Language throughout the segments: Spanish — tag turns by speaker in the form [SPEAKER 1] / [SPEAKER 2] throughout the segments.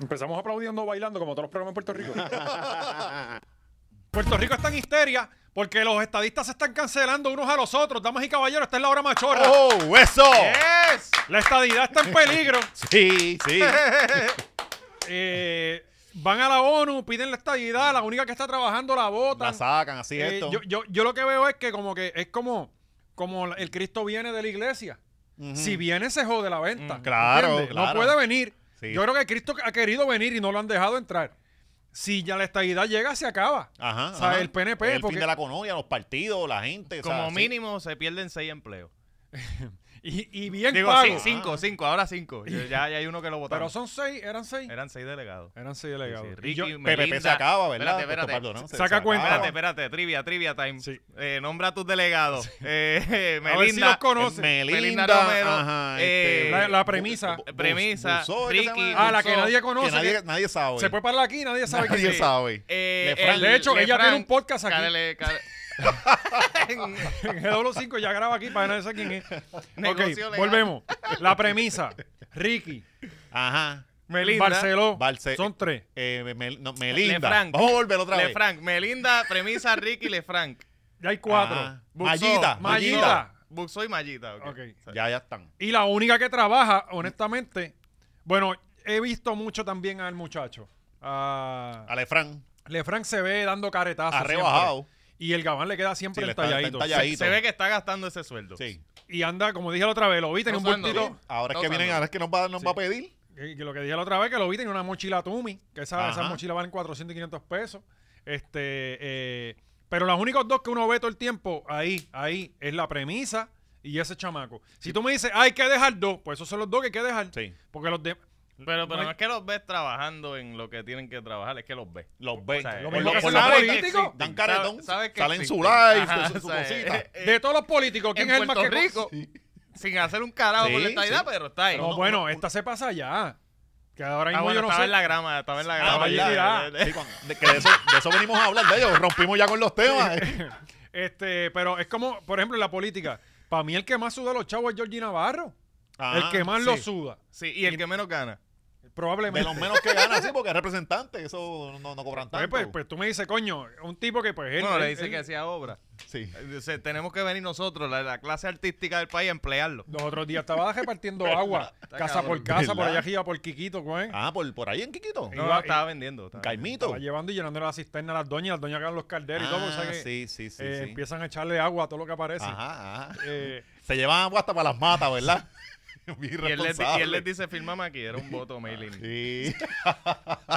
[SPEAKER 1] Empezamos aplaudiendo bailando como todos los programas en Puerto Rico. Puerto Rico está en histeria porque los estadistas se están cancelando unos a los otros. Damas y caballeros, esta es la hora machorra.
[SPEAKER 2] ¡Oh, eso!
[SPEAKER 1] Yes. La estadidad está en peligro.
[SPEAKER 2] Sí, sí.
[SPEAKER 1] Eh, van a la ONU, piden la estadidad, la única que está trabajando la bota.
[SPEAKER 2] La sacan, así es
[SPEAKER 1] Eh,
[SPEAKER 2] esto.
[SPEAKER 1] yo, yo, yo lo que veo es que como que es como, como el Cristo viene de la iglesia.
[SPEAKER 2] Ujú.
[SPEAKER 1] Si viene se jode la venta.
[SPEAKER 2] Mm, claro,
[SPEAKER 1] ¿entiendes?
[SPEAKER 2] claro.
[SPEAKER 1] No puede venir.
[SPEAKER 2] Sí.
[SPEAKER 1] Yo creo que Cristo ha querido venir y no lo han dejado entrar. Si ya la estadidad llega, se acaba.
[SPEAKER 2] Ajá,
[SPEAKER 1] O sea,
[SPEAKER 2] ajá.
[SPEAKER 1] el PNP,
[SPEAKER 2] El
[SPEAKER 1] porque-
[SPEAKER 2] fin de la conoya, los partidos, la gente. o sea,
[SPEAKER 3] Como
[SPEAKER 2] sí.
[SPEAKER 3] mínimo se pierden seis empleos.
[SPEAKER 1] Y, y bien
[SPEAKER 3] Digo,
[SPEAKER 1] pago.
[SPEAKER 3] sí, cinco, cinco, ahora cinco. Yo- ya, ya hay uno que lo votaron.
[SPEAKER 1] Pero son seis, eran seis. Eh,
[SPEAKER 3] Eran seis delegados.
[SPEAKER 1] Eran seis
[SPEAKER 3] Sí,
[SPEAKER 1] delegados.
[SPEAKER 3] sí,
[SPEAKER 1] Y yo-
[SPEAKER 3] Ricky,
[SPEAKER 2] PPP se
[SPEAKER 3] Melinda-
[SPEAKER 2] acaba, ¿verdad?
[SPEAKER 3] Espérate,
[SPEAKER 2] Esto,
[SPEAKER 3] espérate.
[SPEAKER 2] perdón, ¿no? Se-
[SPEAKER 1] Saca
[SPEAKER 2] se
[SPEAKER 1] cuenta.
[SPEAKER 2] acaba.
[SPEAKER 3] Espérate, espérate, trivia, trivia time.
[SPEAKER 1] Sí.
[SPEAKER 3] Eh, nombra a tus delegados. Eh,
[SPEAKER 1] a
[SPEAKER 3] eh,
[SPEAKER 1] ver si
[SPEAKER 3] Melinda,
[SPEAKER 1] los conoce.
[SPEAKER 2] Melinda,
[SPEAKER 3] Melinda Romero,
[SPEAKER 2] ajá,
[SPEAKER 3] eh,
[SPEAKER 2] este,
[SPEAKER 1] la, la
[SPEAKER 2] Bu-
[SPEAKER 1] premisa.
[SPEAKER 2] Bu- Bu-
[SPEAKER 3] Premisa,
[SPEAKER 2] Buzo, ¿qué se
[SPEAKER 3] Ricky,
[SPEAKER 2] llama?
[SPEAKER 1] Ah, la que
[SPEAKER 3] Buzo,
[SPEAKER 1] nadie
[SPEAKER 2] que
[SPEAKER 1] conoce.
[SPEAKER 2] nadie,
[SPEAKER 1] que
[SPEAKER 2] nadie sabe.
[SPEAKER 1] se puede parar aquí, nadie sabe quién
[SPEAKER 2] nadie
[SPEAKER 1] es.
[SPEAKER 2] sabe.
[SPEAKER 3] eh,
[SPEAKER 2] Lefranc.
[SPEAKER 3] el-
[SPEAKER 1] De hecho, ella
[SPEAKER 3] Lefranc,
[SPEAKER 1] tiene un podcast aquí.
[SPEAKER 3] Cale- cale-
[SPEAKER 1] En GW5 ya graba aquí para que nadie sabe quién es.
[SPEAKER 3] Negocio
[SPEAKER 1] Ok,
[SPEAKER 3] legal.
[SPEAKER 1] volvemos. La premisa. Ricky,
[SPEAKER 2] Ajá.
[SPEAKER 3] Melinda.
[SPEAKER 1] Barceló,
[SPEAKER 2] Barce-
[SPEAKER 1] son tres.
[SPEAKER 2] Eh, Mel- no, Melinda.
[SPEAKER 3] Lefranc.
[SPEAKER 2] Vamos a volver otra vez.
[SPEAKER 3] Lefranc, Melinda, premisa, Ricky, Lefranc.
[SPEAKER 1] Ya hay cuatro.
[SPEAKER 2] Ajá.
[SPEAKER 3] Buxó,
[SPEAKER 2] Mallita.
[SPEAKER 1] Mallita.
[SPEAKER 3] Buxo y Mallita. ok.
[SPEAKER 1] Ok.
[SPEAKER 2] Ya, ya están.
[SPEAKER 1] Y la única que trabaja, honestamente, bueno, he visto mucho también al muchacho. A
[SPEAKER 2] A Lefran.
[SPEAKER 1] Lefranc se ve dando caretazos.
[SPEAKER 2] Ha
[SPEAKER 1] siempre.
[SPEAKER 2] rebajado.
[SPEAKER 1] Y el gabán le queda siempre
[SPEAKER 2] Sí, le está- está
[SPEAKER 1] entalladito.
[SPEAKER 2] entalladito.
[SPEAKER 3] Se ve que está gastando ese sueldo.
[SPEAKER 2] Sí.
[SPEAKER 1] Y anda, como dije la otra vez, lo vi, tenía un
[SPEAKER 3] Usando.
[SPEAKER 1] bultito.
[SPEAKER 2] Ahora es
[SPEAKER 3] Está
[SPEAKER 2] que vienen,
[SPEAKER 3] usando.
[SPEAKER 2] ahora es que nos va, nos va a pedir.
[SPEAKER 1] que- que lo que dije la otra vez, que lo vi, tenía una mochila Tumi, que esa,
[SPEAKER 2] Ajá.
[SPEAKER 1] esas mochilas valen 400 y 500 pesos. Este, eh, pero los únicos dos que uno ve todo el tiempo, ahí, ahí, es la premisa y ese chamaco. Si tú me dices, "Ah, hay que dejar dos, pues esos son los dos que hay que dejar.
[SPEAKER 2] Sí.
[SPEAKER 1] Porque los de...
[SPEAKER 3] Eh, Pero, pero
[SPEAKER 1] No
[SPEAKER 3] no,
[SPEAKER 1] hay-
[SPEAKER 3] es que los ves trabajando en lo que tienen que trabajar, es que los ves.
[SPEAKER 2] Los ven.
[SPEAKER 3] sea,
[SPEAKER 2] Por
[SPEAKER 1] lo mismo
[SPEAKER 2] Pues, lo-
[SPEAKER 1] que
[SPEAKER 2] por
[SPEAKER 1] hacen
[SPEAKER 2] lo
[SPEAKER 1] los
[SPEAKER 2] menos
[SPEAKER 1] políticos.
[SPEAKER 2] existen, Dan
[SPEAKER 3] Sabe-
[SPEAKER 2] caretón.
[SPEAKER 3] sabe que
[SPEAKER 2] Salen su
[SPEAKER 3] existen.
[SPEAKER 2] live,
[SPEAKER 3] Ajá,
[SPEAKER 2] su, su
[SPEAKER 3] o sea,
[SPEAKER 2] cosita.
[SPEAKER 3] eh, eh,
[SPEAKER 1] De todos los políticos, ¿quién
[SPEAKER 3] en
[SPEAKER 1] es el más
[SPEAKER 3] Puerto
[SPEAKER 1] que
[SPEAKER 3] Rico, sin hacer un carajo
[SPEAKER 2] Sí,
[SPEAKER 3] por la estadidad,
[SPEAKER 2] sí.
[SPEAKER 3] pero está ahí.
[SPEAKER 1] No, bueno, esta se pasa ya. Que ahora
[SPEAKER 3] Ah,
[SPEAKER 1] mismo
[SPEAKER 3] bueno,
[SPEAKER 1] yo no
[SPEAKER 3] estaba
[SPEAKER 1] sé.
[SPEAKER 3] en la grama, estaba en la
[SPEAKER 2] Ah,
[SPEAKER 3] grama.
[SPEAKER 1] verdad.
[SPEAKER 2] Sí, cuando- de, que de eso, de eso venimos a hablar de ellos. Rompimos ya con los temas.
[SPEAKER 1] Este, pero es como, por ejemplo, en la política. Para mí el que más suda a los chavos es Georgie Navarro. el
[SPEAKER 2] Ajá,
[SPEAKER 1] que más
[SPEAKER 2] Ah, sí.
[SPEAKER 1] lo suda.
[SPEAKER 3] Sí, y el que menos gana.
[SPEAKER 1] Probablemente.
[SPEAKER 2] Ah, De los menos que ganan, sí, porque es representante. Eso no, no cobran
[SPEAKER 1] Pues,
[SPEAKER 2] tanto.
[SPEAKER 1] pues, pues tú me dices, coño, un tipo que pues él...
[SPEAKER 3] Bueno, le
[SPEAKER 1] él-
[SPEAKER 3] dice
[SPEAKER 1] él-
[SPEAKER 3] que hacía obra.
[SPEAKER 2] sí.
[SPEAKER 3] Eh, se- tenemos que venir nosotros, la, la clase artística del país, a emplearlo.
[SPEAKER 1] Los otros días estaba repartiendo agua,
[SPEAKER 3] Está
[SPEAKER 1] casa
[SPEAKER 3] cabrón.
[SPEAKER 1] por casa, por
[SPEAKER 2] ¿Verdad?
[SPEAKER 1] allá arriba, por Quiquito, güey.
[SPEAKER 2] Ah, por, por ahí en Quiquito.
[SPEAKER 3] No,
[SPEAKER 1] Iba-
[SPEAKER 3] estaba vendiendo. estaba
[SPEAKER 2] Caimito.
[SPEAKER 1] Estaba llevando y llenando la cisterna a las doñas, las doñas que hagan los calderos y todo, porque,
[SPEAKER 2] Ah,
[SPEAKER 1] ¿sabes que,
[SPEAKER 2] sí, sí, sí.
[SPEAKER 1] eh,
[SPEAKER 2] sí.
[SPEAKER 1] empiezan a echarle agua a todo lo que aparece.
[SPEAKER 2] Ajá, ajá.
[SPEAKER 1] Eh,
[SPEAKER 2] Se llevan agua hasta para las matas, ¿verdad? Bien
[SPEAKER 3] vendiendo. Y él, les, di- y él
[SPEAKER 2] irresponsable.
[SPEAKER 3] les dice, firmame aquí, era un voto mailing.
[SPEAKER 2] Sí.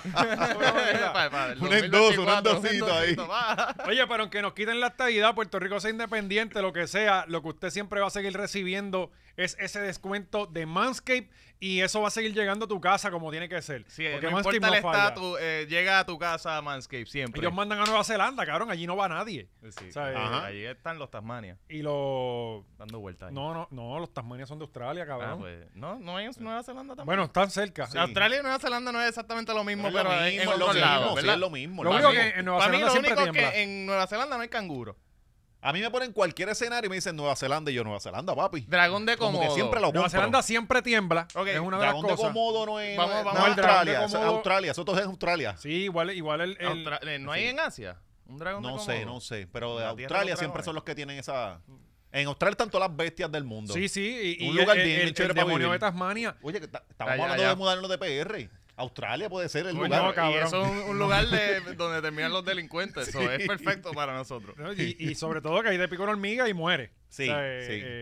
[SPEAKER 3] Pa- pa- del
[SPEAKER 2] Un endoso, un
[SPEAKER 3] 2024,
[SPEAKER 2] endosito
[SPEAKER 3] un
[SPEAKER 2] ahí.
[SPEAKER 3] va.
[SPEAKER 1] Oye, pero aunque nos quiten la estadidad, Puerto Rico sea independiente, lo que sea, lo que usted siempre va a seguir recibiendo es ese descuento de Manscape y eso va a seguir llegando a tu casa como tiene que ser.
[SPEAKER 3] Sí, no importa el estatus, eh, llega a tu casa Manscape siempre.
[SPEAKER 1] Ellos mandan a Nueva Zelanda, cabrón, allí no va nadie.
[SPEAKER 3] Sí.
[SPEAKER 1] ¿sabes?
[SPEAKER 2] Ajá.
[SPEAKER 3] Allí están los Tasmania
[SPEAKER 1] Y los...
[SPEAKER 3] dando vueltas. ahí.
[SPEAKER 1] No, no, no, los Tasmania son de Australia,
[SPEAKER 3] Ah,
[SPEAKER 1] cabrón.
[SPEAKER 3] pues, no, no hay en Nueva Zelanda también.
[SPEAKER 1] Bueno, están cerca.
[SPEAKER 2] Sí.
[SPEAKER 3] Australia y Nueva Zelanda no es exactamente lo mismo,
[SPEAKER 2] Es lo
[SPEAKER 3] pero en-
[SPEAKER 2] mismo,
[SPEAKER 3] en
[SPEAKER 2] es lo
[SPEAKER 3] otros
[SPEAKER 2] mismo,
[SPEAKER 3] lados,
[SPEAKER 2] sí,
[SPEAKER 3] ¿verdad?
[SPEAKER 2] es lo mismo. es
[SPEAKER 1] Lo
[SPEAKER 2] lo
[SPEAKER 1] único
[SPEAKER 2] mismo.
[SPEAKER 1] que en Nueva
[SPEAKER 3] Para mí
[SPEAKER 1] Zelanda
[SPEAKER 3] lo
[SPEAKER 1] siempre
[SPEAKER 3] único es
[SPEAKER 1] tiembla.
[SPEAKER 3] que en Nueva Zelanda no hay canguro.
[SPEAKER 2] A mí me ponen cualquier escenario y me dicen Nueva Zelanda y yo Nueva Zelanda, papi.
[SPEAKER 3] Dragón de
[SPEAKER 2] Como
[SPEAKER 3] Komodo.
[SPEAKER 2] que siempre lo compro.
[SPEAKER 1] Nueva Zelanda siempre tiembla.
[SPEAKER 3] Ok,
[SPEAKER 1] Es una de las
[SPEAKER 2] Dragón de
[SPEAKER 1] cosas.
[SPEAKER 2] Komodo no es,
[SPEAKER 3] Vamos-
[SPEAKER 2] no es-
[SPEAKER 3] vamos
[SPEAKER 2] no es
[SPEAKER 1] al dragón de
[SPEAKER 2] Australia, eso es
[SPEAKER 1] Komodo.
[SPEAKER 2] Australia, eso todo es Australia.
[SPEAKER 1] Sí, igual, igual el, el-
[SPEAKER 3] Austra- eh, ¿No hay en Asia? ¿Un dragón de
[SPEAKER 2] no
[SPEAKER 3] Komodo?
[SPEAKER 2] sé, no sé, pero de
[SPEAKER 3] La tierra
[SPEAKER 2] Australia
[SPEAKER 3] de los
[SPEAKER 2] siempre
[SPEAKER 3] dragones.
[SPEAKER 2] son
[SPEAKER 1] eh.
[SPEAKER 2] los que tienen esa... En Australia están todas las bestias del mundo.
[SPEAKER 1] Sí, sí, y,
[SPEAKER 2] Un
[SPEAKER 1] y
[SPEAKER 2] lugar
[SPEAKER 1] el,
[SPEAKER 2] bien
[SPEAKER 1] el- el
[SPEAKER 2] chévere para
[SPEAKER 1] demonio
[SPEAKER 2] vivir.
[SPEAKER 1] de Tasmania.
[SPEAKER 2] Oye, que ta- estamos
[SPEAKER 3] Allá,
[SPEAKER 2] hablando de
[SPEAKER 3] allá.
[SPEAKER 2] mudarnos de PR. Australia puede ser el
[SPEAKER 3] Coño,
[SPEAKER 2] lugar.
[SPEAKER 1] no, cabrón.
[SPEAKER 3] y eso es un, un lugar de, donde terminan los delincuentes. Eso es perfecto para nosotros.
[SPEAKER 1] ¿no? Y, y sobre todo que ahí te pica una hormiga y muere. eh,
[SPEAKER 2] Sí,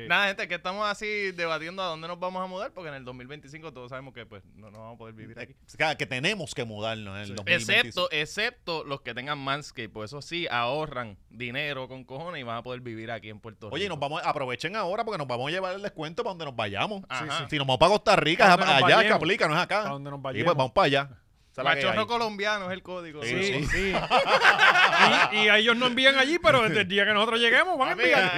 [SPEAKER 2] sí.
[SPEAKER 3] Nada, gente, que estamos así debatiendo a dónde nos vamos a mudar, porque en el 2025 todos sabemos que pues no, no vamos a poder vivir aquí.
[SPEAKER 2] eh, O sea, que tenemos que mudarnos en el 2025.
[SPEAKER 3] Excepto, excepto los que tengan Manscape, pues eso sí ahorran dinero con cojones y van a poder vivir aquí en Puerto Rico.
[SPEAKER 2] Oye, y nos vamos, aprovechen ahora porque nos vamos a llevar el descuento para donde nos vayamos.
[SPEAKER 3] Ajá.
[SPEAKER 2] Sí, sí. Si nos vamos para Costa Rica, es
[SPEAKER 1] Para donde
[SPEAKER 2] allá
[SPEAKER 1] nos
[SPEAKER 2] que
[SPEAKER 1] vayamos.
[SPEAKER 2] aplica, no es acá.
[SPEAKER 1] Para donde nos
[SPEAKER 2] Y
[SPEAKER 1] vayamos.
[SPEAKER 2] pues vamos para allá. Esa es la que hay.
[SPEAKER 3] Machorro colombiano es el código.
[SPEAKER 2] Sí,
[SPEAKER 3] ¿no?
[SPEAKER 1] Sí, sí. y, y a ellos nos envían allí, pero desde el día que nosotros lleguemos van a
[SPEAKER 3] Papi,
[SPEAKER 1] enviar.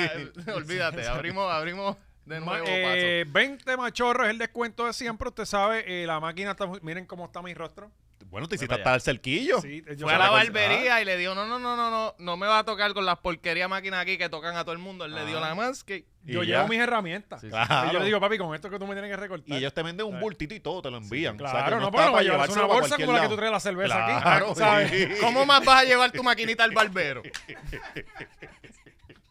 [SPEAKER 3] ah, olvídate, abrimos, abrimos de
[SPEAKER 1] eh, Ma-
[SPEAKER 3] nuevo
[SPEAKER 1] eh, 20 machorros es el descuento de siempre. Usted sabe, eh, la máquina está. muy- Miren cómo está mi rostro.
[SPEAKER 2] Bueno, te hiciste
[SPEAKER 3] para
[SPEAKER 2] hasta el cerquillo.
[SPEAKER 1] Sí, yo
[SPEAKER 3] Fue
[SPEAKER 1] sé
[SPEAKER 3] a la
[SPEAKER 1] cosa.
[SPEAKER 3] barbería y le dijo, no, no, no, no, no, no me va a tocar con las porquerías máquinas aquí que tocan a todo el mundo. Él le dio
[SPEAKER 2] Ah.
[SPEAKER 3] la Manscaped.
[SPEAKER 2] Y
[SPEAKER 1] Yo
[SPEAKER 2] ya.
[SPEAKER 1] llevo mis herramientas.
[SPEAKER 3] Sí, sí.
[SPEAKER 1] Y yo
[SPEAKER 2] Claro.
[SPEAKER 1] le digo, papi, con esto que tú me tienes que
[SPEAKER 2] Y
[SPEAKER 1] recortar.
[SPEAKER 2] ellos te venden un
[SPEAKER 1] Eh, Sí.
[SPEAKER 2] bultito y todo, te lo envían.
[SPEAKER 1] Claro,
[SPEAKER 2] O sea, que
[SPEAKER 1] no,
[SPEAKER 2] está
[SPEAKER 1] pero no
[SPEAKER 2] para
[SPEAKER 1] voy a llevar una
[SPEAKER 2] llevárselo para
[SPEAKER 1] bolsa como la
[SPEAKER 2] cualquier
[SPEAKER 1] que tú traes la cerveza
[SPEAKER 2] Claro,
[SPEAKER 1] aquí. ¿sabes?
[SPEAKER 2] sí.
[SPEAKER 3] ¿Cómo más vas a llevar tu maquinita al barbero?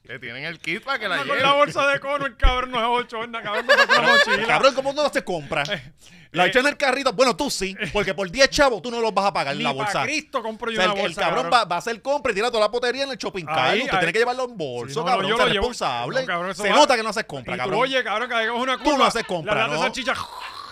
[SPEAKER 3] Te tienen el kit para que la
[SPEAKER 1] Anda Con la
[SPEAKER 3] lleves.
[SPEAKER 1] bolsa de cono, el cabrón no es ocho, anda, cabrón, no es una
[SPEAKER 2] lado.
[SPEAKER 1] mochila.
[SPEAKER 2] Cabrón, ¿cómo no se compra? La
[SPEAKER 1] eh.
[SPEAKER 2] echan en el carrito. Bueno, tú sí, porque por 10 chavos tú no los vas a pagar en
[SPEAKER 1] Ni
[SPEAKER 2] la
[SPEAKER 1] pa'
[SPEAKER 2] bolsa.
[SPEAKER 1] Cristo compro
[SPEAKER 2] O
[SPEAKER 1] yo
[SPEAKER 2] sea, el,
[SPEAKER 1] una
[SPEAKER 2] el
[SPEAKER 1] bolsa.
[SPEAKER 2] cabrón va, va a hacer compra y tira toda la potería en el shopping cart.
[SPEAKER 1] Ahí,
[SPEAKER 2] Usted
[SPEAKER 1] ahí.
[SPEAKER 2] tiene que llevarlo en
[SPEAKER 1] Sí,
[SPEAKER 2] bolso,
[SPEAKER 1] no, no,
[SPEAKER 2] cabrón.
[SPEAKER 1] yo
[SPEAKER 2] sea
[SPEAKER 1] lo llevo-
[SPEAKER 2] responsable.
[SPEAKER 1] no, cabrón, eso
[SPEAKER 2] se
[SPEAKER 1] va-
[SPEAKER 2] nota que no haces compra,
[SPEAKER 1] Y tú,
[SPEAKER 2] cabrón.
[SPEAKER 1] oye, cabrón, que hagamos una
[SPEAKER 2] Tú
[SPEAKER 1] curva.
[SPEAKER 2] no haces compra,
[SPEAKER 1] La lata de
[SPEAKER 2] ¿no?
[SPEAKER 1] salchicha.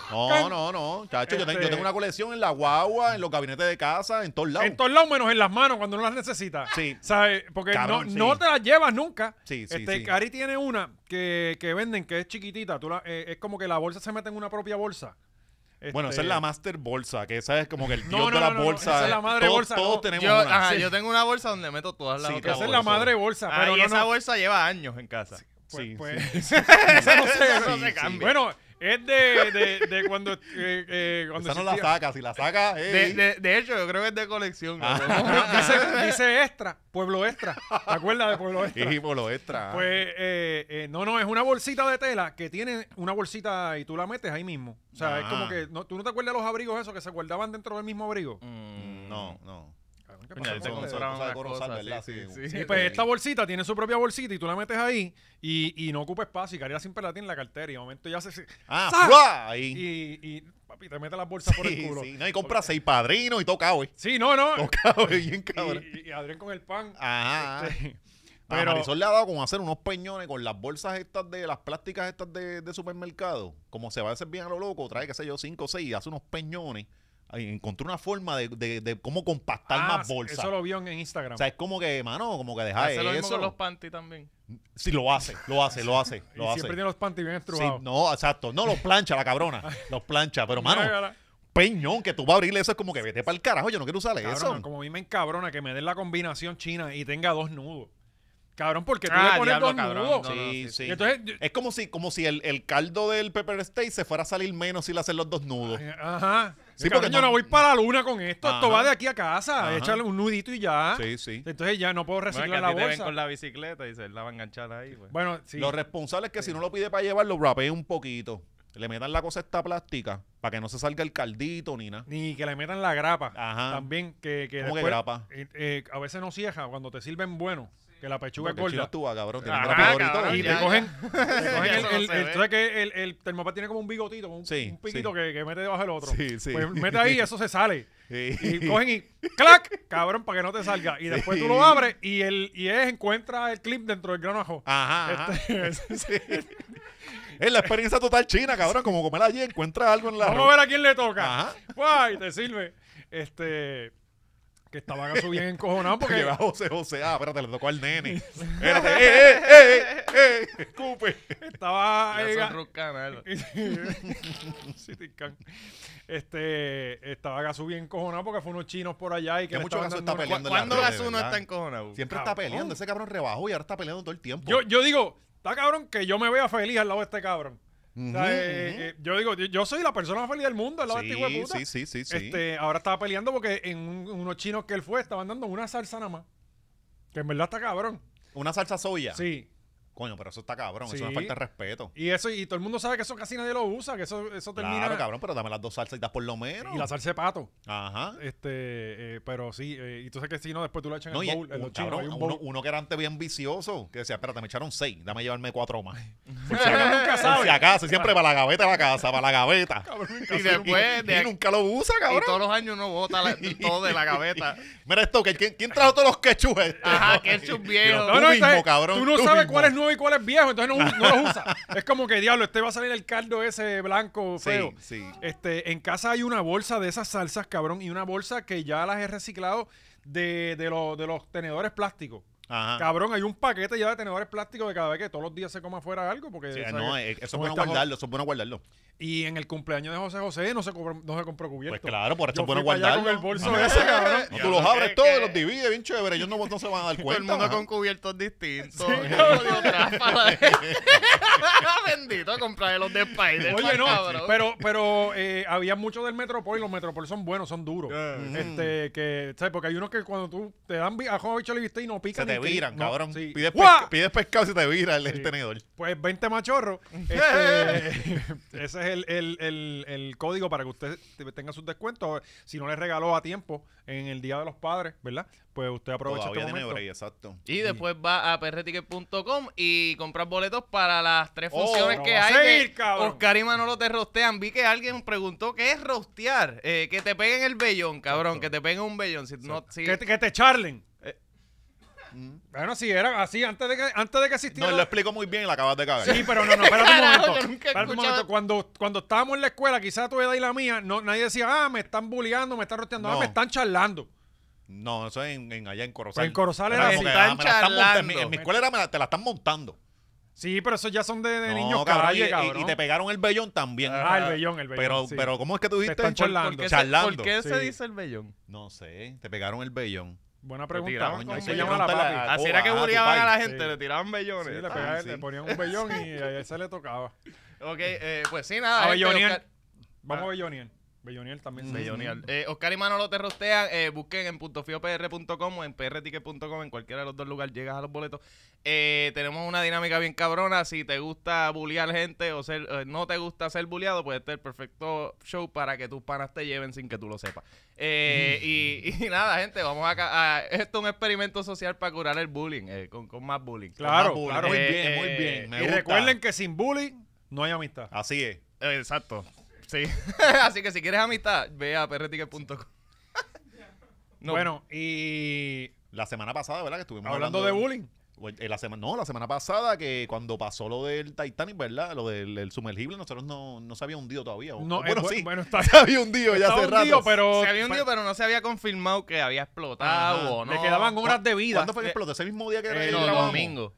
[SPEAKER 2] No, no, no. Chacho, yo, te- yo
[SPEAKER 1] Este-
[SPEAKER 2] tengo una colección en la guagua, en los gabinetes de casa, en todos lados.
[SPEAKER 1] En todos lados menos en las manos cuando no las necesitas.
[SPEAKER 2] Sí.
[SPEAKER 1] ¿Sabes? Porque
[SPEAKER 2] Cabrón,
[SPEAKER 1] no,
[SPEAKER 2] sí.
[SPEAKER 1] no te las llevas nunca.
[SPEAKER 2] Sí, sí,
[SPEAKER 1] este,
[SPEAKER 2] sí.
[SPEAKER 1] Cari tiene una que, que venden que es chiquitita. Tú la- eh, es como que la bolsa se mete en una propia bolsa.
[SPEAKER 2] Bueno,
[SPEAKER 1] Este,
[SPEAKER 2] esa es la master bolsa, que esa es como que el dios
[SPEAKER 1] No, no,
[SPEAKER 2] de las
[SPEAKER 1] no, no,
[SPEAKER 2] bolsas.
[SPEAKER 1] esa es la madre
[SPEAKER 2] todos,
[SPEAKER 1] bolsa,
[SPEAKER 2] Todos
[SPEAKER 1] no.
[SPEAKER 2] tenemos
[SPEAKER 3] Yo,
[SPEAKER 2] una.
[SPEAKER 3] ajá,
[SPEAKER 2] Sí.
[SPEAKER 3] yo tengo una bolsa donde meto todas las
[SPEAKER 2] Sí,
[SPEAKER 3] otras
[SPEAKER 1] Esa es
[SPEAKER 2] bolsa.
[SPEAKER 1] la
[SPEAKER 3] bolsas.
[SPEAKER 1] madre bolsa.
[SPEAKER 3] Ah,
[SPEAKER 1] pero
[SPEAKER 3] y
[SPEAKER 1] no,
[SPEAKER 3] esa
[SPEAKER 1] no,
[SPEAKER 3] bolsa lleva años en casa.
[SPEAKER 1] pues-
[SPEAKER 2] Sí,
[SPEAKER 1] pues, esa no se-
[SPEAKER 3] Esa no se cambia.
[SPEAKER 1] Bueno, es de, de, de cuando... eh, eh, cuando
[SPEAKER 2] Esa no la
[SPEAKER 1] existía.
[SPEAKER 2] saca, si la saca,
[SPEAKER 3] De,
[SPEAKER 2] hey.
[SPEAKER 3] de- de hecho, yo creo que es de colección.
[SPEAKER 1] Ah, dice, dice extra, pueblo extra. ¿Te acuerdas de pueblo extra?
[SPEAKER 2] Y por lo extra.
[SPEAKER 1] Pues eh, eh, no, no, es una bolsita de tela que tiene una bolsita y tú la metes ahí mismo. O sea, es
[SPEAKER 2] Ah.
[SPEAKER 1] como que no- tú no te acuerdas los abrigos esos que se guardaban dentro del mismo abrigo.
[SPEAKER 3] Mm,
[SPEAKER 2] no, no.
[SPEAKER 1] Cabrón, ¿qué
[SPEAKER 3] Coño,
[SPEAKER 1] pasa
[SPEAKER 2] él
[SPEAKER 3] se
[SPEAKER 1] con
[SPEAKER 2] Eso-
[SPEAKER 1] ustedes?
[SPEAKER 2] compró- eso
[SPEAKER 3] compraban
[SPEAKER 2] de
[SPEAKER 3] unas
[SPEAKER 2] Coro
[SPEAKER 3] cosas,
[SPEAKER 2] Salva, ¿verdad?
[SPEAKER 3] sí,
[SPEAKER 2] Sí,
[SPEAKER 3] sí,
[SPEAKER 2] sí.
[SPEAKER 3] sí.
[SPEAKER 1] Y pues esta bolsita tiene su propia bolsita y tú la metes ahí y, y no ocupa espacio. Y Karina siempre la tiene en la cartera y de momento ya se... se-
[SPEAKER 2] Ah,
[SPEAKER 1] ¡Sa!
[SPEAKER 2] ¡fua! ahí.
[SPEAKER 1] Y, y, papi, te mete las bolsas por el
[SPEAKER 2] Sí,
[SPEAKER 1] culo.
[SPEAKER 2] sí. No, y compra seis padrinos y toca, güey.
[SPEAKER 1] Sí, no, no.
[SPEAKER 2] Toca, güey, bien cabrón. Ah,
[SPEAKER 1] Y, y- y Adrián con el pan.
[SPEAKER 2] Ajá.
[SPEAKER 1] Este,
[SPEAKER 2] Pero...
[SPEAKER 1] pero-
[SPEAKER 2] A Marisol le ha dado como hacer unos peñones con las bolsas estas de las plásticas estas de, de supermercado. Como se va a hacer bien a lo loco, trae, qué sé yo, cinco o seis y hace unos peñones. Ahí encontró una forma de, de- de cómo compactar
[SPEAKER 1] ah,
[SPEAKER 2] más bolsas.
[SPEAKER 1] Eso lo vio en en Instagram.
[SPEAKER 2] O sea, es como que, mano, como que dejar
[SPEAKER 3] Hace lo mismo
[SPEAKER 2] eso.
[SPEAKER 3] con los panty también.
[SPEAKER 2] Sí, lo hace, lo hace, lo hace,
[SPEAKER 1] y
[SPEAKER 2] lo hace.
[SPEAKER 1] siempre tiene los panty bien
[SPEAKER 2] Sí,
[SPEAKER 1] estrujados.
[SPEAKER 2] no, exacto. No, los plancha, la cabrona. Los plancha. Pero, mano,
[SPEAKER 1] Mírala.
[SPEAKER 2] peñón que tú vas a abrirle eso es como que vete para el carajo. Yo no quiero usar
[SPEAKER 1] Cabrón,
[SPEAKER 2] eso.
[SPEAKER 1] como a mí me encabrona que me den la combinación china y tenga dos nudos. Cabrón, porque tú
[SPEAKER 3] Ah,
[SPEAKER 1] le pones
[SPEAKER 3] diablo,
[SPEAKER 1] dos
[SPEAKER 3] cabrón,
[SPEAKER 1] nudos.
[SPEAKER 3] no, no,
[SPEAKER 2] Sí,
[SPEAKER 3] sí,
[SPEAKER 2] sí.
[SPEAKER 1] Y entonces, yo-
[SPEAKER 2] Es como si, como si el, el caldo del pepper steak se fuera a salir menos si le hacen los dos nudos.
[SPEAKER 1] ajá.
[SPEAKER 2] Sí,
[SPEAKER 1] Cabrón,
[SPEAKER 2] porque
[SPEAKER 1] yo
[SPEAKER 2] no-
[SPEAKER 1] no voy para la luna con esto. Esto
[SPEAKER 2] Ajá.
[SPEAKER 1] va de aquí a casa.
[SPEAKER 2] Ajá.
[SPEAKER 1] Échale un nudito y ya.
[SPEAKER 2] Sí, sí.
[SPEAKER 1] Entonces ya no puedo
[SPEAKER 3] Bueno,
[SPEAKER 1] reciclar
[SPEAKER 3] es que a ti
[SPEAKER 1] la
[SPEAKER 3] te ven
[SPEAKER 1] bolsa.
[SPEAKER 3] con la bicicleta y se la van a enganchar ahí. pues.
[SPEAKER 1] Bueno, sí.
[SPEAKER 2] Lo responsable es que si no lo pide para llevar, lo rapeen un poquito. Le metan la cosa esta plástica para que no se salga el caldito ni nada.
[SPEAKER 1] Ni que le metan la grapa.
[SPEAKER 3] Ah.
[SPEAKER 2] Ajá.
[SPEAKER 1] También que, que
[SPEAKER 2] ¿Cómo que
[SPEAKER 1] después-
[SPEAKER 2] grapa?
[SPEAKER 1] eh, eh, a veces no cieja cuando te sirven bueno. Que la pechuga es
[SPEAKER 2] Porque chino
[SPEAKER 1] gorda.
[SPEAKER 2] tú, ah, cabrón. Tiene un
[SPEAKER 3] Ajá,
[SPEAKER 2] grapador y
[SPEAKER 3] cabrón,
[SPEAKER 2] todo.
[SPEAKER 1] Y
[SPEAKER 3] Ya,
[SPEAKER 1] te
[SPEAKER 3] ya.
[SPEAKER 1] cogen, te cogen
[SPEAKER 3] Ya
[SPEAKER 1] el,
[SPEAKER 3] eso no
[SPEAKER 1] el-
[SPEAKER 3] se
[SPEAKER 1] el-
[SPEAKER 3] ve.
[SPEAKER 1] ¿sabes que el, el termopad tiene como un bigotito, un,
[SPEAKER 2] Sí,
[SPEAKER 1] un piquito
[SPEAKER 2] sí.
[SPEAKER 1] que, que mete debajo del otro.
[SPEAKER 2] Sí, sí.
[SPEAKER 1] Pues mete ahí y eso se sale.
[SPEAKER 2] Sí.
[SPEAKER 1] Y cogen y ¡clac! Cabrón, para que no te salga. Y después tú lo abres y el y es, encuentra el clip dentro del grano
[SPEAKER 2] Ah,
[SPEAKER 1] ajo.
[SPEAKER 2] Ajá. ajá.
[SPEAKER 1] Este,
[SPEAKER 2] Sí. Es la experiencia total china, cabrón. Como comer allí, encuentra algo en la
[SPEAKER 1] Vamos a ver a quién le toca.
[SPEAKER 2] Ajá.
[SPEAKER 1] ¡Guay! Te sirve. Este. Que estaba Gaso bien encojonado
[SPEAKER 2] Porque
[SPEAKER 1] porque.
[SPEAKER 2] va José José. Ah, espérate, le tocó al nene. Espérate. ¡Eh, eh, eh, eh! eh, Escupe.
[SPEAKER 1] Estaba.
[SPEAKER 3] Ya
[SPEAKER 1] eh,
[SPEAKER 3] son
[SPEAKER 1] Ga-
[SPEAKER 3] ruscanas, ¿verdad?
[SPEAKER 1] Sí, Tinkan. este estaba Gasú bien encojonado porque fue unos chinos por allá y que
[SPEAKER 2] Que
[SPEAKER 1] le
[SPEAKER 2] mucho
[SPEAKER 1] estaban
[SPEAKER 2] Gasú
[SPEAKER 1] dando
[SPEAKER 2] está
[SPEAKER 1] unos-
[SPEAKER 2] peleando. en
[SPEAKER 3] ¿Cu-
[SPEAKER 2] la
[SPEAKER 3] ¿Cuándo
[SPEAKER 2] red,
[SPEAKER 3] Gazú no
[SPEAKER 2] ¿verdad?
[SPEAKER 3] está encojonado?
[SPEAKER 2] Siempre está
[SPEAKER 1] Cabrón.
[SPEAKER 2] peleando. Ese cabrón rebajo y ahora está peleando todo el tiempo.
[SPEAKER 1] Yo, yo digo, está cabrón que yo me vea feliz al lado de este cabrón. O sea,
[SPEAKER 2] Ujú,
[SPEAKER 1] eh,
[SPEAKER 2] ujú.
[SPEAKER 1] eh, yo digo, yo, yo soy la persona más feliz del mundo al lado de este hijo de
[SPEAKER 2] sí,
[SPEAKER 1] puta.
[SPEAKER 2] sí, sí, sí, sí.
[SPEAKER 1] Este, ahora estaba peleando porque en un- unos chinos que él fue estaban dando una salsa nada más. Que en verdad está cabrón.
[SPEAKER 2] Una salsa soya.
[SPEAKER 1] Sí.
[SPEAKER 2] Coño, pero eso está cabrón. Eso es
[SPEAKER 1] Sí.
[SPEAKER 2] una falta de respeto.
[SPEAKER 1] Y eso, y todo el mundo sabe que eso casi nadie lo usa, que eso, eso termina.
[SPEAKER 2] Claro, cabrón, pero dame las dos salsitas por lo menos.
[SPEAKER 1] y la salsa de pato.
[SPEAKER 2] Ajá.
[SPEAKER 1] Este, eh, pero sí, eh, y tú sabes que si no, después tú la echan
[SPEAKER 2] No,
[SPEAKER 1] en
[SPEAKER 2] y
[SPEAKER 1] el bowl, en los
[SPEAKER 2] un,
[SPEAKER 1] chinos,
[SPEAKER 2] cabrón,
[SPEAKER 1] hay un bowl.
[SPEAKER 2] uno, uno que era antes bien vicioso, que decía, espérate, me echaron seis, dame llevarme cuatro más.
[SPEAKER 1] Por si acaso nunca
[SPEAKER 2] Por si
[SPEAKER 1] sabes.
[SPEAKER 2] acaso, siempre para la gaveta, para la casa, para la gaveta.
[SPEAKER 3] Y después,
[SPEAKER 2] Y- y
[SPEAKER 3] de,
[SPEAKER 2] nunca lo usa,
[SPEAKER 3] y
[SPEAKER 2] cabrón.
[SPEAKER 3] todos los años uno bota la- todo de la gaveta.
[SPEAKER 2] Mira esto, que ¿quién, quién trajo todos los ketchup? estos?
[SPEAKER 3] Ajá, que es
[SPEAKER 2] Pero
[SPEAKER 3] un viejo.
[SPEAKER 2] tú mismo,
[SPEAKER 1] entonces,
[SPEAKER 2] cabrón,
[SPEAKER 1] Tú no
[SPEAKER 2] tú
[SPEAKER 1] sabes
[SPEAKER 2] mismo.
[SPEAKER 1] cuál es nuevo y cuál es viejo, entonces no, no los usas. es como que, diablo, este va a salir el caldo ese blanco feo.
[SPEAKER 2] Sí, sí.
[SPEAKER 1] Este, en casa hay una bolsa de esas salsas, cabrón, y una bolsa que ya las he reciclado de, de, los- de los tenedores plásticos.
[SPEAKER 2] Ajá.
[SPEAKER 1] Cabrón, hay un paquete ya de tenedores plásticos de cada vez que todos los días se coma afuera algo. Porque,
[SPEAKER 2] Sí,
[SPEAKER 1] o sea,
[SPEAKER 2] no,
[SPEAKER 1] que
[SPEAKER 2] eh, eso es
[SPEAKER 1] con
[SPEAKER 2] bueno
[SPEAKER 1] esta jo-
[SPEAKER 2] guardarlo, Pues eso es bueno guardarlo.
[SPEAKER 1] Y en el cumpleaños de José José no se, cobró- no se compró cubierto.
[SPEAKER 2] Pues claro, por eso
[SPEAKER 1] Yo
[SPEAKER 2] es bueno
[SPEAKER 1] fui para allá
[SPEAKER 2] guardarlo.
[SPEAKER 1] con el bolso
[SPEAKER 2] Ajá.
[SPEAKER 1] ese, cabrón.
[SPEAKER 2] No, tú
[SPEAKER 3] Diablo,
[SPEAKER 2] los
[SPEAKER 3] ¿qué-
[SPEAKER 2] abres todos,
[SPEAKER 3] qué?
[SPEAKER 2] los divides, bien chévere. Ellos no, no se van a dar
[SPEAKER 3] Todo
[SPEAKER 2] cuenta.
[SPEAKER 3] el mundo
[SPEAKER 2] ajá.
[SPEAKER 3] con cubiertos distintos.
[SPEAKER 1] Sí,
[SPEAKER 3] Jodido tráfala de- Bendito, compraré los de Spider.
[SPEAKER 1] Oye, no,
[SPEAKER 3] cabrón.
[SPEAKER 1] pero, pero eh, había muchos del Metropol y los Metropol son buenos, son duros.
[SPEAKER 2] Mm.
[SPEAKER 1] Este, que, ¿sabes? Porque hay unos que cuando tú te dan vi- ajo, bicho, le viste y no
[SPEAKER 2] Se
[SPEAKER 1] pican.
[SPEAKER 2] te
[SPEAKER 1] ni que-
[SPEAKER 2] viran,
[SPEAKER 1] no,
[SPEAKER 2] cabrón.
[SPEAKER 1] sí.
[SPEAKER 2] Pides,
[SPEAKER 1] ¡Guau!
[SPEAKER 2] pesca- pides pescado y se te vira el, el
[SPEAKER 1] Sí.
[SPEAKER 2] tenedor.
[SPEAKER 1] Pues 20 machorros. Este, ese es el, el- el- el código para que usted te- tenga sus descuentos. Si no le regaló a tiempo en el Día de los Padres, ¿verdad? Pues usted aprovecha
[SPEAKER 2] Todavía
[SPEAKER 1] este
[SPEAKER 2] tiene
[SPEAKER 1] momento.
[SPEAKER 2] break, exacto.
[SPEAKER 3] Y después va a perreticket.com y compras boletos para las tres funciones
[SPEAKER 1] Oh, no
[SPEAKER 3] que
[SPEAKER 1] va a
[SPEAKER 3] hay.
[SPEAKER 1] seguir,
[SPEAKER 3] que
[SPEAKER 1] cabrón.
[SPEAKER 3] Oscar y Manolo te rostean. Vi que alguien preguntó qué es rostear. Eh, que te peguen el vellón, cabrón. Que te peguen un vellón. Si no, si-
[SPEAKER 1] Que, te- que te charlen.
[SPEAKER 3] Eh. Mm.
[SPEAKER 1] Bueno, sí, era así antes de que, antes de que existiera.
[SPEAKER 2] No, lo explico muy bien y la acabas de cagar.
[SPEAKER 1] Sí, pero no, no, espérate un
[SPEAKER 3] Carajo,
[SPEAKER 1] momento.
[SPEAKER 3] yo nunca he
[SPEAKER 1] Espérate un
[SPEAKER 3] escuchado-
[SPEAKER 1] momento. Cuando, cuando estábamos en la escuela, quizás tu edad y la mía, no, nadie decía, ah, me están bulleando, me están roteando, ah,
[SPEAKER 2] No.
[SPEAKER 1] me están charlando.
[SPEAKER 2] No, eso es en, en- allá en Corozal.
[SPEAKER 1] Pues En Corozal
[SPEAKER 2] Era
[SPEAKER 1] era
[SPEAKER 2] como
[SPEAKER 1] así.
[SPEAKER 2] que, ah,
[SPEAKER 3] Están
[SPEAKER 2] me la están monta-
[SPEAKER 3] charlando.
[SPEAKER 2] En mi, en mi escuela era, me la- te la están montando.
[SPEAKER 1] Sí, pero eso ya son de, de
[SPEAKER 2] No,
[SPEAKER 1] niños
[SPEAKER 2] cabrón, y-
[SPEAKER 1] calle,
[SPEAKER 2] y-
[SPEAKER 1] cabrón.
[SPEAKER 2] Y, te pegaron el vellón también.
[SPEAKER 1] Ah, el vellón, el vellón,
[SPEAKER 2] Pero,
[SPEAKER 1] sí.
[SPEAKER 2] pero ¿cómo es que tú dijiste?
[SPEAKER 1] están
[SPEAKER 2] Por- por-
[SPEAKER 1] charlando.
[SPEAKER 3] ¿por qué se-
[SPEAKER 2] charlando.
[SPEAKER 3] ¿Por qué se
[SPEAKER 1] sí.
[SPEAKER 3] dice el vellón?
[SPEAKER 2] No sé, te pegaron el vellón.
[SPEAKER 1] Buena
[SPEAKER 3] Retiraban
[SPEAKER 1] pregunta.
[SPEAKER 3] con
[SPEAKER 1] coño,
[SPEAKER 3] un
[SPEAKER 1] se
[SPEAKER 3] vellón
[SPEAKER 1] llama
[SPEAKER 2] a la
[SPEAKER 1] papi.
[SPEAKER 2] papi.
[SPEAKER 3] Así
[SPEAKER 2] Oh,
[SPEAKER 3] era que
[SPEAKER 2] ah, tu
[SPEAKER 3] bulleaban a la
[SPEAKER 2] país,
[SPEAKER 3] gente,
[SPEAKER 1] sí.
[SPEAKER 3] le tiraban
[SPEAKER 1] Sí,
[SPEAKER 3] vellones.
[SPEAKER 1] le,
[SPEAKER 3] Ah,
[SPEAKER 1] pegaba-
[SPEAKER 2] sí.
[SPEAKER 1] le ponían un vellón y a ese le tocaba.
[SPEAKER 3] Ok, eh, pues sí, nada.
[SPEAKER 1] A
[SPEAKER 3] gente,
[SPEAKER 1] Belloniel.
[SPEAKER 3] Oscar-
[SPEAKER 1] Vamos a
[SPEAKER 3] Ah.
[SPEAKER 1] Belloniel. Belloniel también. Mm. se llama.
[SPEAKER 3] Bellonial. Eh, Oscar y Manolo te rostean. eh, busquen en puntofiopr.com o en prticket.com. En cualquiera de los dos lugares llegas a los boletos. Eh, tenemos una dinámica bien cabrona. Si te gusta bullear gente o ser, eh, no te gusta ser bulleado, pues este es el perfecto show para que tus panas te lleven sin que tú lo sepas. Eh, y, y nada, gente, vamos a, ca- a- Esto es un experimento social para curar el bullying, eh, con, con más bullying.
[SPEAKER 1] Claro,
[SPEAKER 2] Con más
[SPEAKER 1] claro.
[SPEAKER 2] bullying. Ah, Muy
[SPEAKER 3] Eh,
[SPEAKER 2] bien, muy
[SPEAKER 3] eh,
[SPEAKER 2] bien. me
[SPEAKER 1] Y
[SPEAKER 2] gusta. Ah,
[SPEAKER 1] recuerden que sin bullying no hay amistad.
[SPEAKER 2] Así es.
[SPEAKER 3] Eh, Exacto. Sí. Así que si quieres amistad, ve a prticket.com. No,
[SPEAKER 1] Bueno, y
[SPEAKER 2] La semana pasada, ¿verdad? Que estuvimos
[SPEAKER 1] hablando de bullying.
[SPEAKER 2] Bueno, eh, La semana, no, la semana pasada que cuando pasó lo del Titanic, ¿verdad? Lo del el sumergible, nosotros no, no se había hundido todavía. O-
[SPEAKER 1] No,
[SPEAKER 2] bueno,
[SPEAKER 1] eh, bu-
[SPEAKER 2] sí,
[SPEAKER 1] bueno, está,
[SPEAKER 2] se había hundido ya
[SPEAKER 1] está
[SPEAKER 2] hace rato.
[SPEAKER 1] hundido, pero,
[SPEAKER 3] se había hundido, pero Ah, no se había confirmado que había explotado
[SPEAKER 2] Ajá.
[SPEAKER 3] o no.
[SPEAKER 1] le quedaban horas de vida.
[SPEAKER 2] ¿Cuándo fue que explotó? ¿Ese mismo día que
[SPEAKER 1] Eh,
[SPEAKER 2] que
[SPEAKER 3] No,
[SPEAKER 2] grabamos?
[SPEAKER 3] domingo.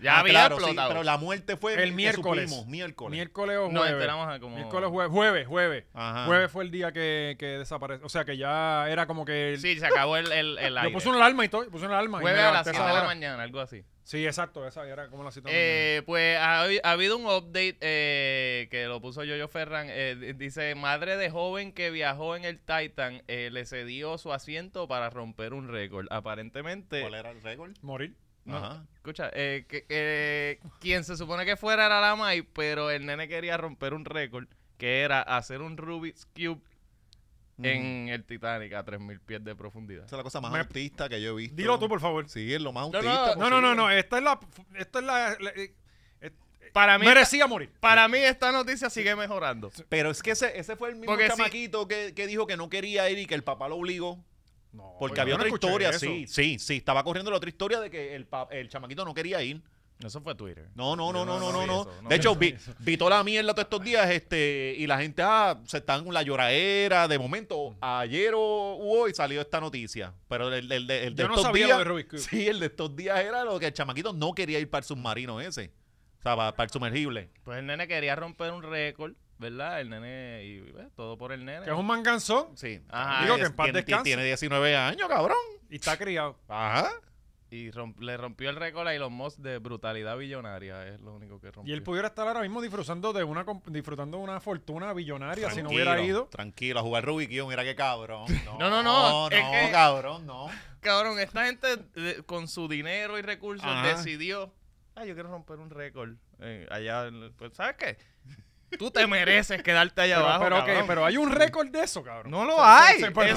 [SPEAKER 3] Ya
[SPEAKER 2] Ah,
[SPEAKER 3] había
[SPEAKER 2] claro, sí,
[SPEAKER 3] explotado.
[SPEAKER 2] pero la muerte fue
[SPEAKER 1] El
[SPEAKER 2] que
[SPEAKER 1] miércoles.
[SPEAKER 2] supimos, miércoles.
[SPEAKER 1] Miércoles o
[SPEAKER 3] Nos
[SPEAKER 1] jueves.
[SPEAKER 3] enteramos a como-
[SPEAKER 1] Miércoles, jueves, jueves, jueves.
[SPEAKER 2] Ajá.
[SPEAKER 1] Jueves fue el día que, que desapareció. O sea, que ya era como que... el-
[SPEAKER 3] Sí, se acabó el, el, el
[SPEAKER 1] yo
[SPEAKER 3] aire.
[SPEAKER 1] puse una alarma y todo. Puse una alarma. y
[SPEAKER 3] Jueves
[SPEAKER 1] me
[SPEAKER 3] a las
[SPEAKER 1] levanté
[SPEAKER 3] 7
[SPEAKER 1] esa
[SPEAKER 3] de la
[SPEAKER 1] hora.
[SPEAKER 3] mañana, algo así.
[SPEAKER 1] Sí, exacto. Esa era como la situación.
[SPEAKER 3] Eh, pues ha, habi- ha habido un update eh, que lo puso Yoyo Ferran. eh, d- dice, madre de joven que viajó en el Titan eh, le cedió su asiento para romper un récord. Aparentemente...
[SPEAKER 2] ¿Cuál era el récord?
[SPEAKER 1] Morir.
[SPEAKER 3] No,
[SPEAKER 2] Ajá.
[SPEAKER 3] Escucha, eh, que, eh, quien se supone que fuera era la May, pero el nene quería romper un récord, que era hacer un Rubik's Cube en el Titanic a 3.000 pies de profundidad.
[SPEAKER 2] Esa es la cosa más
[SPEAKER 1] Me-
[SPEAKER 2] autista que yo he visto.
[SPEAKER 1] Dilo tú, por favor.
[SPEAKER 2] Sí, pues, es lo más
[SPEAKER 3] No, no,
[SPEAKER 2] autista.
[SPEAKER 1] No, no, no,
[SPEAKER 2] posible.
[SPEAKER 1] no. Esta es la... Esta es la... la- eh, eh,
[SPEAKER 3] Para mí, esta,
[SPEAKER 1] merecía morir.
[SPEAKER 3] para mí esta noticia sigue mejorando.
[SPEAKER 2] Pero es que ese, ese fue el mismo
[SPEAKER 3] Porque sí.
[SPEAKER 2] chamaquito que, que dijo que no quería ir y que el papá lo obligó.
[SPEAKER 1] No,
[SPEAKER 2] Porque
[SPEAKER 1] yo
[SPEAKER 2] había
[SPEAKER 1] no
[SPEAKER 2] otra
[SPEAKER 1] escuché
[SPEAKER 2] historia,
[SPEAKER 1] eso.
[SPEAKER 2] sí, sí, sí. Estaba corriendo la otra historia de que el, pa- el chamaquito no quería ir.
[SPEAKER 3] Eso fue Twitter.
[SPEAKER 2] No, no, no,
[SPEAKER 3] Yo
[SPEAKER 2] no,
[SPEAKER 3] no
[SPEAKER 2] no, no.
[SPEAKER 3] sabía
[SPEAKER 2] no.
[SPEAKER 3] eso, no
[SPEAKER 2] de hecho,
[SPEAKER 3] sabía
[SPEAKER 2] vi, vi toda la mierda todos estos días este, y la gente, ah, se están con la lloradera. De momento, ayer o u hoy salió esta noticia. Pero el, el- el de- el de
[SPEAKER 1] Yo no
[SPEAKER 2] estos
[SPEAKER 1] sabía
[SPEAKER 2] días.
[SPEAKER 1] lo de Rubik's Cube.
[SPEAKER 2] Sí, el de estos días era lo que el chamaquito no quería ir para el submarino ese. O sea, para, para el sumergible.
[SPEAKER 3] Pues el nene quería romper un récord, ¿verdad? El nene, y eh, todo por el nene.
[SPEAKER 1] Que es un manganzón
[SPEAKER 2] Sí.
[SPEAKER 3] Ajá.
[SPEAKER 1] Digo que en paz
[SPEAKER 2] tiene,
[SPEAKER 1] descanse.
[SPEAKER 2] tiene 19 años, cabrón.
[SPEAKER 1] y está criado.
[SPEAKER 2] Ajá.
[SPEAKER 3] Y romp- le rompió el récord a Elon Musk de brutalidad billonaria. Es lo único que
[SPEAKER 1] Y
[SPEAKER 3] rompió.
[SPEAKER 1] él pudiera estar ahora mismo disfrutando de una comp- disfrutando de una fortuna billonaria si no
[SPEAKER 2] Tranquilo,
[SPEAKER 1] hubiera ido.
[SPEAKER 2] Tranquilo, a jugar Rubik, mira qué cabrón. No,
[SPEAKER 3] No, no, no,
[SPEAKER 2] No,
[SPEAKER 3] es que-
[SPEAKER 2] cabrón, no.
[SPEAKER 3] Cabrón, esta gente de- con su dinero y recursos
[SPEAKER 2] Ajá.
[SPEAKER 3] decidió, ah, yo quiero romper un récord eh, allá, en el- pues, ¿sabes qué? Tú te mereces quedarte allá
[SPEAKER 1] Pero,
[SPEAKER 3] abajo,
[SPEAKER 1] pero, ok,
[SPEAKER 3] cabrón.
[SPEAKER 1] pero hay un récord de eso, cabrón.
[SPEAKER 3] No lo
[SPEAKER 1] Se- se-
[SPEAKER 3] hay.
[SPEAKER 1] se-
[SPEAKER 3] Eso
[SPEAKER 1] pues-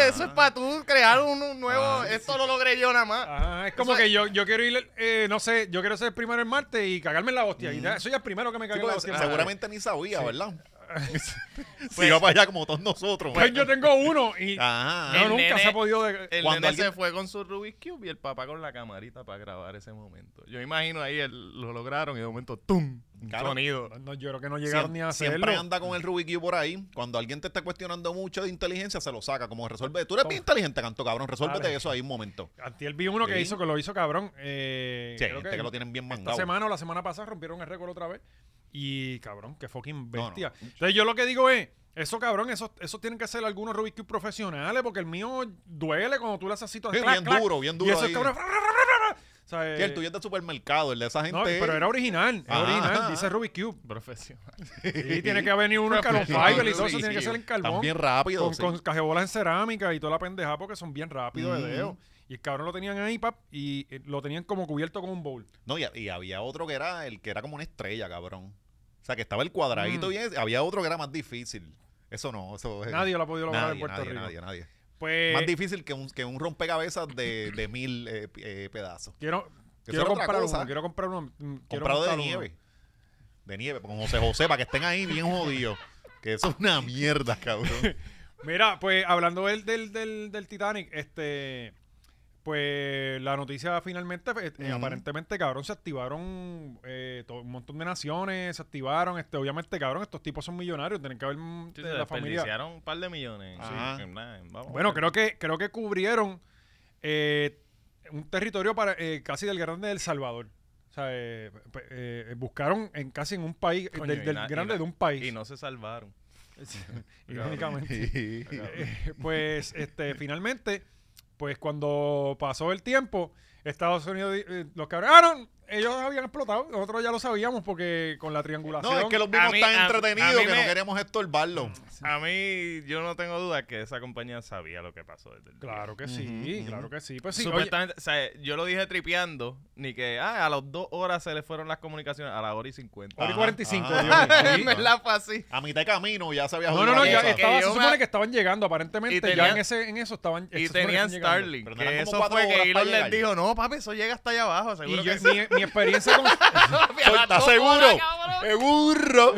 [SPEAKER 3] es, eso es para tú crear un, un nuevo.
[SPEAKER 2] Ah,
[SPEAKER 3] esto lo logré yo nada más.
[SPEAKER 1] Ajá, es como
[SPEAKER 3] Eso es-
[SPEAKER 1] que yo, yo quiero ir, eh, no sé, yo quiero ser el primero el martes y cagarme en la hostia. Y ya, eso ya es primero que me
[SPEAKER 2] Mm. Sí,
[SPEAKER 1] cague en la
[SPEAKER 2] porque
[SPEAKER 1] hostia.
[SPEAKER 2] seguramente ni sabía, ¿verdad? Se iba para allá como todos nosotros.
[SPEAKER 1] Pues yo tengo uno y
[SPEAKER 2] Ajá.
[SPEAKER 1] no,
[SPEAKER 3] El
[SPEAKER 1] nunca
[SPEAKER 3] nene-
[SPEAKER 1] se ha podido... de-
[SPEAKER 3] El
[SPEAKER 2] Cuando
[SPEAKER 3] nene
[SPEAKER 2] alguien-
[SPEAKER 3] se fue con su Rubik's Cube y el papá con la camarita para grabar ese momento. Yo imagino ahí el- lo lograron y de momento ¡tum! Un
[SPEAKER 2] Claro.
[SPEAKER 3] sonido.
[SPEAKER 1] No, yo creo que no llegaron ni a
[SPEAKER 2] Siempre,
[SPEAKER 1] hacerlo.
[SPEAKER 2] siempre anda con el Rubik Cube por ahí. Cuando alguien te está cuestionando mucho de inteligencia, se lo saca. Como resuelve. Tú eres bien inteligente, canto cabrón. Resuélvete
[SPEAKER 1] Claro.
[SPEAKER 2] eso ahí un momento.
[SPEAKER 1] Antiel vi uno que
[SPEAKER 2] Sí.
[SPEAKER 1] hizo, que lo hizo cabrón. Eh,
[SPEAKER 2] Sí, hay
[SPEAKER 1] creo
[SPEAKER 2] gente que lo tienen bien
[SPEAKER 1] Esta
[SPEAKER 2] mangado.
[SPEAKER 1] semana o la semana pasada rompieron el récord otra vez. Y cabrón, qué fucking
[SPEAKER 2] No, no.
[SPEAKER 1] bestia. Entonces yo lo que digo es, eso cabrón, eso, eso tienen que ser algunos Rubik's Cube profesionales porque el mío duele cuando tú le haces así todo
[SPEAKER 2] Sí,
[SPEAKER 1] clac,
[SPEAKER 2] bien
[SPEAKER 1] clac.
[SPEAKER 2] duro, bien
[SPEAKER 1] Y
[SPEAKER 2] duro
[SPEAKER 1] eso
[SPEAKER 2] ahí.
[SPEAKER 1] es cabrón. ra, ra, ra, ra, ra. O sea,
[SPEAKER 2] Sí, el
[SPEAKER 1] eh,
[SPEAKER 2] tuyo es de supermercado, el de esa gente.
[SPEAKER 1] no, pero era original, es
[SPEAKER 2] Ah,
[SPEAKER 1] original,
[SPEAKER 2] ajá.
[SPEAKER 1] dice Rubik's Cube.
[SPEAKER 3] Profesional.
[SPEAKER 1] Y tiene que venir uno en carbon
[SPEAKER 3] Profesional
[SPEAKER 1] fiber y todo eso
[SPEAKER 3] Rubik's
[SPEAKER 1] tiene que ser en carbón.
[SPEAKER 2] También rápido.
[SPEAKER 1] Con,
[SPEAKER 2] sí.
[SPEAKER 1] con cajebolas en cerámica y toda la pendeja porque son bien rápidos de
[SPEAKER 2] Ujú.
[SPEAKER 1] dedo. Y el cabrón lo tenían ahí, pap, y eh, lo tenían como cubierto con un bowl.
[SPEAKER 2] No, y, y había otro que era el que era como una estrella, cabrón. O sea, que estaba el cuadradito
[SPEAKER 1] Mm.
[SPEAKER 2] y ese- había otro que era más difícil. Eso no, eso es.
[SPEAKER 1] Nadie lo ha podido lograr
[SPEAKER 2] Eh,
[SPEAKER 1] en
[SPEAKER 2] nadie,
[SPEAKER 1] Puerto
[SPEAKER 2] nadie,
[SPEAKER 1] Rico.
[SPEAKER 2] nadie, nadie.
[SPEAKER 1] Pues
[SPEAKER 2] más difícil que un, que un rompecabezas de, de mil eh, pi- eh, pedazos.
[SPEAKER 1] quiero,
[SPEAKER 2] Que
[SPEAKER 1] quiero
[SPEAKER 2] eso era otra
[SPEAKER 1] comprar
[SPEAKER 2] cosa.
[SPEAKER 1] uno, quiero comprar uno. mm, quiero
[SPEAKER 2] Comprado de
[SPEAKER 1] montar uno.
[SPEAKER 2] nieve. De nieve, con José José, para que estén ahí bien jodidos. Que eso es una mierda, cabrón.
[SPEAKER 1] Mira, pues hablando del, del, del, del Titanic, este, pues la noticia finalmente, eh, eh,
[SPEAKER 2] Ujú.
[SPEAKER 1] aparentemente, cabrón, se activaron eh, to- un montón de naciones, se activaron, este, obviamente, cabrón, estos tipos son millonarios, tienen que haber mm,
[SPEAKER 3] Sí,
[SPEAKER 1] de
[SPEAKER 3] se
[SPEAKER 1] la familia.
[SPEAKER 3] desperdiciaron un par de millones.
[SPEAKER 2] Ajá.
[SPEAKER 3] Sí, en nada, en- vamos.
[SPEAKER 1] Bueno, creo que, creo que cubrieron eh, un territorio para eh, casi del grande del Salvador. O sea, eh, pe- eh, buscaron en casi en un país,
[SPEAKER 3] Coño,
[SPEAKER 1] del,
[SPEAKER 3] y
[SPEAKER 1] del
[SPEAKER 3] na- y
[SPEAKER 1] grande
[SPEAKER 3] na-
[SPEAKER 1] de un país.
[SPEAKER 3] Y no se salvaron.
[SPEAKER 1] Irónicamente.
[SPEAKER 2] Cabrón.
[SPEAKER 1] Eh, pues este finalmente pues cuando pasó el tiempo Estados Unidos di- eh, los cabrones ah, no, ellos habían explotado nosotros ya lo sabíamos porque con la triangulación
[SPEAKER 2] No, es que los
[SPEAKER 3] A
[SPEAKER 2] vimos
[SPEAKER 3] mí-
[SPEAKER 2] tan
[SPEAKER 3] a- a
[SPEAKER 2] entretenidos
[SPEAKER 3] mí
[SPEAKER 2] que no
[SPEAKER 3] me-
[SPEAKER 2] queríamos estorbarlo.
[SPEAKER 3] A mí, yo no tengo duda que esa compañía sabía lo que pasó desde el
[SPEAKER 1] claro que sí
[SPEAKER 2] Ujú, ujú.
[SPEAKER 1] claro que sí pues sí oye,
[SPEAKER 3] Supuestamente, o sea, yo lo dije tripeando, ni que ah, a las dos horas se le fueron las comunicaciones, a la hora y cincuenta.
[SPEAKER 1] hora y
[SPEAKER 2] Ajá,
[SPEAKER 1] 45
[SPEAKER 2] ajá.
[SPEAKER 1] Dios mío.
[SPEAKER 2] Ah.
[SPEAKER 3] En verdad fue así.
[SPEAKER 2] A mitad de camino ya se había
[SPEAKER 1] no
[SPEAKER 2] jodido
[SPEAKER 1] no no
[SPEAKER 2] la
[SPEAKER 1] ya
[SPEAKER 2] cosa.
[SPEAKER 1] estaba-
[SPEAKER 3] que yo
[SPEAKER 1] se
[SPEAKER 3] me-
[SPEAKER 1] supone que estaban llegando aparentemente
[SPEAKER 3] Y
[SPEAKER 1] ya
[SPEAKER 3] tenían-
[SPEAKER 1] en ese en eso estaban se
[SPEAKER 3] Y
[SPEAKER 1] supone que
[SPEAKER 3] tenían
[SPEAKER 1] están llegando.
[SPEAKER 3] Starlink.
[SPEAKER 2] Pero
[SPEAKER 3] Que
[SPEAKER 2] eran como
[SPEAKER 3] eso
[SPEAKER 2] cuatro
[SPEAKER 3] fue
[SPEAKER 2] horas
[SPEAKER 3] que
[SPEAKER 2] para
[SPEAKER 3] Elon les
[SPEAKER 2] llegar.
[SPEAKER 3] dijo, no, papi, eso llega hasta allá abajo.
[SPEAKER 1] y
[SPEAKER 3] Seguro
[SPEAKER 1] yo-
[SPEAKER 3] que sí.
[SPEAKER 1] mi, mi experiencia con
[SPEAKER 3] Papi, a
[SPEAKER 2] Soy-
[SPEAKER 3] las
[SPEAKER 2] ¿Estás
[SPEAKER 3] dos
[SPEAKER 2] seguro?
[SPEAKER 3] horas, cabrón.
[SPEAKER 2] ¡Es burro!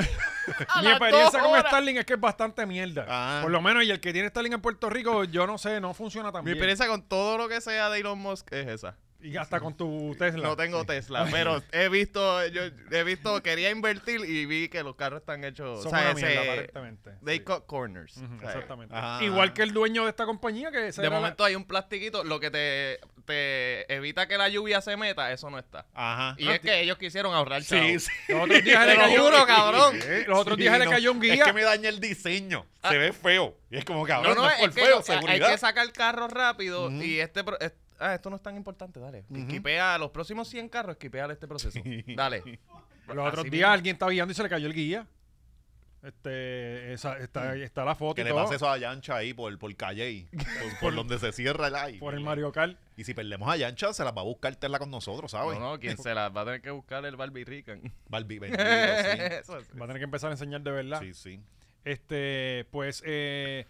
[SPEAKER 3] A
[SPEAKER 1] mi
[SPEAKER 3] las
[SPEAKER 1] experiencia
[SPEAKER 3] dos
[SPEAKER 1] con
[SPEAKER 3] horas.
[SPEAKER 1] Starlink es que es bastante mierda
[SPEAKER 2] Ah.
[SPEAKER 1] por lo menos y el que tiene Starlink en Puerto Rico yo no sé no funciona tan
[SPEAKER 3] Mi
[SPEAKER 1] bien
[SPEAKER 3] experiencia con todo lo que sea de Elon Musk es esa.
[SPEAKER 1] y hasta con tu Tesla
[SPEAKER 3] No tengo Tesla, pero he visto, yo he visto, quería invertir y vi que los carros están hechos,
[SPEAKER 1] Son
[SPEAKER 3] o sea,
[SPEAKER 1] una mierda,
[SPEAKER 3] ese-
[SPEAKER 1] aparentemente.
[SPEAKER 3] they
[SPEAKER 1] Sí.
[SPEAKER 3] cut corners.
[SPEAKER 1] Ujú,
[SPEAKER 3] O sea,
[SPEAKER 1] Exactamente.
[SPEAKER 2] Ajá.
[SPEAKER 1] Igual que el dueño de esta compañía que esa
[SPEAKER 3] De
[SPEAKER 1] era la-
[SPEAKER 3] momento hay un plastiquito, lo que te, te evita que la lluvia se meta, eso no está.
[SPEAKER 2] Ajá.
[SPEAKER 3] Y es que ellos quisieron ahorrar chavo.
[SPEAKER 2] Ah, Sí, sí.
[SPEAKER 1] los otros días
[SPEAKER 3] Te
[SPEAKER 1] le
[SPEAKER 3] lo
[SPEAKER 1] cayó
[SPEAKER 3] juro, cabrón.
[SPEAKER 1] Eh, Los otros
[SPEAKER 2] Sí,
[SPEAKER 1] días le
[SPEAKER 2] no.
[SPEAKER 1] cayó un guía.
[SPEAKER 2] Es que me daña el diseño. Se ve feo. Y es como
[SPEAKER 3] No,
[SPEAKER 2] cabrón,
[SPEAKER 3] no,
[SPEAKER 2] no es por
[SPEAKER 3] es que
[SPEAKER 2] feo,
[SPEAKER 3] ellos- hay
[SPEAKER 2] seguridad.
[SPEAKER 3] que sacar carros rápido
[SPEAKER 2] Ujú.
[SPEAKER 3] y este... pro- es- ah, esto no es tan importante, dale.
[SPEAKER 2] Ujú.
[SPEAKER 3] Esquipea los próximos 100 carros, esquipea este proceso. Dale.
[SPEAKER 1] Los otros
[SPEAKER 3] Así
[SPEAKER 1] días
[SPEAKER 3] mismo.
[SPEAKER 1] alguien está guiando y se le cayó el guía. Este, esa-
[SPEAKER 3] Mm.
[SPEAKER 1] está, está la foto
[SPEAKER 2] Que
[SPEAKER 1] y
[SPEAKER 2] le
[SPEAKER 1] todo,
[SPEAKER 2] pase eso a Yancha ahí por, por Calle, por, por donde se cierra el aire.
[SPEAKER 1] por el Mario Kart.
[SPEAKER 2] Y si perdemos a Yancha, se las va a buscar Tesla con nosotros, ¿sabes?
[SPEAKER 3] No, no, quien se las va a tener que buscar el Barbie Rican.
[SPEAKER 2] Barbie, bendito, sí.
[SPEAKER 3] Eso sí.
[SPEAKER 1] Va a tener que empezar a enseñar de verdad.
[SPEAKER 2] Pues. sí, sí.
[SPEAKER 1] Este, pues, eh,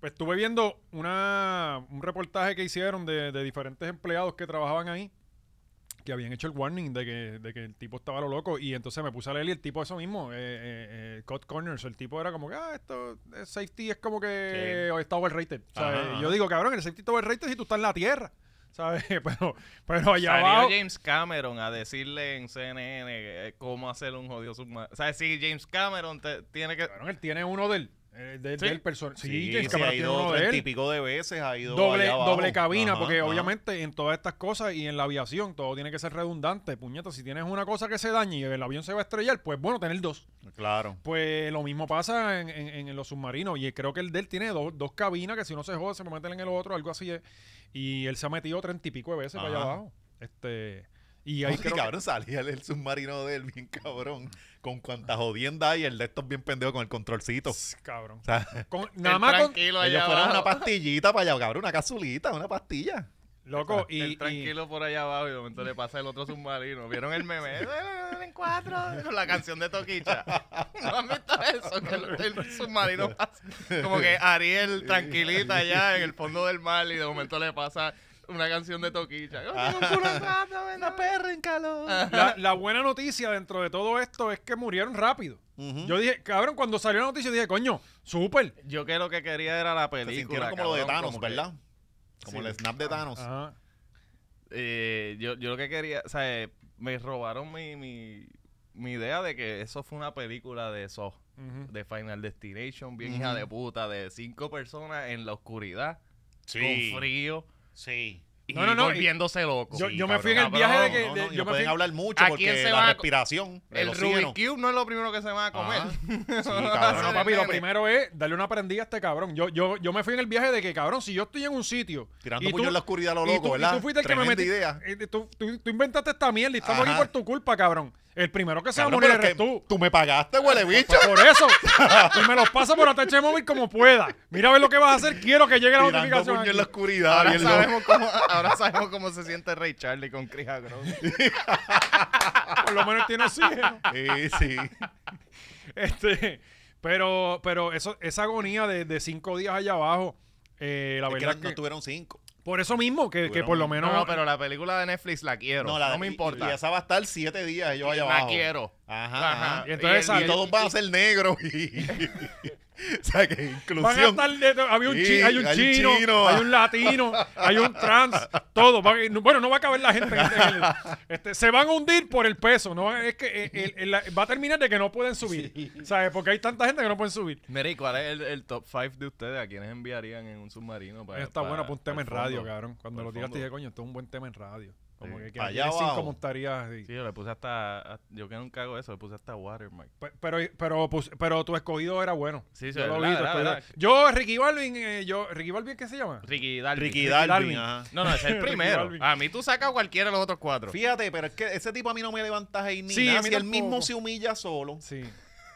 [SPEAKER 1] pues estuve viendo una, un reportaje que hicieron de, de diferentes empleados que trabajaban ahí que habían hecho el warning de que, de que el tipo estaba a lo loco y entonces me puse a leer y el tipo eso mismo, eh, eh, eh, Cut Corners, el tipo era como que, ah, esto, eh, safety es como que está overrated. O sea,
[SPEAKER 2] Ajá,
[SPEAKER 1] eh,
[SPEAKER 2] ajá.
[SPEAKER 1] Yo digo, cabrón, el safety está overrated si tú estás en la tierra, ¿sabes? Pero, pero allá
[SPEAKER 3] Salió
[SPEAKER 1] abajo...
[SPEAKER 3] James Cameron a decirle en CNN eh, cómo hacer un jodido submarino. O sea, si James Cameron te- tiene que...
[SPEAKER 1] Cabrón, él tiene uno del, eh, del,
[SPEAKER 3] Sí.
[SPEAKER 1] del person- Sí,
[SPEAKER 2] Sí,
[SPEAKER 1] James
[SPEAKER 2] sí,
[SPEAKER 1] Cameron
[SPEAKER 2] ha
[SPEAKER 1] tiene
[SPEAKER 2] ido
[SPEAKER 1] uno
[SPEAKER 2] otro
[SPEAKER 1] de él.
[SPEAKER 2] típico de veces, ha ido
[SPEAKER 1] doble,
[SPEAKER 2] allá abajo.
[SPEAKER 1] doble cabina,
[SPEAKER 2] Ajá,
[SPEAKER 1] porque
[SPEAKER 2] ajá.
[SPEAKER 1] obviamente en todas estas cosas y en la aviación todo tiene que ser redundante. Puñeta, si tienes una cosa que se daña y el avión se va a estrellar, pues bueno, tener dos.
[SPEAKER 2] Claro.
[SPEAKER 1] Pues lo mismo pasa en, en- en los submarinos. Y creo que el de él tiene dos, dos cabinas que si uno se jode se meten en el otro, algo así. es. Y él se ha metido treinta y pico de veces para allá
[SPEAKER 2] Ajá.
[SPEAKER 1] abajo. Este, y ahí
[SPEAKER 2] Y
[SPEAKER 1] creo que-
[SPEAKER 2] cabrón, salía el, el submarino de él, bien cabrón. Con cuánta jodienda hay, el de estos bien pendejo con el controlcito. O
[SPEAKER 1] Cabrón.
[SPEAKER 2] sea,
[SPEAKER 1] Con- nada más con...
[SPEAKER 3] tranquilo
[SPEAKER 2] ellos
[SPEAKER 3] allá
[SPEAKER 2] fueron
[SPEAKER 3] abajo.
[SPEAKER 2] una pastillita para allá, cabrón, una casulita, una pastilla.
[SPEAKER 1] Loco, y...
[SPEAKER 3] Él
[SPEAKER 1] y-
[SPEAKER 3] tranquilo por allá abajo y de momento le pasa el otro submarino. ¿Vieron el meme? en cuatro, con la canción de Toquicha. ¿No han visto eso? Que el, el submarino pasa. Como que Ariel tranquilita allá en el fondo del mar y de momento le pasa una canción de Toquicha.
[SPEAKER 2] Una perra en calor.
[SPEAKER 1] la, la buena noticia dentro de todo esto es que murieron rápido.
[SPEAKER 2] Ujú.
[SPEAKER 1] Yo dije, cabrón, cuando salió la noticia dije, coño, súper.
[SPEAKER 3] Yo que lo que quería era la
[SPEAKER 2] Se
[SPEAKER 3] película.
[SPEAKER 2] sintieron como lo de
[SPEAKER 3] cabrón,
[SPEAKER 2] Thanos,
[SPEAKER 3] como que-
[SPEAKER 2] ¿verdad? Como
[SPEAKER 3] Sí. Ah,
[SPEAKER 2] el snap de Thanos.
[SPEAKER 1] Ajá.
[SPEAKER 3] Eh, yo, yo lo que quería, o sea, eh, me robaron mi, mi, mi idea de que eso fue una película de Saw,
[SPEAKER 1] Ujú.
[SPEAKER 3] de Final Destination, bien hija de puta, de cinco personas en la oscuridad, con frío.
[SPEAKER 2] Sí.
[SPEAKER 3] y
[SPEAKER 1] No, no, no,
[SPEAKER 3] volviéndose loco.
[SPEAKER 1] Yo,
[SPEAKER 2] Sí,
[SPEAKER 1] yo me fui en el
[SPEAKER 2] cabrón,
[SPEAKER 1] viaje de
[SPEAKER 3] cabrón,
[SPEAKER 1] que.
[SPEAKER 2] no,
[SPEAKER 1] de-
[SPEAKER 2] no,
[SPEAKER 1] yo
[SPEAKER 2] y no
[SPEAKER 1] me
[SPEAKER 2] pueden
[SPEAKER 1] fui-
[SPEAKER 2] hablar mucho
[SPEAKER 3] ¿A quién
[SPEAKER 2] porque
[SPEAKER 3] se
[SPEAKER 2] la
[SPEAKER 3] va a-
[SPEAKER 2] respiración, el,
[SPEAKER 3] el
[SPEAKER 2] oxígeno.
[SPEAKER 3] Rubik's Cube no es lo primero que se van a comer.
[SPEAKER 2] Ah, sí,
[SPEAKER 1] No,
[SPEAKER 2] cabrón.
[SPEAKER 1] no, papi, lo
[SPEAKER 3] nene.
[SPEAKER 1] primero es darle una prendida a este cabrón. Yo, yo, yo me fui en el viaje de que, cabrón, si yo estoy en un sitio.
[SPEAKER 2] Tirando
[SPEAKER 1] y
[SPEAKER 2] puño
[SPEAKER 1] tú-
[SPEAKER 2] en la oscuridad a lo
[SPEAKER 1] y
[SPEAKER 2] loco,
[SPEAKER 1] tú-
[SPEAKER 2] ¿verdad?
[SPEAKER 1] Y tú fuiste el que me metí.
[SPEAKER 2] Tremenda idea.
[SPEAKER 1] eh, Tú, tú- tú inventaste esta mierda y estamos aquí
[SPEAKER 2] Ajá.
[SPEAKER 1] por tu culpa, cabrón. El primero que se va a
[SPEAKER 2] Cabrón,
[SPEAKER 1] morir
[SPEAKER 2] pero
[SPEAKER 1] eres
[SPEAKER 2] que
[SPEAKER 1] tú. Pues
[SPEAKER 2] Tú me pagaste, huele bicho.
[SPEAKER 1] Por eso. y me los paso por ATH móvil como pueda. Mira a ver lo que vas a hacer. Quiero que llegue la
[SPEAKER 2] Tirando
[SPEAKER 1] notificación.
[SPEAKER 2] puño en
[SPEAKER 1] aquí.
[SPEAKER 2] la oscuridad.
[SPEAKER 3] Ahora
[SPEAKER 2] bien loco.
[SPEAKER 3] sabemos, cómo, ahora sabemos cómo se siente Ray Charlie con Chris Agrón.
[SPEAKER 1] Por lo menos tiene oxígeno.
[SPEAKER 2] Sí, sí.
[SPEAKER 1] Este, pero, pero eso, esa agonía de, de cinco días allá abajo, eh, la
[SPEAKER 2] Es que
[SPEAKER 1] verdad
[SPEAKER 2] no
[SPEAKER 1] que-
[SPEAKER 2] tuvieron cinco.
[SPEAKER 1] por eso mismo, que, que por lo menos.
[SPEAKER 3] No, no, pero la película de Netflix la quiero. No,
[SPEAKER 2] la de-
[SPEAKER 3] me
[SPEAKER 2] y-
[SPEAKER 3] importa.
[SPEAKER 2] Y, esa va a estar siete días ellos allá
[SPEAKER 3] la
[SPEAKER 2] abajo.
[SPEAKER 3] quiero.
[SPEAKER 2] Ajá.
[SPEAKER 3] Ajá.
[SPEAKER 2] ajá.
[SPEAKER 1] Y entonces
[SPEAKER 2] Y,
[SPEAKER 1] sale-
[SPEAKER 2] todos van a ser negros. Y, o sea, que
[SPEAKER 1] Van a
[SPEAKER 2] inclusión.
[SPEAKER 1] estar de- de- había un chi-
[SPEAKER 2] Sí,
[SPEAKER 1] hay un
[SPEAKER 2] hay un
[SPEAKER 1] chino,
[SPEAKER 2] chino.
[SPEAKER 1] hay un latino, hay un trans, todo. Va- no- bueno, no va a caber la gente. en este- en el- este, se van a hundir por el peso. No, es que eh, el- el- la- va a terminar de que no pueden subir. ¿Sabes? Porque hay tanta gente que no pueden subir.
[SPEAKER 3] Mira, ¿y cuál es el, el top 5 de ustedes? ¿A quiénes enviarían en un submarino? Para,
[SPEAKER 1] Está
[SPEAKER 3] para-
[SPEAKER 1] bueno para un tema
[SPEAKER 3] para
[SPEAKER 1] en
[SPEAKER 3] el
[SPEAKER 1] radio,
[SPEAKER 3] Pues, fondo?
[SPEAKER 1] cabrón. Cuando
[SPEAKER 3] Para
[SPEAKER 1] lo
[SPEAKER 3] el
[SPEAKER 1] digas te
[SPEAKER 3] fondo.
[SPEAKER 1] dije, coño, esto es un buen tema en radio. Como
[SPEAKER 3] Sí.
[SPEAKER 1] que, que
[SPEAKER 2] Allá
[SPEAKER 1] tienes cinco
[SPEAKER 2] abajo.
[SPEAKER 1] montarías y-
[SPEAKER 3] Sí, yo le puse hasta, a- Yo que nunca hago eso, le puse hasta Watermark.
[SPEAKER 1] Pe- Pero, pero, pues, pero tu escogido era bueno.
[SPEAKER 3] Sí, sí,
[SPEAKER 1] yo lo
[SPEAKER 3] verdad,
[SPEAKER 1] vi. tu
[SPEAKER 3] verdad,
[SPEAKER 1] escogido-
[SPEAKER 3] verdad.
[SPEAKER 1] Yo, Ricky Balvin, eh, yo, Ricky Balvin, ¿qué se llama?
[SPEAKER 3] Ricky Darby.
[SPEAKER 2] Ricky
[SPEAKER 1] Darwin.
[SPEAKER 2] Darwin. ajá.
[SPEAKER 3] No, no, ese es el
[SPEAKER 1] Ricky
[SPEAKER 3] primero. Ah.
[SPEAKER 1] Darby.
[SPEAKER 3] A mí tú sacas cualquiera de los otros cuatro.
[SPEAKER 2] Fíjate, pero es que ese tipo a mí no me levanta ahí ni
[SPEAKER 1] Sí, a
[SPEAKER 2] nada.
[SPEAKER 1] mí
[SPEAKER 2] Si él
[SPEAKER 1] tampoco.
[SPEAKER 2] mismo se humilla solo.
[SPEAKER 1] Sí.